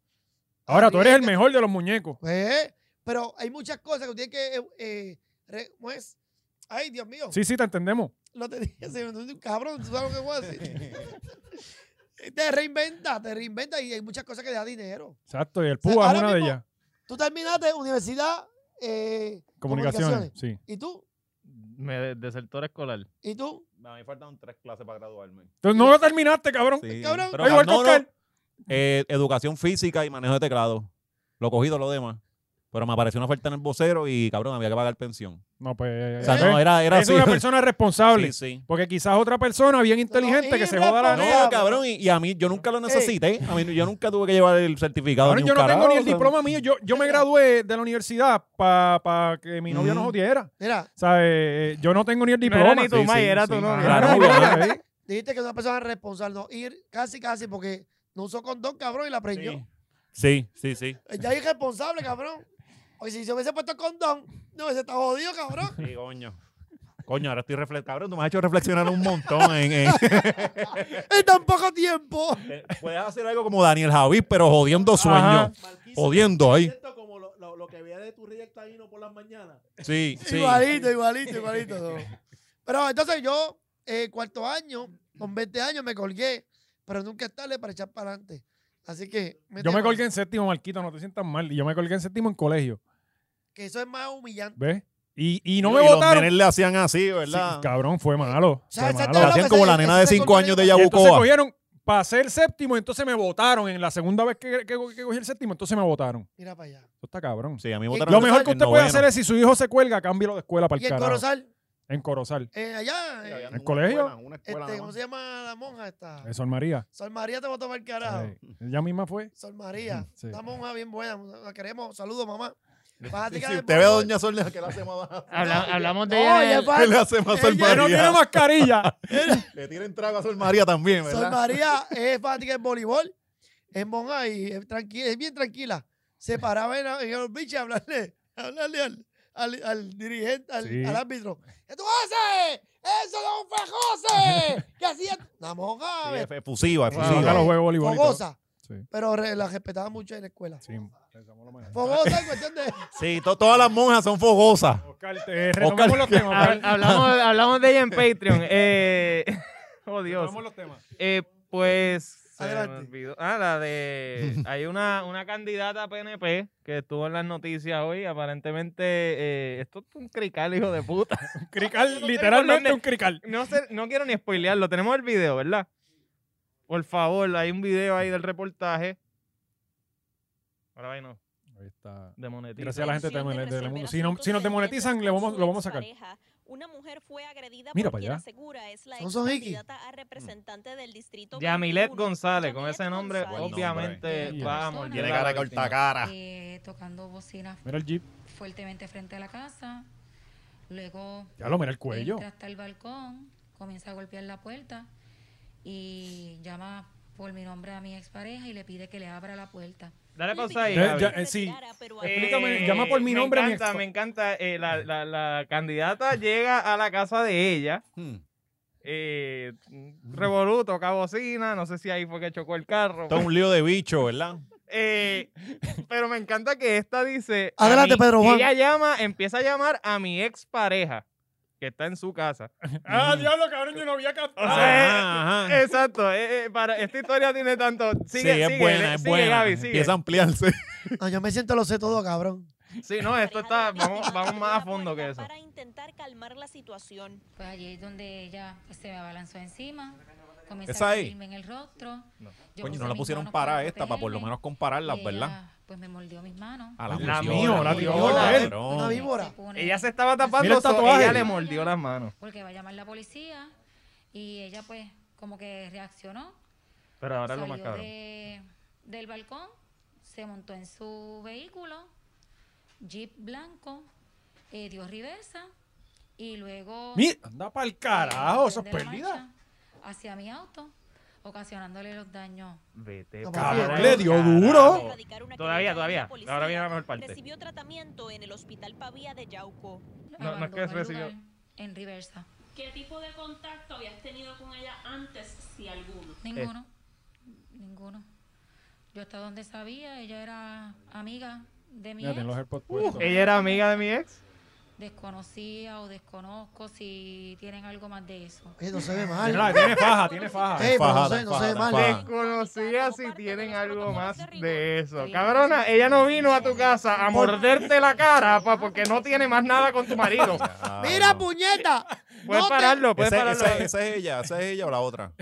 Speaker 1: Ahora tú eres el
Speaker 4: Arriésgate.
Speaker 1: mejor de los muñecos.
Speaker 4: Pues, pero hay muchas cosas que tienes que. eh, eh, re- ¿cómo es? Ay, Dios mío.
Speaker 1: Sí, sí, te entendemos.
Speaker 4: Lo te [laughs] dije, se me olvidó un cabrón, tú sabes lo que voy
Speaker 1: [laughs]
Speaker 4: a decir. te reinventa, te reinventa y hay muchas cosas que te da dinero.
Speaker 1: Exacto. Y el
Speaker 4: sea,
Speaker 1: púa es
Speaker 4: ahora
Speaker 1: una de
Speaker 4: mismo-
Speaker 1: ellas.
Speaker 4: Tú terminaste universidad, eh,
Speaker 1: Comunicaciones. Sí.
Speaker 4: ¿Y tú?
Speaker 3: Me de- desertor escolar.
Speaker 4: ¿Y tú?
Speaker 2: A mí faltan tres clases para graduarme.
Speaker 1: Entonces no lo terminaste, cabrón.
Speaker 2: Sí.
Speaker 4: Cabrón.
Speaker 2: Pero
Speaker 1: Está igual que
Speaker 2: Carnolo,
Speaker 1: Oscar.
Speaker 2: eh, educación física y manejo de teclado. Lo cogido, lo demás. Pero me apareció una oferta en el vocero y, cabrón, había que pagar pensión.
Speaker 1: No, pues.
Speaker 2: O sea, no, era, era
Speaker 1: es
Speaker 2: [laughs] así.
Speaker 1: una persona responsable.
Speaker 2: Sí, sí.
Speaker 1: Porque quizás otra persona bien inteligente que se joda la
Speaker 2: No,
Speaker 1: neta.
Speaker 2: cabrón, y, y a mí yo nunca lo necesité. A mí yo nunca tuve que llevar el certificado.
Speaker 1: Cabrón,
Speaker 2: ni un
Speaker 1: yo no tengo
Speaker 2: carajo,
Speaker 1: ni el
Speaker 2: o sea.
Speaker 1: diploma mío. Yo, yo me gradué de la universidad para que mi novia
Speaker 2: Mm.
Speaker 1: no jodiera.
Speaker 4: Mira,
Speaker 1: O sea, eh, eh, yo no tengo ni el
Speaker 3: No era
Speaker 1: diploma.
Speaker 3: ni tu
Speaker 2: sí,
Speaker 3: ma,
Speaker 2: sí,
Speaker 3: era
Speaker 2: sí.
Speaker 3: tu novia.
Speaker 2: Claro, obvio, [laughs] ¿no?
Speaker 1: Sí.
Speaker 4: dijiste que es una persona responsable. No, ir casi, casi, porque no usó condón, cabrón, y la preñó.
Speaker 2: Sí, sí, sí.
Speaker 4: Ella es irresponsable, cabrón. Oye, si se hubiese puesto condón, no hubiese estado jodido,
Speaker 1: [laughs]
Speaker 4: cabrón.
Speaker 2: Sí, coño. Coño, ahora estoy reflexionando. Cabrón, tú me has hecho reflexionar un montón. En, [laughs] en-
Speaker 4: En tan poco tiempo.
Speaker 2: Eh, Puedes hacer algo como Daniel Javis, pero jodiendo sueños.
Speaker 1: Ajá.
Speaker 7: Marquise,
Speaker 2: Jodiendo ahí.
Speaker 7: siento como lo, lo- lo que veía de tu Riel Taíno por las mañanas.
Speaker 2: Sí, sí.
Speaker 4: Igualito, igualito, igualito. no. Pero entonces yo, eh, cuarto año, con 20 años, me colgué. Pero nunca es tarde para echar para adelante. Así que...
Speaker 1: Yo me
Speaker 4: mano,
Speaker 1: colgué en séptimo, Marquito, no te sientas mal. Yo me colgué en séptimo en colegio.
Speaker 4: Que eso es más humillante.
Speaker 1: ¿Ves? Y, y no
Speaker 2: Y
Speaker 1: me
Speaker 2: los
Speaker 1: votaron.
Speaker 2: nenes le hacían así,
Speaker 1: Sí,
Speaker 2: ¿verdad?
Speaker 1: cabrón, fue malo.
Speaker 4: O sea,
Speaker 1: fue malo.
Speaker 4: exacto lo
Speaker 2: Hacían
Speaker 4: que
Speaker 2: como
Speaker 4: se-
Speaker 2: la nena de
Speaker 4: eso se
Speaker 2: cinco años de
Speaker 4: convierte-
Speaker 1: Y entonces
Speaker 2: Yabucoa.
Speaker 1: cogieron para ser séptimo, entonces me votaron. En la segunda vez que, que, que cogí el séptimo, entonces me votaron.
Speaker 4: Mira para allá.
Speaker 1: Eso está cabrón.
Speaker 2: Sí, a mí me
Speaker 4: Lo
Speaker 2: votaron
Speaker 1: Lo
Speaker 2: en
Speaker 1: mejor que
Speaker 2: el
Speaker 1: usted puede
Speaker 2: noveno.
Speaker 1: hacer es si su hijo se cuelga, cámbielo de escuela para
Speaker 4: Y
Speaker 1: el
Speaker 4: el
Speaker 1: carajo.
Speaker 4: Corozal,
Speaker 1: En Corozal.
Speaker 4: eh, allá, eh,
Speaker 1: ¿En colegio?
Speaker 4: este, ¿cómo se llama la monja esta?
Speaker 1: Eso es María.
Speaker 4: Sol María te va a tomar carajo.
Speaker 1: Sí. Ella misma fue.
Speaker 4: Sol María,
Speaker 1: [laughs] Sí.
Speaker 4: una monja bien buena, la queremos.
Speaker 1: [laughs]
Speaker 4: Saludos, mamá. Bájate que
Speaker 2: Si
Speaker 4: la
Speaker 2: usted ve a
Speaker 4: desbordó.
Speaker 2: Doña Sol, ¿qué le hace más a-
Speaker 3: Habla- hablamos de
Speaker 4: No,
Speaker 3: ella en
Speaker 1: [laughs]
Speaker 4: ella
Speaker 3: el-
Speaker 4: fue-
Speaker 2: ¿Qué le hace más a Sol
Speaker 4: Ella
Speaker 1: Que no tiene
Speaker 2: María?
Speaker 1: mascarilla.
Speaker 2: Le tienen trago a Sol María también,
Speaker 4: Sol
Speaker 2: ¿verdad?
Speaker 4: María es fanática del voleibol, es monja y es, tranqui- es bien tranquila. Se paraba en, en el bicho a hablarle, a hablarle al, al- al dirigente, al,
Speaker 1: Sí.
Speaker 4: al árbitro. ¿Qué tú haces? ¡Eso no fue
Speaker 1: [laughs]
Speaker 4: José! ¿Qué hacía? La monja,
Speaker 2: Sí,
Speaker 4: eh,
Speaker 2: es efusiva,
Speaker 1: Bueno,
Speaker 2: efusiva.
Speaker 1: nunca lo juego voleibol y todo.
Speaker 4: fogosa,
Speaker 1: Sí.
Speaker 4: pero re- la respetaba mucho en la escuela.
Speaker 1: Sí. pensamos lo mejor.
Speaker 4: Fogosa en cuestión de... [laughs]
Speaker 2: Sí, to- todas las monjas son fogosas.
Speaker 1: Oscar, te- retomemos los temas.
Speaker 3: Hab-
Speaker 1: Oscar.
Speaker 3: [laughs] hablamos, hablamos de ella en Patreon. Eh, [laughs] oh, Dios.
Speaker 1: Retomemos los temas.
Speaker 3: Eh, pues. se me
Speaker 4: Adelante.
Speaker 3: olvidó. Ah, la de. Hay una, una candidata a PNP que estuvo en las noticias hoy. Aparentemente, eh, esto es un crical, hijo de puta.
Speaker 1: Un crical, literalmente un crical.
Speaker 3: No, sé, no quiero ni spoilearlo. Tenemos el video, ¿verdad? Por favor, hay un video ahí del reportaje. Ahora va y no,
Speaker 1: Ahí está.
Speaker 3: demonetiza.
Speaker 1: Gracias a la gente de
Speaker 8: Opción de
Speaker 1: Telemundo.
Speaker 8: resolver
Speaker 1: Si, no, si nos
Speaker 8: asuntos
Speaker 1: demonetizan, le vamos,
Speaker 8: pendientes con
Speaker 1: lo
Speaker 8: su
Speaker 1: vamos a sacar.
Speaker 8: expareja. Una mujer fue agredida
Speaker 1: Mira
Speaker 8: por
Speaker 1: para
Speaker 8: quien
Speaker 1: allá.
Speaker 8: asegura es la
Speaker 4: Son son hiki.
Speaker 8: candidata a representante del distrito.
Speaker 3: Yamilet
Speaker 8: 21.
Speaker 3: González, con
Speaker 8: Yamilet
Speaker 3: ese nombre,
Speaker 8: González.
Speaker 2: Buen nombre.
Speaker 3: obviamente
Speaker 1: Yes.
Speaker 3: va a morder
Speaker 2: Tiene
Speaker 3: la
Speaker 2: cara de
Speaker 3: víctima.
Speaker 2: cortacara.
Speaker 9: eh, tocando bocina
Speaker 1: Mira el jeep.
Speaker 9: fuertemente frente a la casa. Luego
Speaker 1: Ya lo mira el cuello. [laughs]
Speaker 9: entra hasta el balcón, comienza a golpear la puerta y llama por mi nombre a mi expareja y le pide que le abra la puerta.
Speaker 3: Dale pausa ahí.
Speaker 1: Ya-
Speaker 3: Gaby.
Speaker 1: ya- eh, sí.
Speaker 8: Pero
Speaker 1: Eh, Explícame, llama por mi
Speaker 3: me
Speaker 1: nombre a mi
Speaker 3: Encanta,
Speaker 1: expa-
Speaker 3: me encanta, eh, la, la- la candidata llega a la casa de ella.
Speaker 2: Hmm.
Speaker 3: Eh, Revolú, toca bocina, no sé si ahí fue que chocó el carro.
Speaker 2: Esto es un lío de bicho, ¿verdad?
Speaker 3: Eh, pero me encanta que esta dice. a
Speaker 4: Adelante,
Speaker 3: mi-
Speaker 4: Pedro Juan.
Speaker 3: Ella llama, empieza a llamar a mi expareja, que está en su casa.
Speaker 1: Ah, diablo, cabrón, yo no había captado.
Speaker 3: O sea,
Speaker 2: Ajá, ajá.
Speaker 3: Exacto, eh, eh, para, esta historia tiene tanto. Sigue,
Speaker 2: sí, es
Speaker 3: sigue,
Speaker 2: buena,
Speaker 3: le-
Speaker 2: es
Speaker 3: sigue,
Speaker 2: buena.
Speaker 3: Gaby, sigue.
Speaker 2: Empieza a ampliarse.
Speaker 4: No, yo me siento lo sé todo, cabrón.
Speaker 3: Sí, no, esto está. Vamos, vamos más a fondo que eso.
Speaker 8: Para intentar calmar la situación.
Speaker 9: Pues allí es donde ella pues, se me abalanzó encima, comienza
Speaker 2: ¿Esa
Speaker 9: a
Speaker 2: ahí?
Speaker 9: escupirme en el rostro. Yo
Speaker 2: Coño,
Speaker 9: puse
Speaker 2: no la
Speaker 9: mis
Speaker 2: pusieron
Speaker 9: manos
Speaker 2: para esta, para por lo
Speaker 9: protegerme,
Speaker 2: menos
Speaker 9: y
Speaker 2: compararlas, ¿verdad? Ah,
Speaker 9: ella, Pues me mordió mis manos.
Speaker 2: A
Speaker 1: La
Speaker 2: fusión,
Speaker 1: mío, la
Speaker 2: fusión,
Speaker 1: viola,
Speaker 2: cabrón.
Speaker 1: él.
Speaker 9: Ella se
Speaker 4: víbora.
Speaker 9: pone-
Speaker 3: Ella se estaba tapando,
Speaker 1: Mira el
Speaker 3: so-
Speaker 1: tatuaje.
Speaker 3: ella le mordió las manos.
Speaker 9: Porque va a llamar la policía y ella pues como que reaccionó,
Speaker 3: Pero ahora es lo más
Speaker 9: salió
Speaker 3: cabrón.
Speaker 9: de- del balcón, se montó en su vehículo, jeep blanco, eh, dio reversa y luego...
Speaker 1: Mi- Anda pa'l carajo, eso es pérdida.
Speaker 9: pérdida. Hacia mi auto, ocasionándole los daños.
Speaker 3: Vete,
Speaker 4: Cabrón,
Speaker 3: para
Speaker 1: le
Speaker 3: el
Speaker 1: dio
Speaker 3: carajo.
Speaker 1: duro.
Speaker 8: Erradicar una
Speaker 3: Oh, Todavía,
Speaker 8: querella de
Speaker 3: todavía.
Speaker 8: la policía.
Speaker 3: Ahora viene la mejor parte.
Speaker 8: Recibió tratamiento en el hospital Pavía de Yauco.
Speaker 3: No, no es que
Speaker 9: abandonó el
Speaker 3: recibió-
Speaker 9: lugar En reversa.
Speaker 10: ¿Qué tipo de contacto habías tenido con ella antes, si alguno?
Speaker 9: Ninguno. Ninguno. Yo hasta donde sabía, ella era amiga de mi
Speaker 1: Ya tiene los
Speaker 9: ex.
Speaker 1: AirPods puestos.
Speaker 3: Ella era amiga de mi ex.
Speaker 9: Desconocía o desconozco si tienen algo más de eso.
Speaker 4: Oye, no se
Speaker 1: [laughs]
Speaker 4: ve
Speaker 1: Mira,
Speaker 4: mal.
Speaker 1: tiene faja, tiene faja.
Speaker 4: Eh, pero no
Speaker 2: Fajada,
Speaker 4: sé, no se ve
Speaker 2: fajada,
Speaker 4: mal.
Speaker 2: fajada.
Speaker 3: Desconocía si tienen algo más de eso.
Speaker 9: Sí.
Speaker 3: Cabrona, ella no vino a tu casa a morderte la cara pa, porque no tiene más nada con tu marido.
Speaker 2: Ah,
Speaker 4: Mira,
Speaker 2: no.
Speaker 4: puñeta.
Speaker 3: [laughs] Puedes
Speaker 4: No te-
Speaker 3: pararlo, puedes
Speaker 2: Esa,
Speaker 3: pararlo.
Speaker 2: esa- esa es ella, esa es ella o la otra.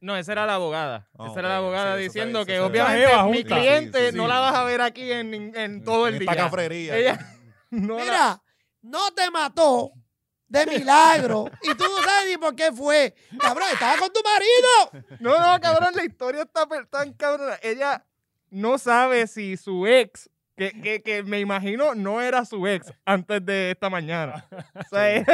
Speaker 3: No, esa era la abogada.
Speaker 2: Ah,
Speaker 3: esa era la
Speaker 2: ok,
Speaker 3: abogada
Speaker 2: sí, eso está-
Speaker 3: diciendo
Speaker 2: eso
Speaker 3: que
Speaker 2: está-
Speaker 3: obviamente
Speaker 1: Esa jeva
Speaker 3: mi
Speaker 1: junta.
Speaker 3: cliente
Speaker 2: Sí, sí,
Speaker 3: no
Speaker 2: sí.
Speaker 3: la vas a ver aquí en, en todo el
Speaker 2: En
Speaker 3: día.
Speaker 2: esta cafrería.
Speaker 3: Ella [laughs] no la-
Speaker 4: Mira, no te mató de milagro. y tú no sabes ni por qué fue. Cabrón, estaba con tu marido.
Speaker 3: No, no, cabrón, la historia está per- tan cabrona. Ella no sabe si su ex, que, que, que me imagino no era su ex antes de esta [laughs] mañana. O sea,
Speaker 1: En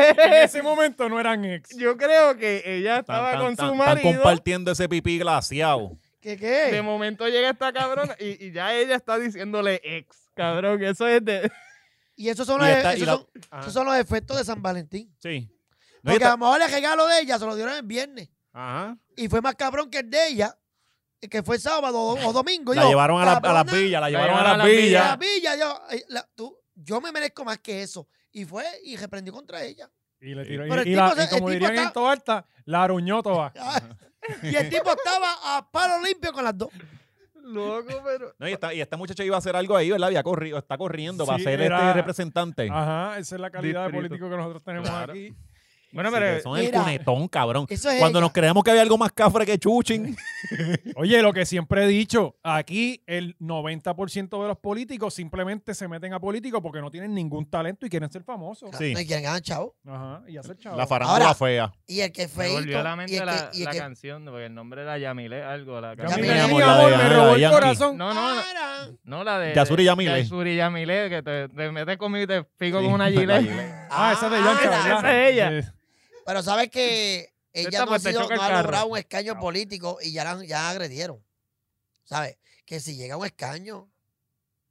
Speaker 1: ese momento no eran ex.
Speaker 3: [laughs] yo creo que ella
Speaker 2: Están-
Speaker 3: estaba [laughs]
Speaker 2: están-
Speaker 3: con
Speaker 2: están-
Speaker 3: su
Speaker 2: están
Speaker 3: marido.
Speaker 2: compartiendo ese pipí glaciado.
Speaker 4: ¿Qué
Speaker 3: De
Speaker 4: qué?
Speaker 3: momento llega esta cabrona y, y ya ella está diciéndole ex, cabrón. Eso es de.
Speaker 4: Y esos son,
Speaker 2: Y
Speaker 4: los, e-
Speaker 2: está- y
Speaker 4: esos
Speaker 2: la-
Speaker 4: son- esos son los efectos de San Valentín.
Speaker 2: Sí. No, y
Speaker 4: Porque a
Speaker 2: está-
Speaker 4: lo mejor el regalo de ella se lo dieron el viernes.
Speaker 2: Ajá.
Speaker 4: Y fue más cabrón que el de ella, que fue el sábado o, o domingo.
Speaker 2: La
Speaker 4: Yo,
Speaker 2: llevaron a la- a las
Speaker 4: cabrona,
Speaker 2: villas, la llevaron
Speaker 3: llevaron
Speaker 2: a
Speaker 3: a
Speaker 2: las
Speaker 3: las villas.
Speaker 4: La
Speaker 2: villas.
Speaker 4: villa, yo, eh, la- tú- yo me merezco más que eso. Y fue y reprendió contra ella.
Speaker 1: Y, le tiró, y,
Speaker 4: Pero el
Speaker 1: y
Speaker 4: tipo
Speaker 1: la-
Speaker 4: se-
Speaker 1: y
Speaker 4: el
Speaker 1: como
Speaker 4: tipo
Speaker 1: dirían
Speaker 4: está-
Speaker 1: en Toalta, la aruñó
Speaker 4: [laughs]
Speaker 1: toda.
Speaker 4: y el tipo estaba a palo limpio con las dos.
Speaker 3: Loco, pero.
Speaker 4: [laughs]
Speaker 2: No, y, esta, y esta muchacha iba a hacer algo ahí, ¿verdad? Había corrido, está corriendo para
Speaker 1: Sí,
Speaker 2: ser
Speaker 1: era-
Speaker 2: este representante.
Speaker 3: Ah,
Speaker 1: Ajá, esa es la calidad de
Speaker 3: Distrito.
Speaker 1: político que nosotros tenemos
Speaker 2: Claro.
Speaker 1: aquí.
Speaker 3: Bueno,
Speaker 2: Sí,
Speaker 3: pero.
Speaker 2: que son el
Speaker 4: Mira,
Speaker 2: cunetón, cabrón.
Speaker 4: eso es
Speaker 2: Cuando
Speaker 4: ella.
Speaker 2: nos creamos que había algo más cafre que Chuchin.
Speaker 1: Oye, lo que siempre he dicho, aquí el 90% de los políticos simplemente se meten a políticos porque no tienen ningún talento y quieren ser famosos.
Speaker 2: Sí.
Speaker 4: No, y quieren ganar, chavo.
Speaker 1: Ajá, y hacer chavo.
Speaker 2: La farándula
Speaker 4: Ahora-
Speaker 2: fea.
Speaker 4: Y el que fue.
Speaker 3: Me volvió a la
Speaker 4: y
Speaker 3: mente
Speaker 4: el
Speaker 3: la,
Speaker 4: que, y el
Speaker 3: la
Speaker 4: que-
Speaker 3: canción, porque el nombre era Yamile, algo. La
Speaker 1: Camila,
Speaker 4: Yamile,
Speaker 3: canción.
Speaker 1: mi
Speaker 2: amor,
Speaker 1: amor,
Speaker 2: la de-
Speaker 1: me
Speaker 2: la
Speaker 1: robó
Speaker 2: de
Speaker 1: el
Speaker 2: Yankee.
Speaker 1: corazón.
Speaker 3: No, no, no. No, la de.
Speaker 2: Yasuri
Speaker 3: de-
Speaker 2: Yamile.
Speaker 3: Yasuri Yamile, que te, te metes conmigo y te pico
Speaker 2: Sí,
Speaker 3: con una
Speaker 2: [laughs] la
Speaker 3: gilet.
Speaker 2: gilet.
Speaker 1: Ah, esa es de Yankee,
Speaker 4: Ahora,
Speaker 1: ¿verdad?
Speaker 3: esa es ella.
Speaker 1: Sí.
Speaker 4: Pero sabes que ella
Speaker 3: Esta,
Speaker 4: no ha,
Speaker 3: pues, te
Speaker 4: sido,
Speaker 3: choca el
Speaker 4: no ha
Speaker 3: carro.
Speaker 4: logrado un escaño político y ya la han- ya agredieron. ¿Sabes? Que si llega a un escaño,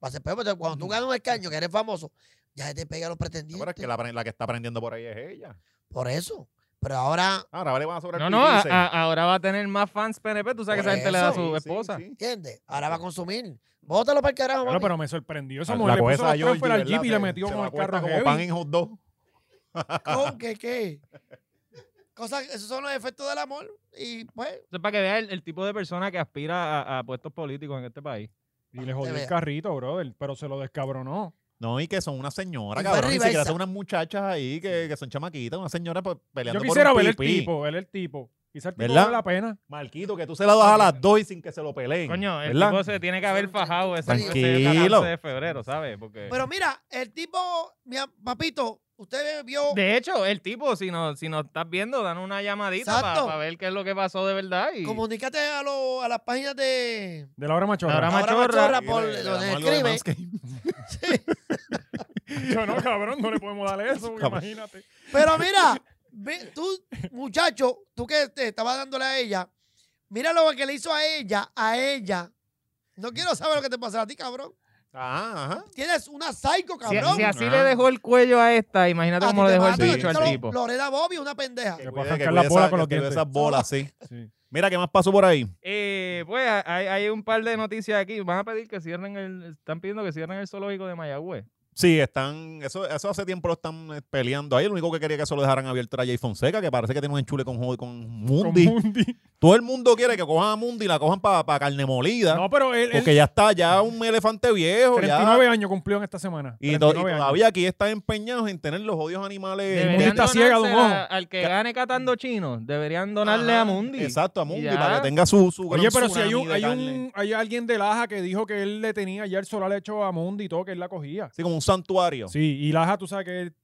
Speaker 4: va a ser peor, porque cuando tú ganas un escaño, que eres famoso, ya se te pega a los
Speaker 2: No,
Speaker 4: pretendientes.
Speaker 2: pero es que la, pre- la que está aprendiendo por ahí es ella.
Speaker 4: Por eso. Pero ahora,
Speaker 2: Ahora vale, van a sobrar
Speaker 3: No,
Speaker 2: el
Speaker 3: no, a-
Speaker 2: pipí, dice. Pues
Speaker 3: a- ahora va a tener más fans PNP. Tú sabes
Speaker 4: Por
Speaker 3: que esa gente le da a
Speaker 4: eso,
Speaker 3: su
Speaker 2: Sí, sí,
Speaker 3: esposa.
Speaker 2: sí.
Speaker 4: ¿entiendes? Ahora va a consumir. Bótalo para el carajo,
Speaker 1: Claro,
Speaker 4: mami.
Speaker 1: pero me sorprendió. Esa
Speaker 2: La-
Speaker 1: mujer
Speaker 2: la
Speaker 1: le
Speaker 2: coge
Speaker 1: puso
Speaker 2: esa
Speaker 1: los
Speaker 2: Georgie,
Speaker 1: cuernos al
Speaker 2: ¿verdad?
Speaker 1: jeep y le
Speaker 2: Se-
Speaker 1: metió
Speaker 2: se
Speaker 1: con
Speaker 2: la
Speaker 1: el
Speaker 2: acuesta
Speaker 1: carro
Speaker 2: como pan
Speaker 1: heavy.
Speaker 2: en hot dog.
Speaker 4: ¿Con qué qué? Cosas, esos son los efectos del amor. Y pues,
Speaker 3: Eso es para que veas el, el tipo de persona que aspira a, a puestos políticos en este país.
Speaker 1: Y le jodió
Speaker 4: Te
Speaker 1: el
Speaker 4: veo.
Speaker 1: carrito, brother, pero se lo descabronó.
Speaker 2: No, y que son una señora,
Speaker 4: Y fue
Speaker 2: cabrón. Ni
Speaker 4: reversa.
Speaker 2: siquiera son unas muchachas ahí que, que son chamaquitas, una señora pues, peleando
Speaker 1: Yo quisiera
Speaker 2: por un
Speaker 1: ver el
Speaker 2: pipí.
Speaker 1: tipo, ver el tipo. Quizá el tipo
Speaker 2: ¿Verdad?
Speaker 1: vale la pena.
Speaker 2: Marquito, que tú se la das a las dos y sin que se lo peleen.
Speaker 3: Coño, el
Speaker 2: ¿verdad?
Speaker 3: tipo se tiene que haber fajado ese ese
Speaker 2: Tranquilo.
Speaker 3: 14 de febrero, ¿sabes? Porque...
Speaker 4: pero mira, el tipo, mira, papito, usted vio.
Speaker 3: De hecho, el tipo, si nos si nos estás viendo, dan una llamadita para
Speaker 4: Exacto.
Speaker 3: ver qué es lo que pasó de verdad. Y...
Speaker 4: Comunícate a, lo- a las páginas de.
Speaker 1: De la hora machorra.
Speaker 3: La hora machorra.
Speaker 4: Ahora Machorra
Speaker 2: Y
Speaker 4: Ah, por
Speaker 2: le- le
Speaker 4: lo
Speaker 2: damos
Speaker 4: que
Speaker 2: algo de
Speaker 4: escribe.
Speaker 2: Manscaped.
Speaker 1: Yo no, cabrón, no le podemos dar eso, porque
Speaker 2: Cabrón.
Speaker 1: imagínate.
Speaker 4: Pero mira, ve- tú, muchacho, tú que te estaba dándole a ella, mira lo que le hizo a ella, a ella. No quiero saber lo que te pasará a ti, cabrón.
Speaker 2: Ah, ajá.
Speaker 4: Tienes una psycho,
Speaker 3: Si,
Speaker 4: cabrón.
Speaker 3: si así
Speaker 2: Ah.
Speaker 3: le dejó el cuello a esta, imagínate
Speaker 4: A
Speaker 3: cómo
Speaker 4: ti
Speaker 3: le
Speaker 4: te
Speaker 3: dejó el
Speaker 4: matan,
Speaker 2: sí.
Speaker 3: bicho al
Speaker 4: solo
Speaker 3: tipo.
Speaker 4: Lorena Bobby, una pendeja.
Speaker 1: Que
Speaker 2: Que
Speaker 1: puede
Speaker 2: cuide- que
Speaker 1: arrancar las
Speaker 2: cuide
Speaker 1: bolas
Speaker 2: esa-
Speaker 1: con los
Speaker 2: que cuide
Speaker 1: dientes.
Speaker 2: esas bolas, sí.
Speaker 1: Sí.
Speaker 2: Mira, ¿qué más pasó por ahí?
Speaker 3: Eh, pues hay, hay un par de noticias aquí. Van a pedir que cierren el. Están pidiendo que cierren el zoológico de Mayagüez.
Speaker 1: Eh,
Speaker 2: Sí, están. Eso, eso hace tiempo lo están eh, peleando ahí. Lo único que quería que eso lo dejaran abierto era Jay Fonseca, que parece que tiene un enchule con, jo- con
Speaker 1: Con
Speaker 2: Mundi.
Speaker 1: Mundi.
Speaker 2: Todo el mundo quiere que cojan a Mundi y la cojan para carne molida.
Speaker 1: No, pero él, él
Speaker 2: porque ya está, ya un elefante viejo. ya-
Speaker 1: 39 años cumplió en esta semana.
Speaker 2: y, to- y
Speaker 1: 39 años.
Speaker 2: todavía aquí están empeñados en tener los odios animales.
Speaker 1: Mundi
Speaker 3: Deberían
Speaker 1: está ciega de un
Speaker 3: donársela
Speaker 1: ojo.
Speaker 3: Al que
Speaker 2: Ca-
Speaker 3: gane catando chinos, deberían donarle
Speaker 2: Ajá,
Speaker 3: a Mundi.
Speaker 2: Exacto, a Mundi,
Speaker 3: Ya.
Speaker 2: para que tenga su, su
Speaker 1: Oye,
Speaker 2: gran
Speaker 1: pero si hay,
Speaker 2: tsunami
Speaker 1: un,
Speaker 2: de
Speaker 1: hay,
Speaker 2: carne.
Speaker 1: un, hay alguien de Laja que dijo que él le tenía ya el solar hecho a Mundi y todo, que él la cogía.
Speaker 2: Sí, como un santuario. Sí,
Speaker 1: Sí, y Laja, tú sabes que él...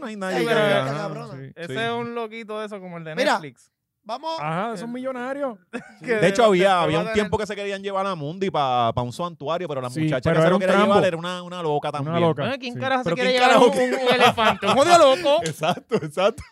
Speaker 2: no hay nadie.
Speaker 4: Sí,
Speaker 2: que-
Speaker 4: pero-
Speaker 2: ajá,
Speaker 4: cabrona.
Speaker 1: sí.
Speaker 3: Ese
Speaker 2: Sí.
Speaker 3: es un loquito de eso, como el de
Speaker 4: Mira,
Speaker 3: Netflix.
Speaker 4: Vamos.
Speaker 1: Ajá, son
Speaker 4: [laughs]
Speaker 1: millonarios.
Speaker 3: Que
Speaker 2: De hecho, había,
Speaker 3: después
Speaker 2: había
Speaker 3: va a
Speaker 2: un
Speaker 3: tener-
Speaker 2: tiempo que se querían llevar a Mundi para un santuario, pero la
Speaker 1: Sí,
Speaker 2: muchacha
Speaker 1: pero
Speaker 2: que se
Speaker 1: era
Speaker 2: lo
Speaker 1: un
Speaker 2: quería
Speaker 1: trambo.
Speaker 2: llevar era una, una loca también.
Speaker 1: loca.
Speaker 3: Bueno, ¿Quién
Speaker 1: Sí.
Speaker 3: carajo se
Speaker 2: Pero
Speaker 3: quiere
Speaker 2: ¿quién
Speaker 3: llevar un,
Speaker 2: carajo que-
Speaker 1: [laughs]
Speaker 3: un elefante? ¡Un jodido loco!
Speaker 2: [laughs] Exacto, exacto.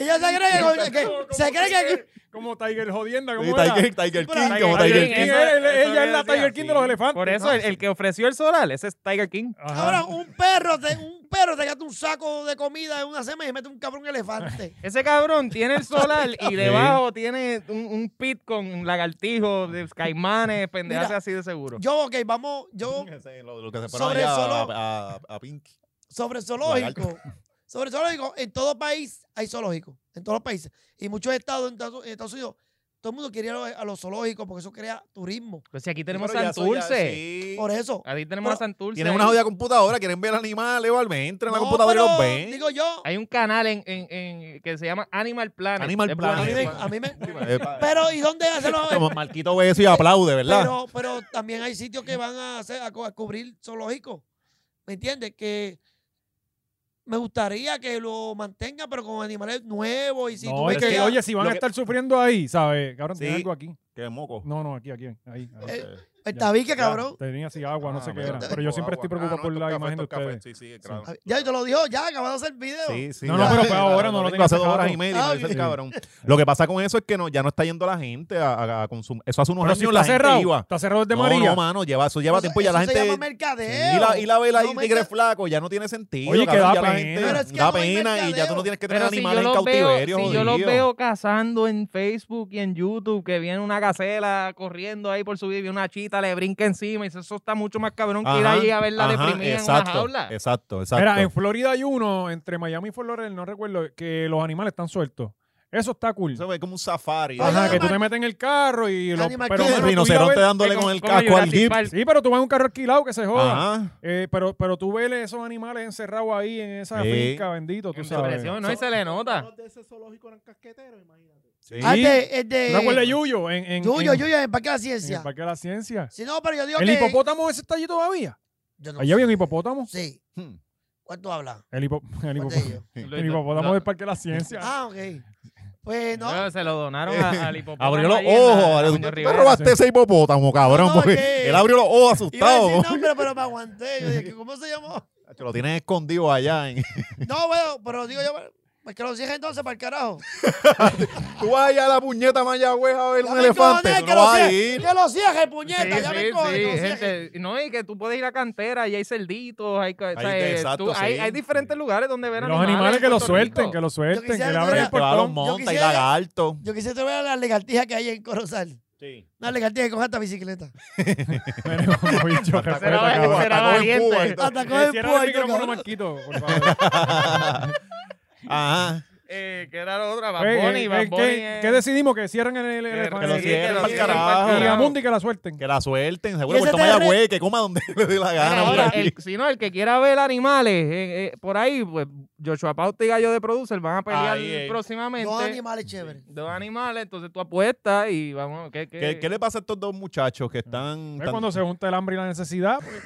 Speaker 4: Ella se cree que. que- se cree que.
Speaker 1: Como Tiger jodienda,
Speaker 2: Sí,
Speaker 1: como era.
Speaker 2: Tiger, Tiger
Speaker 4: pero-
Speaker 2: King, como
Speaker 1: Tiger
Speaker 2: Tiger
Speaker 1: King,
Speaker 2: King.
Speaker 3: eso-
Speaker 1: él- ella
Speaker 3: eso
Speaker 1: es la
Speaker 3: decía,
Speaker 1: Tiger King de los elefantes.
Speaker 3: Por eso,
Speaker 1: Ah,
Speaker 3: el, el que ofreció el solar, ese es Tiger King.
Speaker 1: Ajá.
Speaker 4: Ahora, un perro, te, un perro te gasta un saco de comida en una semana y mete un cabrón elefante.
Speaker 3: Ese cabrón tiene el solar y
Speaker 2: [laughs] Sí.
Speaker 3: debajo tiene un, un pit con lagartijos, de caimanes, pendejas
Speaker 4: Mira,
Speaker 3: así de seguro.
Speaker 4: Yo, ok, vamos. Yo,
Speaker 2: Ese, lo, lo que se fueron
Speaker 4: Sobre
Speaker 2: allá
Speaker 4: solo-
Speaker 2: a, a, a Pinky.
Speaker 4: sobre el zoológico. Sobre el zoológico, en todo país hay zoológico. En todos los países. Y muchos estados en Estados en Estados Unidos Todo el mundo quiere ir a los, a los zoológicos porque eso crea turismo.
Speaker 3: Pues si aquí tenemos
Speaker 2: Pero ya eso ya-
Speaker 3: Santurce.
Speaker 2: sí.
Speaker 4: Por eso.
Speaker 3: Aquí tenemos a Santurce.
Speaker 2: Tienen
Speaker 3: Hay-
Speaker 2: una jodida computadora, quieren ver animales, o entran en la
Speaker 4: No,
Speaker 2: computadora y los
Speaker 4: pero
Speaker 2: ven.
Speaker 4: Digo yo.
Speaker 3: Hay un canal en, en- en- que se llama Animal Planet. Es
Speaker 2: Animal
Speaker 4: A mí me.
Speaker 2: Planet.
Speaker 3: buenísimo.
Speaker 4: a mí me-
Speaker 2: Eh,
Speaker 4: pero, ¿y dónde hacen los.?
Speaker 2: [laughs] Como Marquito ve eso y aplaude, ¿verdad?
Speaker 4: Pero, pero también hay sitios que van a, hacer, a, co- a cubrir zoológicos. ¿Me entiendes? Que me gustaría que lo mantenga, pero con animales nuevos. Y si tú
Speaker 1: No,
Speaker 4: ves
Speaker 1: es que,
Speaker 4: que-
Speaker 1: oye, si van
Speaker 2: lo
Speaker 1: a
Speaker 2: que-
Speaker 1: estar sufriendo ahí, ¿sabes? Cabrón, tiene
Speaker 2: Sí.
Speaker 1: algo aquí.
Speaker 2: Qué moco.
Speaker 1: No, no, aquí, aquí, ahí. ahí.
Speaker 4: Eh,
Speaker 2: Ok.
Speaker 4: el tabique, cabrón.
Speaker 1: Ya, tenía así agua, no
Speaker 2: Ah,
Speaker 1: sé qué
Speaker 2: mira,
Speaker 1: era.
Speaker 2: te
Speaker 1: Pero yo
Speaker 2: tengo
Speaker 1: siempre estoy
Speaker 2: agua.
Speaker 1: preocupado
Speaker 2: Ah, no,
Speaker 1: por
Speaker 2: esto
Speaker 1: la
Speaker 2: es
Speaker 1: imagen de
Speaker 2: café, esto es
Speaker 1: ustedes.
Speaker 2: café. Sí, sí, claro.
Speaker 4: Ya te lo dijo, ya, acabas de hacer el video.
Speaker 2: Sí, sí,
Speaker 1: No,
Speaker 2: ya.
Speaker 1: no, pero fue ahora, no lo
Speaker 2: Tengo
Speaker 1: tengo
Speaker 2: hace dos
Speaker 1: sacado.
Speaker 2: horas y media,
Speaker 4: Ah,
Speaker 2: no dice el
Speaker 1: bien.
Speaker 2: cabrón. Lo que pasa con eso es que no, ya no está yendo la gente a, a- a consumir. Eso hace unos
Speaker 1: Pero
Speaker 2: años
Speaker 1: si
Speaker 2: la
Speaker 1: está
Speaker 2: gente
Speaker 1: cerrado,
Speaker 2: iba.
Speaker 1: está cerrado desde
Speaker 2: no,
Speaker 1: María.
Speaker 2: no, mano, lleva, eso lleva
Speaker 4: Eso-
Speaker 2: tiempo ya la
Speaker 4: eso
Speaker 2: gente.
Speaker 4: Se llama
Speaker 2: Sí,
Speaker 4: mercadeo.
Speaker 2: y la, y la vela ahí,
Speaker 4: No me
Speaker 2: tigre
Speaker 4: ca-
Speaker 2: flaco, ya no tiene sentido.
Speaker 1: Oye, que
Speaker 2: cabrón,
Speaker 1: da
Speaker 2: ya la
Speaker 1: pena.
Speaker 2: gente-
Speaker 4: Pero es que
Speaker 2: da
Speaker 4: no hay
Speaker 2: pena y ya tú no
Speaker 4: mercadeo.
Speaker 2: tienes que tener
Speaker 3: Pero si yo
Speaker 2: animales en
Speaker 3: los veo,
Speaker 2: cautiverio.
Speaker 3: si yo los
Speaker 2: jodido.
Speaker 3: veo cazando en Facebook y en YouTube, que viene una gacela corriendo ahí por su vida y viene una chita, le brinca encima y eso eso está mucho más cabrón que ir
Speaker 2: Ajá,
Speaker 3: allí a verla
Speaker 2: ajá,
Speaker 3: deprimida en
Speaker 2: exacto,
Speaker 3: una jaula.
Speaker 2: Exacto, exacto.
Speaker 1: Mira, en Florida hay uno, entre Miami y Fort Lauderdale, no recuerdo, que los animales están sueltos. Eso está cool.
Speaker 2: Eso es como un safari.
Speaker 4: Oye,
Speaker 1: Ajá, que tú
Speaker 4: animal-
Speaker 1: te metes en el carro y los
Speaker 4: Animal
Speaker 1: pero, pero
Speaker 2: el
Speaker 4: Kingdom.
Speaker 1: tú ibas a
Speaker 2: rinoceronte
Speaker 1: ver-
Speaker 2: dándole
Speaker 3: como-
Speaker 2: con el
Speaker 3: como
Speaker 2: casco al
Speaker 3: Jurassic
Speaker 2: jeep.
Speaker 3: Park.
Speaker 1: Sí, pero tú vas en un carro alquilado que se joda.
Speaker 2: Ajá.
Speaker 1: Eh, pero, pero tú ves esos animales encerrados ahí en esa
Speaker 2: Sí.
Speaker 1: finca, bendito, tú
Speaker 3: En
Speaker 1: sabes.
Speaker 3: depresión, ¿no? Y se le nota.
Speaker 7: Los de ese zoológico eran casqueteros, imagínate.
Speaker 2: Sí.
Speaker 4: Ah, el de- el de-
Speaker 1: ¿No acuerdas de Yuyo? En, en,
Speaker 4: Yuyo,
Speaker 1: en-
Speaker 4: Yuyo, en el Parque
Speaker 1: en
Speaker 4: de la
Speaker 1: el
Speaker 4: Ciencia.
Speaker 1: Parque de la Ciencia.
Speaker 4: Si no, pero yo digo
Speaker 1: ¿El
Speaker 4: que...
Speaker 1: hipopótamo ese está allí todavía?
Speaker 4: Yo no
Speaker 1: Allí había un
Speaker 4: sé.
Speaker 1: hipopótamo.
Speaker 4: Sí.
Speaker 2: Hmm.
Speaker 4: ¿Cuánto habla?
Speaker 1: El, hipo- [laughs] el
Speaker 4: ¿Cuánto
Speaker 1: hipopótamo.
Speaker 4: de ellos?
Speaker 1: El hipopótamo
Speaker 3: Lo-
Speaker 1: del Parque de la Ciencia.
Speaker 4: Ah, ok. Pues no.
Speaker 3: Pero Se lo donaron a-
Speaker 2: [laughs]
Speaker 3: al hipopótamo.
Speaker 2: Abrió los
Speaker 3: allí en la- en la
Speaker 2: ojos.
Speaker 3: Muñoz
Speaker 2: ¿Tú te
Speaker 3: Rivera.
Speaker 2: robaste ese hipopótamo, cabrón?
Speaker 4: No, no,
Speaker 2: porque
Speaker 4: es que-
Speaker 2: él abrió los ojos
Speaker 4: Iba a
Speaker 2: asustado.
Speaker 4: decir nombre, pero me aguanté. Yo dije, ¿cómo se llamó?
Speaker 2: Hacho, Lo tienes escondido allá. en- [laughs]
Speaker 4: No, bueno, pero digo yo, bueno, pues que lo cierre entonces para el carajo.
Speaker 2: Tú vas allá a la puñeta Mayagüez a ver
Speaker 4: Ya
Speaker 2: un
Speaker 4: me
Speaker 2: elefante.
Speaker 4: encojoné,
Speaker 2: Tú
Speaker 4: que,
Speaker 2: no
Speaker 4: lo
Speaker 2: vas a
Speaker 4: cierre,
Speaker 2: ir.
Speaker 4: que lo cierre,
Speaker 3: Sí,
Speaker 4: puñeta. ya me
Speaker 3: sí,
Speaker 4: encojoné, que
Speaker 3: sí,
Speaker 4: lo cierre.
Speaker 3: gente. No, y que tú puedes ir a cantera y hay cerditos, hay, ca- o
Speaker 2: Hay
Speaker 3: sea,
Speaker 2: de-
Speaker 3: eh,
Speaker 2: exacto,
Speaker 3: tú- hay,
Speaker 2: sí.
Speaker 3: hay diferentes lugares donde ver
Speaker 1: los animales
Speaker 3: en
Speaker 1: que lo
Speaker 3: Puerto
Speaker 1: suelten,
Speaker 3: Rico.
Speaker 1: que lo suelten, que
Speaker 4: quisiera
Speaker 1: le abran
Speaker 4: ver
Speaker 1: el
Speaker 4: a-
Speaker 2: Te va a
Speaker 1: [laughs]
Speaker 2: los
Speaker 1: portón.
Speaker 2: montas y
Speaker 4: quisiera-
Speaker 2: lagarto.
Speaker 4: Yo quisiera te ver las lagartijas que hay en Corozal.
Speaker 2: Sí.
Speaker 4: Una lagartija que coge esta bicicleta.
Speaker 1: Bueno, como bicho, respeta,
Speaker 3: Será-
Speaker 1: cabrón.
Speaker 3: será
Speaker 2: Atacó en
Speaker 3: valiente.
Speaker 2: Cuba y todo.
Speaker 4: Hasta
Speaker 1: Eh,
Speaker 4: coge el
Speaker 1: Cierra el
Speaker 4: puerto,
Speaker 1: micrófono,
Speaker 4: cabrón.
Speaker 1: Marquito, por
Speaker 3: [laughs]
Speaker 1: favor.
Speaker 2: Ajá.
Speaker 3: Eh, que era la otra, Bad
Speaker 1: Eh, eh,
Speaker 3: Bunny, Bad
Speaker 1: eh,
Speaker 3: Bunny
Speaker 1: ¿qué,
Speaker 3: es-
Speaker 1: qué decidimos? Que cierren el, el, el-
Speaker 3: Que
Speaker 1: el-
Speaker 2: Que lo
Speaker 1: el-
Speaker 3: Sí, que
Speaker 2: cierren
Speaker 3: lo
Speaker 2: para el
Speaker 3: cierren
Speaker 1: el-
Speaker 3: pa'l
Speaker 1: el-
Speaker 2: carajo.
Speaker 3: carajo.
Speaker 1: Mundi y que la suelten.
Speaker 2: Que la suelten. Seguro
Speaker 4: Y ese
Speaker 2: Puerto
Speaker 4: terre-
Speaker 2: Mayagüez, que coma donde [laughs] le dé la gana.
Speaker 3: Ahora,
Speaker 2: por ahí.
Speaker 3: el, si no, el que quiera ver animales eh, eh, por ahí, pues Joshua Pauta y Gallo de Producer van a pelear
Speaker 2: Ahí, eh.
Speaker 3: próximamente.
Speaker 4: Dos animales chéveres.
Speaker 3: Dos animales, entonces tú apuestas y vamos. ¿qué, qué?
Speaker 2: ¿Qué, qué le pasa a estos dos muchachos que están...
Speaker 1: ¿Ves
Speaker 2: tan-
Speaker 1: cuando se junta el hambre y la necesidad? Pues,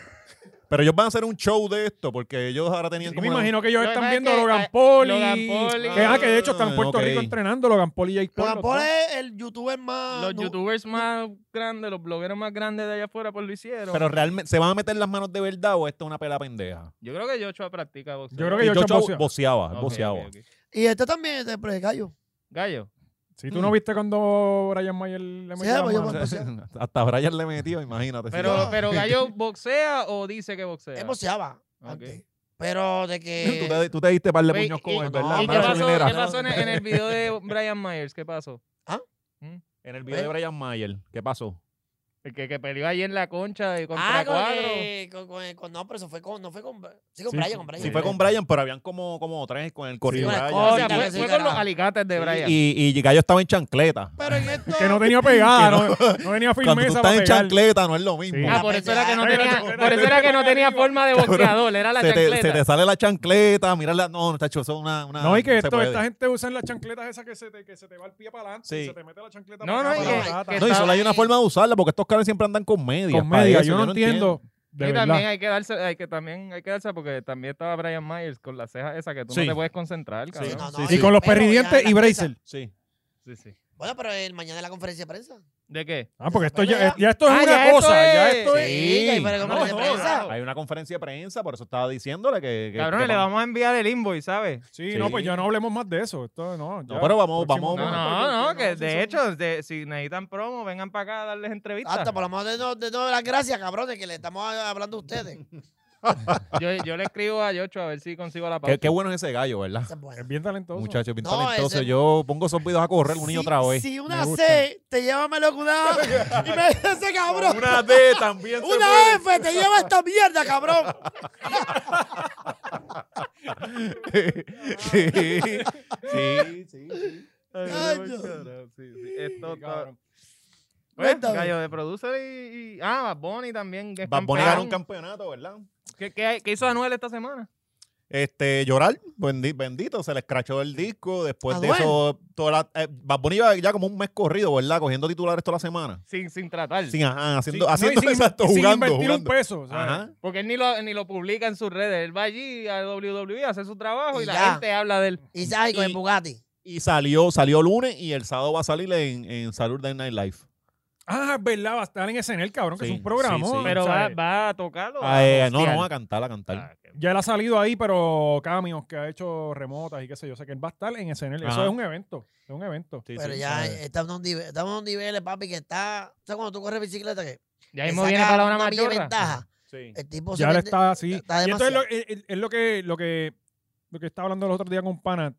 Speaker 2: Pero ellos van a hacer un show de esto, porque ellos ahora tenían
Speaker 1: yo me
Speaker 2: como... una-
Speaker 1: imagino que ellos
Speaker 3: Lo que
Speaker 1: están
Speaker 3: pasa
Speaker 1: viendo
Speaker 3: es
Speaker 1: a
Speaker 3: que,
Speaker 1: Logan
Speaker 3: eh,
Speaker 1: Paul.
Speaker 3: Logan
Speaker 1: y-
Speaker 3: Paul y-
Speaker 1: Que, ah, que de hecho están en
Speaker 2: Ah,
Speaker 1: Puerto
Speaker 2: ok.
Speaker 1: Rico entrenando Logan Paul y Jake Paul.
Speaker 4: Logan
Speaker 1: los
Speaker 4: Paul
Speaker 1: dos.
Speaker 4: es el youtuber más...
Speaker 3: Los
Speaker 4: nu-
Speaker 3: youtubers más grandes, los blogueros más grandes de allá afuera, pues lo hicieron.
Speaker 2: Pero realmente, ¿se van a meter las manos de verdad o esto es una pela pendeja?
Speaker 3: yo creo que Joshua practica boxeo.
Speaker 1: Yo creo que
Speaker 2: Y
Speaker 1: yo
Speaker 2: Joshua
Speaker 1: chambocea.
Speaker 2: boceaba,
Speaker 3: Ok,
Speaker 2: boceaba.
Speaker 3: ok, ok.
Speaker 4: Y este también es de pre- gallo.
Speaker 3: Gallo.
Speaker 1: Si tú no viste cuando Brian Mayer le metió
Speaker 4: Sí,
Speaker 1: la
Speaker 4: pues yo
Speaker 1: mano.
Speaker 4: cuando-
Speaker 2: O sea, [laughs] Hasta Brian le metió, imagínate.
Speaker 3: Pero,
Speaker 2: Sí.
Speaker 3: pero
Speaker 2: [laughs]
Speaker 3: Gallo boxea o dice que boxea.
Speaker 4: Él boceaba
Speaker 3: Ok.
Speaker 4: antes. Pero
Speaker 2: [laughs]
Speaker 4: de
Speaker 3: eh,
Speaker 2: tú, te,
Speaker 4: que...
Speaker 2: tú te diste par de
Speaker 3: Oye,
Speaker 2: puños con
Speaker 3: y-
Speaker 2: él,
Speaker 4: no,
Speaker 2: ¿verdad?
Speaker 3: eh, ¿Y
Speaker 2: En
Speaker 3: qué
Speaker 2: la
Speaker 3: pasó,
Speaker 2: gasolinera.
Speaker 3: qué pasó en, el-
Speaker 2: [laughs]
Speaker 3: en el video de Brian Myers? ¿Qué pasó?
Speaker 2: En el
Speaker 3: eh,
Speaker 2: video de Brian Mayer, ¿qué pasó?
Speaker 3: El que, que peleó ahí en la concha y contra
Speaker 4: Ah, con,
Speaker 3: cuadro.
Speaker 4: eh, con- con- con- no, pero eso fue con, no fue con, sí, con
Speaker 1: Sí,
Speaker 4: Brian,
Speaker 1: sí.
Speaker 3: eh,
Speaker 4: con Brian.
Speaker 2: Si fue con Brian, pero habían como, como tres con el corrido.
Speaker 4: con el
Speaker 2: Brian.
Speaker 3: O
Speaker 4: corte,
Speaker 3: sea,
Speaker 4: Concha,
Speaker 3: fue,
Speaker 4: que sí,
Speaker 3: fue con
Speaker 4: carajo.
Speaker 3: los alicates pues, de Brian.
Speaker 2: Y, y Gallo estaba en chancleta.
Speaker 4: Pero en esto,
Speaker 1: Que no tenía pegada, no, no tenía
Speaker 2: [laughs] Cuando tú
Speaker 1: firmeza
Speaker 2: estás
Speaker 1: para
Speaker 2: en
Speaker 1: pegar.
Speaker 2: chancleta no es lo mismo.
Speaker 1: Sí.
Speaker 3: ah,
Speaker 4: La
Speaker 3: por eso era que no
Speaker 1: pendeja.
Speaker 3: tenía,
Speaker 1: Ay, no,
Speaker 3: por eso era que no tenía forma de boxeador, era la
Speaker 2: se, te, se
Speaker 3: chancleta.
Speaker 2: te sale la chancleta, mira la... No, está hecho eso es una, una...
Speaker 1: No, y que
Speaker 2: se
Speaker 1: esto,
Speaker 2: puede.
Speaker 1: esta gente usa las chancletas esas que se te, que se te va el pie para adelante
Speaker 2: Sí.
Speaker 1: y se te mete la chancleta
Speaker 3: No,
Speaker 1: para acá,
Speaker 3: no,
Speaker 4: y
Speaker 1: para
Speaker 4: que-
Speaker 1: la gata.
Speaker 3: que
Speaker 2: No, y solo hay
Speaker 4: estaba-
Speaker 2: una forma de usarla, porque estos cabros siempre andan con medias.
Speaker 1: Con
Speaker 2: para
Speaker 1: media,
Speaker 2: eso,
Speaker 1: yo no entiendo. De
Speaker 3: y
Speaker 1: verdad.
Speaker 3: también hay que darse, hay que también hay que darse porque también estaba Brian Myers con la ceja esa que tú
Speaker 2: Sí.
Speaker 3: no te puedes concentrar,
Speaker 2: Sí,
Speaker 3: cabrón.
Speaker 2: sí,
Speaker 1: Y
Speaker 2: sí.
Speaker 1: con los
Speaker 4: Pero ya
Speaker 1: perridientes
Speaker 4: la
Speaker 1: y bracer.
Speaker 2: Sí.
Speaker 3: Sí, sí.
Speaker 4: Bueno, pero el mañana de la conferencia de prensa.
Speaker 3: ¿De qué?
Speaker 1: Ah, porque esto
Speaker 4: Pero
Speaker 1: ya,
Speaker 4: ya-
Speaker 1: ya esto es
Speaker 3: Ah,
Speaker 1: una
Speaker 3: ya esto
Speaker 1: cosa. Ya
Speaker 3: es-
Speaker 1: esto es.
Speaker 4: Sí, que para la
Speaker 2: No,
Speaker 4: conferencia de
Speaker 3: no,
Speaker 4: prensa.
Speaker 3: no.
Speaker 2: Hay una conferencia de prensa, por eso estaba diciéndole que... que-
Speaker 3: Cabrones,
Speaker 2: que-
Speaker 3: le vamos a enviar el invoice, ¿sabes?
Speaker 1: Sí,
Speaker 2: Sí.
Speaker 1: no, pues ya no hablemos más de eso. Esto no.
Speaker 2: No,
Speaker 1: ya.
Speaker 2: pero vamos-
Speaker 1: Próximo-
Speaker 2: vamos-
Speaker 3: No,
Speaker 2: Vamos
Speaker 1: porque-
Speaker 3: no, no,
Speaker 1: porque
Speaker 3: que
Speaker 1: sí
Speaker 3: de
Speaker 1: son-
Speaker 3: hecho, de- si necesitan promo, vengan para acá a darles entrevistas.
Speaker 4: Hasta por lo menos de no, de no las gracias, cabrones, que le estamos hablando a ustedes.
Speaker 3: Yo, yo le escribo a Yocho a ver si consigo la pauta.
Speaker 2: Qué, qué bueno es ese gallo, ¿verdad?
Speaker 4: Esa es buena.
Speaker 1: Es bien talentoso.
Speaker 2: [laughs] Muchacho, bien
Speaker 4: No,
Speaker 2: talentoso.
Speaker 4: ese-
Speaker 2: Yo pongo esos videos a correr un niño
Speaker 4: Si-
Speaker 2: otra vez.
Speaker 4: Si
Speaker 1: Me
Speaker 4: una
Speaker 1: gusta.
Speaker 4: C te lleva melocudado y me dice ese cabrón. Una,
Speaker 2: D también
Speaker 4: F te lleva esta mierda, cabrón.
Speaker 1: [laughs]
Speaker 2: sí, sí, sí.
Speaker 3: Ay,
Speaker 4: Gallo.
Speaker 3: no, cabrón, sí, sí, Esto
Speaker 1: Sí,
Speaker 3: está.
Speaker 1: cabrón.
Speaker 3: Pues,
Speaker 4: Cuéntame.
Speaker 3: Gallo de producer y, y- Ah, Bad Bunny también. que es
Speaker 2: Bad Bunny
Speaker 3: campeón.
Speaker 2: ganó un campeonato, ¿verdad?
Speaker 3: ¿Qué, qué, hay- qué hizo Anuel esta semana?
Speaker 2: Este, llorar, bendi- bendito, se le escrachó el disco. Después
Speaker 4: Ah,
Speaker 2: de eso, toda la, eh, Bad Bunny iba ya como un mes corrido, ¿verdad? Cogiendo titulares toda la semana.
Speaker 3: Sin, sin tratar.
Speaker 2: Sin, ajá, haciendo,
Speaker 1: Sí, no, y
Speaker 2: haciendo
Speaker 1: sin-
Speaker 2: [laughs] exacto,
Speaker 1: sin
Speaker 2: jugando.
Speaker 1: invertir un
Speaker 2: jugando.
Speaker 1: peso. o sea,
Speaker 2: Ajá.
Speaker 3: Porque él ni lo, ni lo publica en sus redes. Él va allí a WWE, hace su trabajo y,
Speaker 4: Y
Speaker 3: la
Speaker 4: ya.
Speaker 3: gente habla de él.
Speaker 4: Y sabes, con
Speaker 2: Y-
Speaker 4: el Bugatti.
Speaker 2: Y salió, salió lunes y el sábado va a salir en, en Saturday Night Live.
Speaker 1: Ah, es verdad, va a estar en SNL, cabrón, que
Speaker 2: Sí,
Speaker 1: es un programa.
Speaker 2: sí, sí.
Speaker 3: Pero
Speaker 1: o sea,
Speaker 3: va, va a tocarlo.
Speaker 2: Ah, eh, no, no, a cantar, a cantar.
Speaker 1: Ya él ha salido ahí, pero cambios que ha hecho remotas y qué sé yo. O sea, que él va a estar en SNL. Eso
Speaker 2: Ajá.
Speaker 1: es un evento. Es un evento.
Speaker 2: Sí,
Speaker 4: Pero
Speaker 2: sí,
Speaker 4: ya
Speaker 2: eh,
Speaker 4: estamos en, un nivel, estamos en un nivel, eh, papi, que está. O sea, cuando tú corres bicicleta, que
Speaker 3: Ya
Speaker 4: que
Speaker 3: mismo viene
Speaker 4: saca
Speaker 3: para una
Speaker 4: milla de
Speaker 3: machorra.
Speaker 4: ventaja. El tipo
Speaker 1: Ya
Speaker 4: se
Speaker 1: él
Speaker 4: vende-
Speaker 1: está así.
Speaker 4: está
Speaker 1: y entonces lo,
Speaker 4: demasiado.
Speaker 1: es, es- es lo que lo que lo que estaba hablando los otros días con Pana.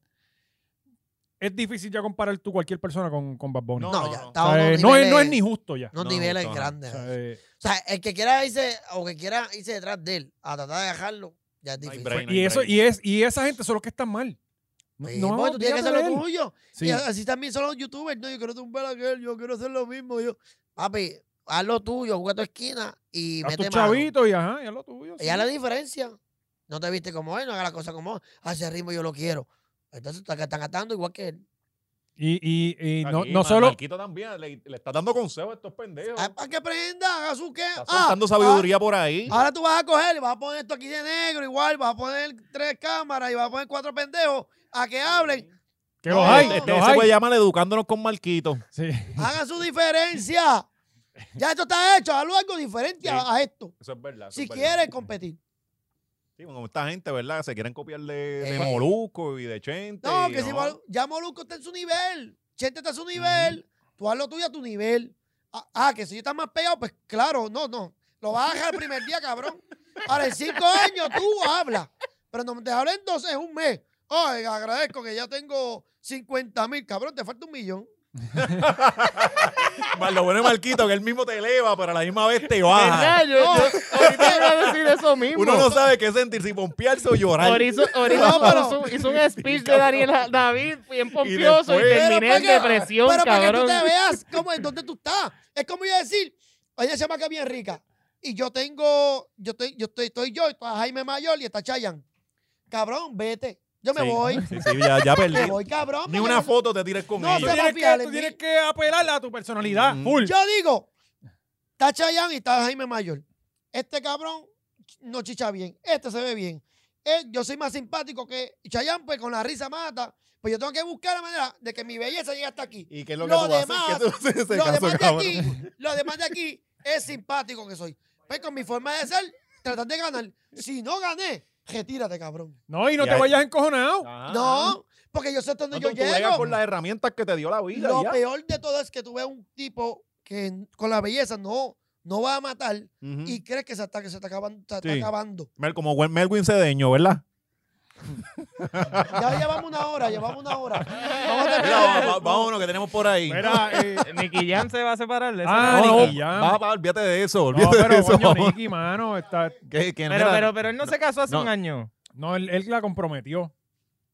Speaker 1: Es difícil ya comparar tú cualquier persona con, con Bad Bunny.
Speaker 4: No,
Speaker 1: O sea,
Speaker 2: no,
Speaker 4: ya
Speaker 2: no.
Speaker 4: estamos
Speaker 1: eh,
Speaker 4: en unos
Speaker 1: no, es,
Speaker 4: niveles-
Speaker 1: no es ni justo ya.
Speaker 4: Unos
Speaker 2: No,
Speaker 4: niveles
Speaker 2: no, no.
Speaker 1: O
Speaker 4: grandes.
Speaker 1: sea, eh,
Speaker 4: O sea, el que quiera irse, o que quiera irse detrás de él, a tratar de dejarlo, ya es difícil.
Speaker 2: break.
Speaker 1: y
Speaker 2: no
Speaker 1: eso
Speaker 2: break.
Speaker 1: y es y esa gente son los que están mal. No,
Speaker 4: Sí,
Speaker 1: no,
Speaker 4: porque tú tienes que hacer
Speaker 1: olvídate
Speaker 4: lo
Speaker 1: de él.
Speaker 4: tuyo.
Speaker 1: Sí.
Speaker 4: Y así también son los youtubers, no, yo quiero tumbar a aquel, yo quiero hacer lo mismo. Yo, papi, haz lo tuyo, juega a tu esquina y
Speaker 1: a
Speaker 4: mete
Speaker 1: tus
Speaker 4: mano.
Speaker 1: chavitos y ajá, y a lo tuyo.
Speaker 4: Ella es la diferencia. No te viste como él, no haga las cosas como él. A ese ritmo yo lo quiero. Entonces está- están atando igual que él.
Speaker 1: Y, y, y no,
Speaker 2: Aquí,
Speaker 1: no
Speaker 2: Mar-
Speaker 1: solo.
Speaker 2: Marquito también le, le está dando consejos a estos pendejos.
Speaker 4: Ah, Para que prenda, haga su qué.
Speaker 2: Está
Speaker 4: Ah,
Speaker 2: soltando sabiduría por ahí.
Speaker 4: ah, ahora tú vas a coger y vas a poner esto aquí de negro, igual, vas a poner tres cámaras y vas a poner cuatro pendejos a que hablen.
Speaker 1: Que los
Speaker 4: no,
Speaker 1: hay.
Speaker 2: este,
Speaker 1: los
Speaker 2: ese
Speaker 1: hay.
Speaker 2: güey llama Educándonos con Marquito.
Speaker 1: Sí.
Speaker 4: Hagan su diferencia. Ya esto está hecho, hazlo algo diferente
Speaker 2: Sí.
Speaker 4: a, a esto.
Speaker 2: Eso es verdad.
Speaker 4: Si quieres competir.
Speaker 2: como esta gente, ¿verdad? Se quieren copiar de, de
Speaker 4: Eh.
Speaker 2: Molusco y de Chente.
Speaker 4: No,
Speaker 2: y
Speaker 4: que si Mol- ya Molusco está en su nivel, Chente está en su nivel, tú haz lo tuyo a tu nivel. Ah, ah, que si yo estás más pegado, pues claro, no, no. Lo vas a dejar el primer día, cabrón. Ahora, en cinco años tú hablas, pero no te hablen dos en un mes. Ay, agradezco que ya tengo 50 mil, cabrón, te falta un millón.
Speaker 2: Más lo bueno es Marquito, que él mismo te eleva, pero a la misma vez te
Speaker 1: [laughs]
Speaker 2: baja.
Speaker 3: ¿Verdad? Yo, yo- ahorita iba a decir eso mismo.
Speaker 2: Uno no sabe qué sentir, si pompearse o llorar.
Speaker 3: Ahorita, ahorita
Speaker 4: No, pero-
Speaker 3: hizo, hizo un speech de Daniel David bien pompioso y,
Speaker 2: después- Pero
Speaker 3: terminé
Speaker 4: pa'
Speaker 3: en depresión,
Speaker 4: pero para que tú
Speaker 3: cabrón.
Speaker 4: te veas cómo, en dónde tú estás. Es como yo decir, oye, esa chamaca es bien rica. Y yo tengo, yo estoy, yo estoy, estoy yo, está Jaime Mayor y está Chayan. Cabrón, vete. Yo me
Speaker 2: Sí,
Speaker 4: voy.
Speaker 2: [laughs] Sí, sí, ya, ya perdí.
Speaker 4: Me voy, cabrón.
Speaker 2: Ni
Speaker 4: porque
Speaker 2: una
Speaker 4: no-
Speaker 2: foto te tires con
Speaker 4: No,
Speaker 1: Tú
Speaker 2: ellos.
Speaker 4: se-
Speaker 1: tienes,
Speaker 4: confiar
Speaker 1: que,
Speaker 4: en
Speaker 1: tú
Speaker 4: mí.
Speaker 1: tienes que apelar a tu personalidad.
Speaker 2: Mm.
Speaker 1: Full.
Speaker 4: Yo digo, está Chayanne y está Jaime Mayor. Este cabrón no chicha bien. Este se ve bien. Eh, yo soy más simpático que Chayanne, pues con la risa mata. Pues yo tengo que buscar la manera de que mi belleza llegue hasta aquí.
Speaker 2: ¿Y qué es lo que
Speaker 4: Lo
Speaker 2: tú vas a
Speaker 4: demás-
Speaker 2: hacer? ¿Qué tú haces en ese
Speaker 4: lo,
Speaker 2: caso,
Speaker 4: demás de
Speaker 2: cabrón?
Speaker 4: aquí, lo demás de aquí es simpático que soy. Pues con mi forma de ser, tratar de ganar. Si no gané, retírate, cabrón.
Speaker 1: No, y no
Speaker 2: Y
Speaker 1: te
Speaker 2: ahí-
Speaker 1: vayas encojonado.
Speaker 2: Ajá.
Speaker 4: No, porque yo sé hasta dónde
Speaker 2: Ah. No,
Speaker 4: yo
Speaker 2: tú- tú bregas
Speaker 4: llego.
Speaker 2: con las herramientas que te dio la vida.
Speaker 4: Lo
Speaker 2: ya.
Speaker 4: peor de todo es que tú ves un tipo que n- con la belleza no, no va a matar
Speaker 2: Ujú.
Speaker 4: y crees que se está, que se está acabando. se está
Speaker 2: Sí.
Speaker 4: acabando.
Speaker 2: Mel- como buen Melwin Cedeño,
Speaker 4: [laughs]
Speaker 2: ¿verdad?
Speaker 4: Ya llevamos una hora, llevamos una hora.
Speaker 2: [laughs]
Speaker 4: Vamos a
Speaker 2: Mira,
Speaker 4: terminar.
Speaker 2: va- va- vámonos que tenemos por ahí.
Speaker 1: Mira, eh,
Speaker 3: [laughs] Nicky Jam se va a separar de
Speaker 1: Ah,
Speaker 3: esa-
Speaker 1: Nicky
Speaker 3: No,
Speaker 1: Jam.
Speaker 2: Va, va, olvídate de eso,
Speaker 1: eh, no,
Speaker 2: olvídate de
Speaker 1: pero
Speaker 2: eso.
Speaker 1: coño,
Speaker 2: vamos.
Speaker 1: Nicky, mano, está,
Speaker 2: [laughs] Que- que
Speaker 3: Pero,
Speaker 2: mira,
Speaker 3: pero, pero él no, se casó hace
Speaker 2: no.
Speaker 3: un año.
Speaker 1: no, él, él la comprometió.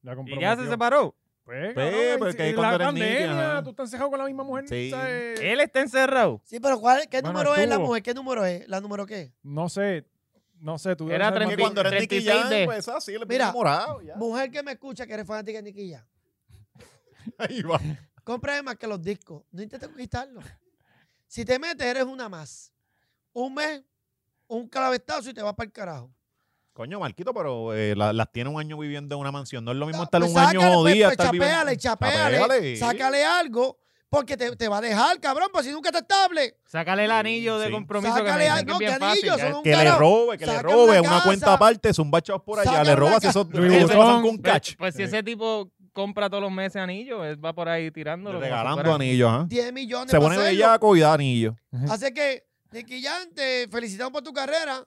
Speaker 1: La
Speaker 3: Y
Speaker 1: comprometió.
Speaker 3: ya se separó.
Speaker 1: Pues,
Speaker 2: Pues,
Speaker 1: cabrón,
Speaker 2: pues,
Speaker 1: y-
Speaker 2: que
Speaker 1: y
Speaker 2: cuando
Speaker 1: la
Speaker 2: eres niña,
Speaker 1: pandemia,
Speaker 2: ajá.
Speaker 1: tú estás encejado con la misma mujer.
Speaker 2: Sí.
Speaker 1: ¿sabes?
Speaker 3: Él está encerrado.
Speaker 4: Sí, pero ¿cuál, ¿qué
Speaker 1: Bueno,
Speaker 4: número es la
Speaker 1: estuvo.
Speaker 4: mujer? ¿Qué número es? ¿La número qué?
Speaker 1: No sé, no sé. Tú
Speaker 3: Era
Speaker 1: debes saber más
Speaker 3: 30.
Speaker 2: que
Speaker 1: bien.
Speaker 2: cuando eres Nicky
Speaker 3: 36
Speaker 2: Jam,
Speaker 3: de-
Speaker 2: pues así, le
Speaker 4: Mira.
Speaker 2: mira morado. Ya.
Speaker 4: Mujer que me escucha que eres fanática de Nicky Jam.
Speaker 2: [laughs] Ahí va.
Speaker 4: Compra más que los discos. No intentes conquistarlo. Si te metes, eres una más. Un mes, un calavestazo y te vas para el carajo.
Speaker 2: Coño, Marquito, pero eh, la- las tiene un año viviendo en una mansión. No es lo mismo
Speaker 4: No,
Speaker 2: estar
Speaker 4: pues
Speaker 2: un
Speaker 4: sácale,
Speaker 2: año jodida.
Speaker 4: Pues, pues,
Speaker 2: estar viviendo-
Speaker 4: chapeale, chapeale,
Speaker 2: Chapeale.
Speaker 4: Sácale algo. Porque te, te va a dejar, cabrón, pues si nunca está estable.
Speaker 3: Sácale el anillo de
Speaker 2: Sí.
Speaker 3: compromiso que me
Speaker 4: Sácale
Speaker 3: dicen
Speaker 4: algo,
Speaker 3: que es bien
Speaker 4: que anillo,
Speaker 3: fácil.
Speaker 4: son un
Speaker 2: Que le
Speaker 4: carajo.
Speaker 2: robe, que le
Speaker 4: Saca
Speaker 2: robe
Speaker 4: una
Speaker 2: una,
Speaker 4: casa.
Speaker 2: cuenta aparte, son bachados por allá,
Speaker 4: Saca
Speaker 2: le
Speaker 4: una
Speaker 2: robas
Speaker 4: casa.
Speaker 2: esos
Speaker 1: Louis
Speaker 2: ellos se pasan
Speaker 1: Vuitton.
Speaker 2: con
Speaker 3: Pues,
Speaker 2: catch.
Speaker 3: pues si ese tipo compra todos los meses anillos, él va por ahí tirándolo. como si
Speaker 2: Regalando
Speaker 3: fuera-
Speaker 2: anillos, ajá.
Speaker 4: 10 millones
Speaker 2: Se
Speaker 4: para
Speaker 2: pone
Speaker 4: hacerlo.
Speaker 2: bellaco y da anillos.
Speaker 4: Así que, Nicky Jam, te felicitamos por tu carrera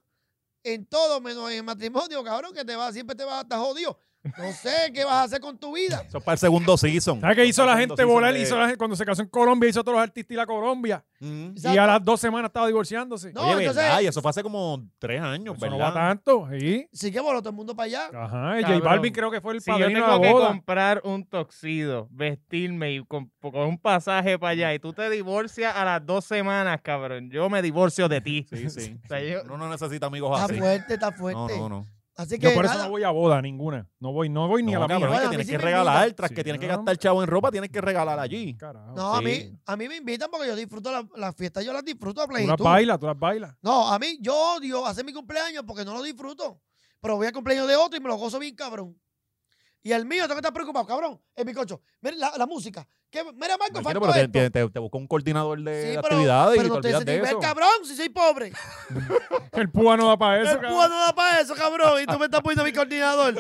Speaker 4: en todo menos en matrimonio, cabrón, que te va, siempre te vas a estar jodido. No sé qué vas a hacer con tu vida.
Speaker 2: Eso es para el segundo season.
Speaker 1: ¿Sabes qué hizo la
Speaker 2: Segundo
Speaker 1: gente
Speaker 2: season
Speaker 1: volar?
Speaker 2: de-
Speaker 1: Hizo la gente, cuando se casó en Colombia, hizo a todos los artistas y la Colombia.
Speaker 2: Mm.
Speaker 1: Y a
Speaker 4: Exacto.
Speaker 1: las dos semanas estaba divorciándose.
Speaker 4: No,
Speaker 2: Oye,
Speaker 4: entonces-
Speaker 2: ¿verdad? Y eso fue hace como tres años,
Speaker 1: Eso no va
Speaker 2: ¿verdad?
Speaker 1: tanto. Sí.
Speaker 4: Sí que voló todo el mundo para allá.
Speaker 1: Ajá. y J
Speaker 3: Cabrón.
Speaker 1: Balvin creo que fue el
Speaker 3: Si yo
Speaker 1: padrino de la
Speaker 3: tengo que
Speaker 1: boda.
Speaker 3: comprar un toxido, vestirme y con, con un pasaje para allá y tú te divorcias a las dos semanas, cabrón, yo me divorcio de ti.
Speaker 1: [laughs]
Speaker 2: Sí, sí.
Speaker 3: O sea, yo-
Speaker 2: Uno no necesita amigos
Speaker 4: Está
Speaker 2: así.
Speaker 4: Ah, fuerte, está
Speaker 2: No,
Speaker 4: fuerte.
Speaker 2: no, no.
Speaker 4: Así que
Speaker 1: Yo por eso
Speaker 4: nada,
Speaker 1: no voy a boda ninguna. No voy, no voy ni a
Speaker 2: No,
Speaker 1: la mía.
Speaker 2: cabrón, es
Speaker 4: Bueno, a
Speaker 2: que
Speaker 4: mí
Speaker 2: tienes
Speaker 4: sí
Speaker 2: que
Speaker 4: me
Speaker 2: regalar,
Speaker 4: invitan.
Speaker 2: tras que
Speaker 1: Sí,
Speaker 2: tienes que
Speaker 1: no.
Speaker 2: gastar chavo en ropa, tienes que regalar allí.
Speaker 1: Carajo.
Speaker 4: no, a,
Speaker 2: Sí.
Speaker 4: mí, a mí me invitan porque yo disfruto la- las fiestas, yo las disfruto a
Speaker 1: Tú
Speaker 4: plenitud.
Speaker 1: las bailas, tú las bailas.
Speaker 4: No, a mí yo odio hacer mi cumpleaños porque no lo disfruto. Pero voy al cumpleaños de otro y me lo gozo bien, cabrón. Y el mío, tengo que estar preocupado, cabrón. El bizcocho. Mira la, la música. ¿Qué- mira, Marco,
Speaker 2: Imagínate,
Speaker 4: faltó
Speaker 2: pero te,
Speaker 4: esto.
Speaker 2: te, te- te busca un coordinador de
Speaker 4: Sí, pero,
Speaker 2: actividades
Speaker 4: pero
Speaker 2: y te
Speaker 4: no te
Speaker 2: olvidas de
Speaker 4: desanimes,
Speaker 2: eso.
Speaker 4: cabrón, si
Speaker 2: [laughs]
Speaker 4: soy pobre.
Speaker 1: El púa no da para eso.
Speaker 4: El
Speaker 1: cabrón.
Speaker 4: púa no da para eso, cabrón. Y tú me estás poniendo
Speaker 2: [laughs]
Speaker 4: mi coordinador.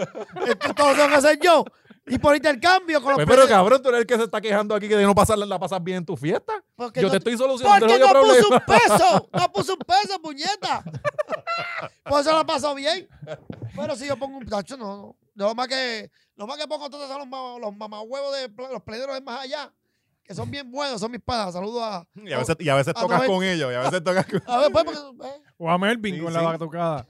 Speaker 4: Esto todo lo tengo que hacer yo. Y por intercambio con los
Speaker 2: Pues, pero
Speaker 4: precios,
Speaker 2: cabrón, tú eres el que se está quejando aquí que de no pasarla, la pasas bien en tu fiesta.
Speaker 4: porque
Speaker 2: Yo
Speaker 4: no-
Speaker 2: te estoy solucionando
Speaker 4: Porque
Speaker 2: el
Speaker 4: no
Speaker 2: otro
Speaker 4: puso
Speaker 2: [laughs]
Speaker 4: un
Speaker 2: problema.
Speaker 4: peso. No puso un peso, puñeta. Por eso la pasó bien. Pero si yo pongo un tacho, no, no. Yo Lo más que, lo más que pongo entonces son los, ma- los mamahuevos de pla- los pleneros de más allá. Que son bien buenos, son mis panas. Saludos a.
Speaker 2: Y a veces, y a veces
Speaker 4: A
Speaker 2: tocas
Speaker 4: través-
Speaker 2: con ellos, y a veces tocas [laughs] con
Speaker 4: A ver, pues, porque, eh,
Speaker 1: O a Melvin
Speaker 2: Sí,
Speaker 1: con
Speaker 2: sí.
Speaker 1: la
Speaker 4: [laughs]
Speaker 1: batucada.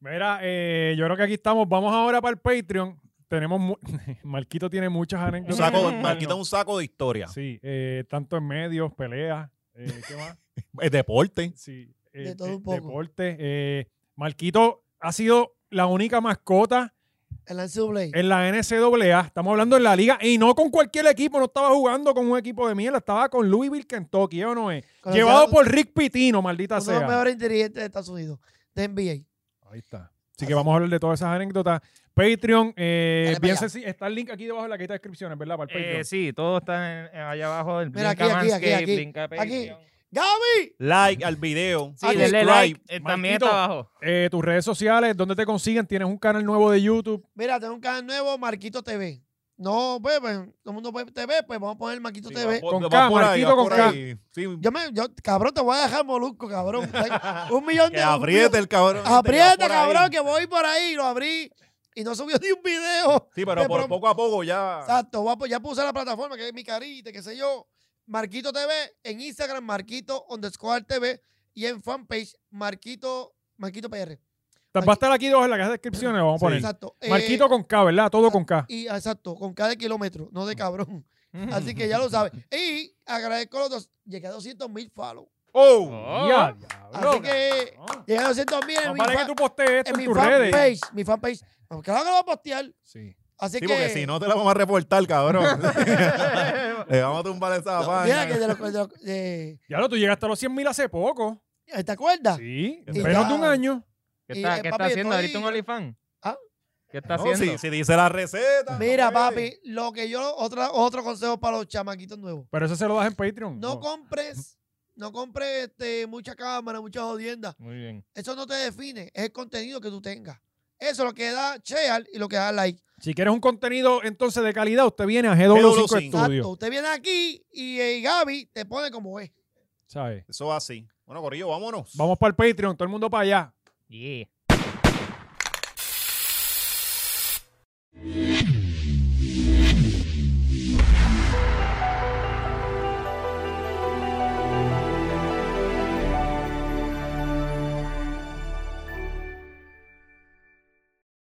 Speaker 1: Mira, eh, yo creo que aquí estamos. Vamos ahora para el Patreon. Tenemos mu- [laughs] Marquito tiene muchas
Speaker 2: un
Speaker 1: anécdotas.
Speaker 2: saco,
Speaker 1: Bueno,
Speaker 2: Marquita, un saco de historia.
Speaker 1: Sí, eh, tanto en medios, peleas, eh,
Speaker 4: [laughs]
Speaker 1: ¿qué más?
Speaker 2: Es deporte.
Speaker 1: Sí,
Speaker 4: De
Speaker 1: eh,
Speaker 4: todo
Speaker 1: de-
Speaker 4: un poco.
Speaker 1: Deporte. eh, Marquito ha sido la única mascota
Speaker 4: el NCAA.
Speaker 1: en la NCAA. Estamos hablando en la liga y no con cualquier equipo. No estaba jugando con un equipo de mierda. Estaba con Louisville, Kentucky. ¿eh o no es?
Speaker 4: Con los
Speaker 1: Llevado
Speaker 4: Seattle-
Speaker 1: por Rick Pitino, maldita
Speaker 4: uno de los
Speaker 1: sea.
Speaker 4: mejores inteligentes de Estados Unidos. De NBA.
Speaker 1: Ahí está. Así que vamos a hablar de todas esas anécdotas. Patreon, eh,
Speaker 4: Dale pa'
Speaker 1: bien
Speaker 4: allá.
Speaker 1: sencillo. Está el link aquí debajo en la cajita de descripciones, ¿verdad? Para el Patreon.
Speaker 3: Eh, sí, todo está en- allá abajo del
Speaker 4: Mira,
Speaker 3: Blinka
Speaker 4: aquí, aquí, aquí,
Speaker 3: Manscape,
Speaker 4: aquí.
Speaker 3: Blinka
Speaker 4: Aquí.
Speaker 3: Patreon.
Speaker 4: ¡Gaby!
Speaker 2: Like al video.
Speaker 3: Sí, denle
Speaker 2: subscribe.
Speaker 3: like. eh, también
Speaker 1: Marquito.
Speaker 3: está abajo.
Speaker 1: Eh, tus redes sociales, ¿dónde te consiguen? Tienes un canal nuevo de YouTube.
Speaker 4: Mira, tengo un canal nuevo, Marquito TV. No, pues, pues, todo el mundo puede TV, pues vamos a poner Marquito
Speaker 2: Sí,
Speaker 4: TV.
Speaker 2: va por-
Speaker 1: Con
Speaker 2: va
Speaker 1: K,
Speaker 2: por ahí,
Speaker 1: Marquito
Speaker 2: va
Speaker 1: con
Speaker 2: por
Speaker 1: K.
Speaker 2: ahí. Sí,
Speaker 4: Yo me, yo, cabrón, te voy a dejar
Speaker 2: [laughs]
Speaker 4: molusco, cabrón. Un millón de
Speaker 2: que apriete el cabrón. que va
Speaker 4: Aprieta,
Speaker 2: por ahí.
Speaker 4: cabrón, que voy por ahí. Lo abrí y no subió ni un video.
Speaker 2: Sí, pero
Speaker 4: De
Speaker 2: por
Speaker 4: pronto-
Speaker 2: poco a poco ya.
Speaker 4: Exacto, voy a po- ya puse la plataforma, que es mi carita, qué sé yo. Marquito TV, en Instagram, Marquito underscore TV y en fanpage, Marquito, Marquito PR.
Speaker 1: Va a estar aquí debajo en la caja de descripciones, vamos a poner.
Speaker 4: Exacto. eh,
Speaker 1: Marquito con K, ¿verdad? Todo con K.
Speaker 4: y exacto, con cada kilómetro, no de
Speaker 1: [laughs]
Speaker 4: cabrón. Así que ya lo sabes. Y agradezco los dos. Llegué a 200 mil follows.
Speaker 2: ¡Oh!
Speaker 3: Oh.
Speaker 1: Ya, diablo,
Speaker 4: Así que
Speaker 1: cabrón.
Speaker 4: llegué a 200 mil en,
Speaker 1: Más
Speaker 4: mi,
Speaker 1: vale
Speaker 4: fa-
Speaker 1: que tú postees esto en,
Speaker 4: en Eh, mi
Speaker 1: tus redes.
Speaker 4: fanpage. Mi fanpage. Claro que lo voy a postear.
Speaker 1: Sí.
Speaker 4: Así
Speaker 2: Sí,
Speaker 4: que.
Speaker 2: porque si no te la vamos a reportar,
Speaker 4: [laughs]
Speaker 2: cabrón. [laughs] Le vamos a tumbar esa
Speaker 4: Mira
Speaker 2: página.
Speaker 4: que de lo- de lo- de-
Speaker 1: Ya lo, tú llegaste a los 100 mil hace poco.
Speaker 4: ¿Te acuerdas?
Speaker 1: Sí.
Speaker 4: Ah, Y
Speaker 1: En menos
Speaker 4: ya.
Speaker 1: de un año.
Speaker 3: ¿Qué
Speaker 4: Y,
Speaker 3: está,
Speaker 4: eh,
Speaker 3: qué
Speaker 4: papi,
Speaker 3: está haciendo?
Speaker 4: estoy-
Speaker 3: ¿Ahorita un olifán?
Speaker 4: ¿Ah?
Speaker 3: ¿Qué está
Speaker 2: No,
Speaker 3: haciendo?
Speaker 2: si, si dice la receta.
Speaker 4: Mira,
Speaker 2: no puede.
Speaker 4: papi, lo que yo. Otra, otro consejo para los chamaquitos nuevos.
Speaker 1: Pero eso se lo das en Patreon.
Speaker 4: No
Speaker 1: Oh.
Speaker 4: compres. No compres este, mucha cámara, mucha jodienda.
Speaker 3: Muy bien.
Speaker 4: Eso no te define. Es el contenido que tú tengas. Eso es lo que da share y lo que da like.
Speaker 1: Si quieres un contenido entonces de calidad, usted viene a GW5
Speaker 2: GW5.
Speaker 1: Studio.
Speaker 4: Exacto. Usted viene aquí y, eh, Gaby te pone como es.
Speaker 1: ¿Sabes?
Speaker 2: Eso va así. Bueno, Corillo, vámonos.
Speaker 1: Vamos para el Patreon, todo el mundo para allá.
Speaker 3: Yeah.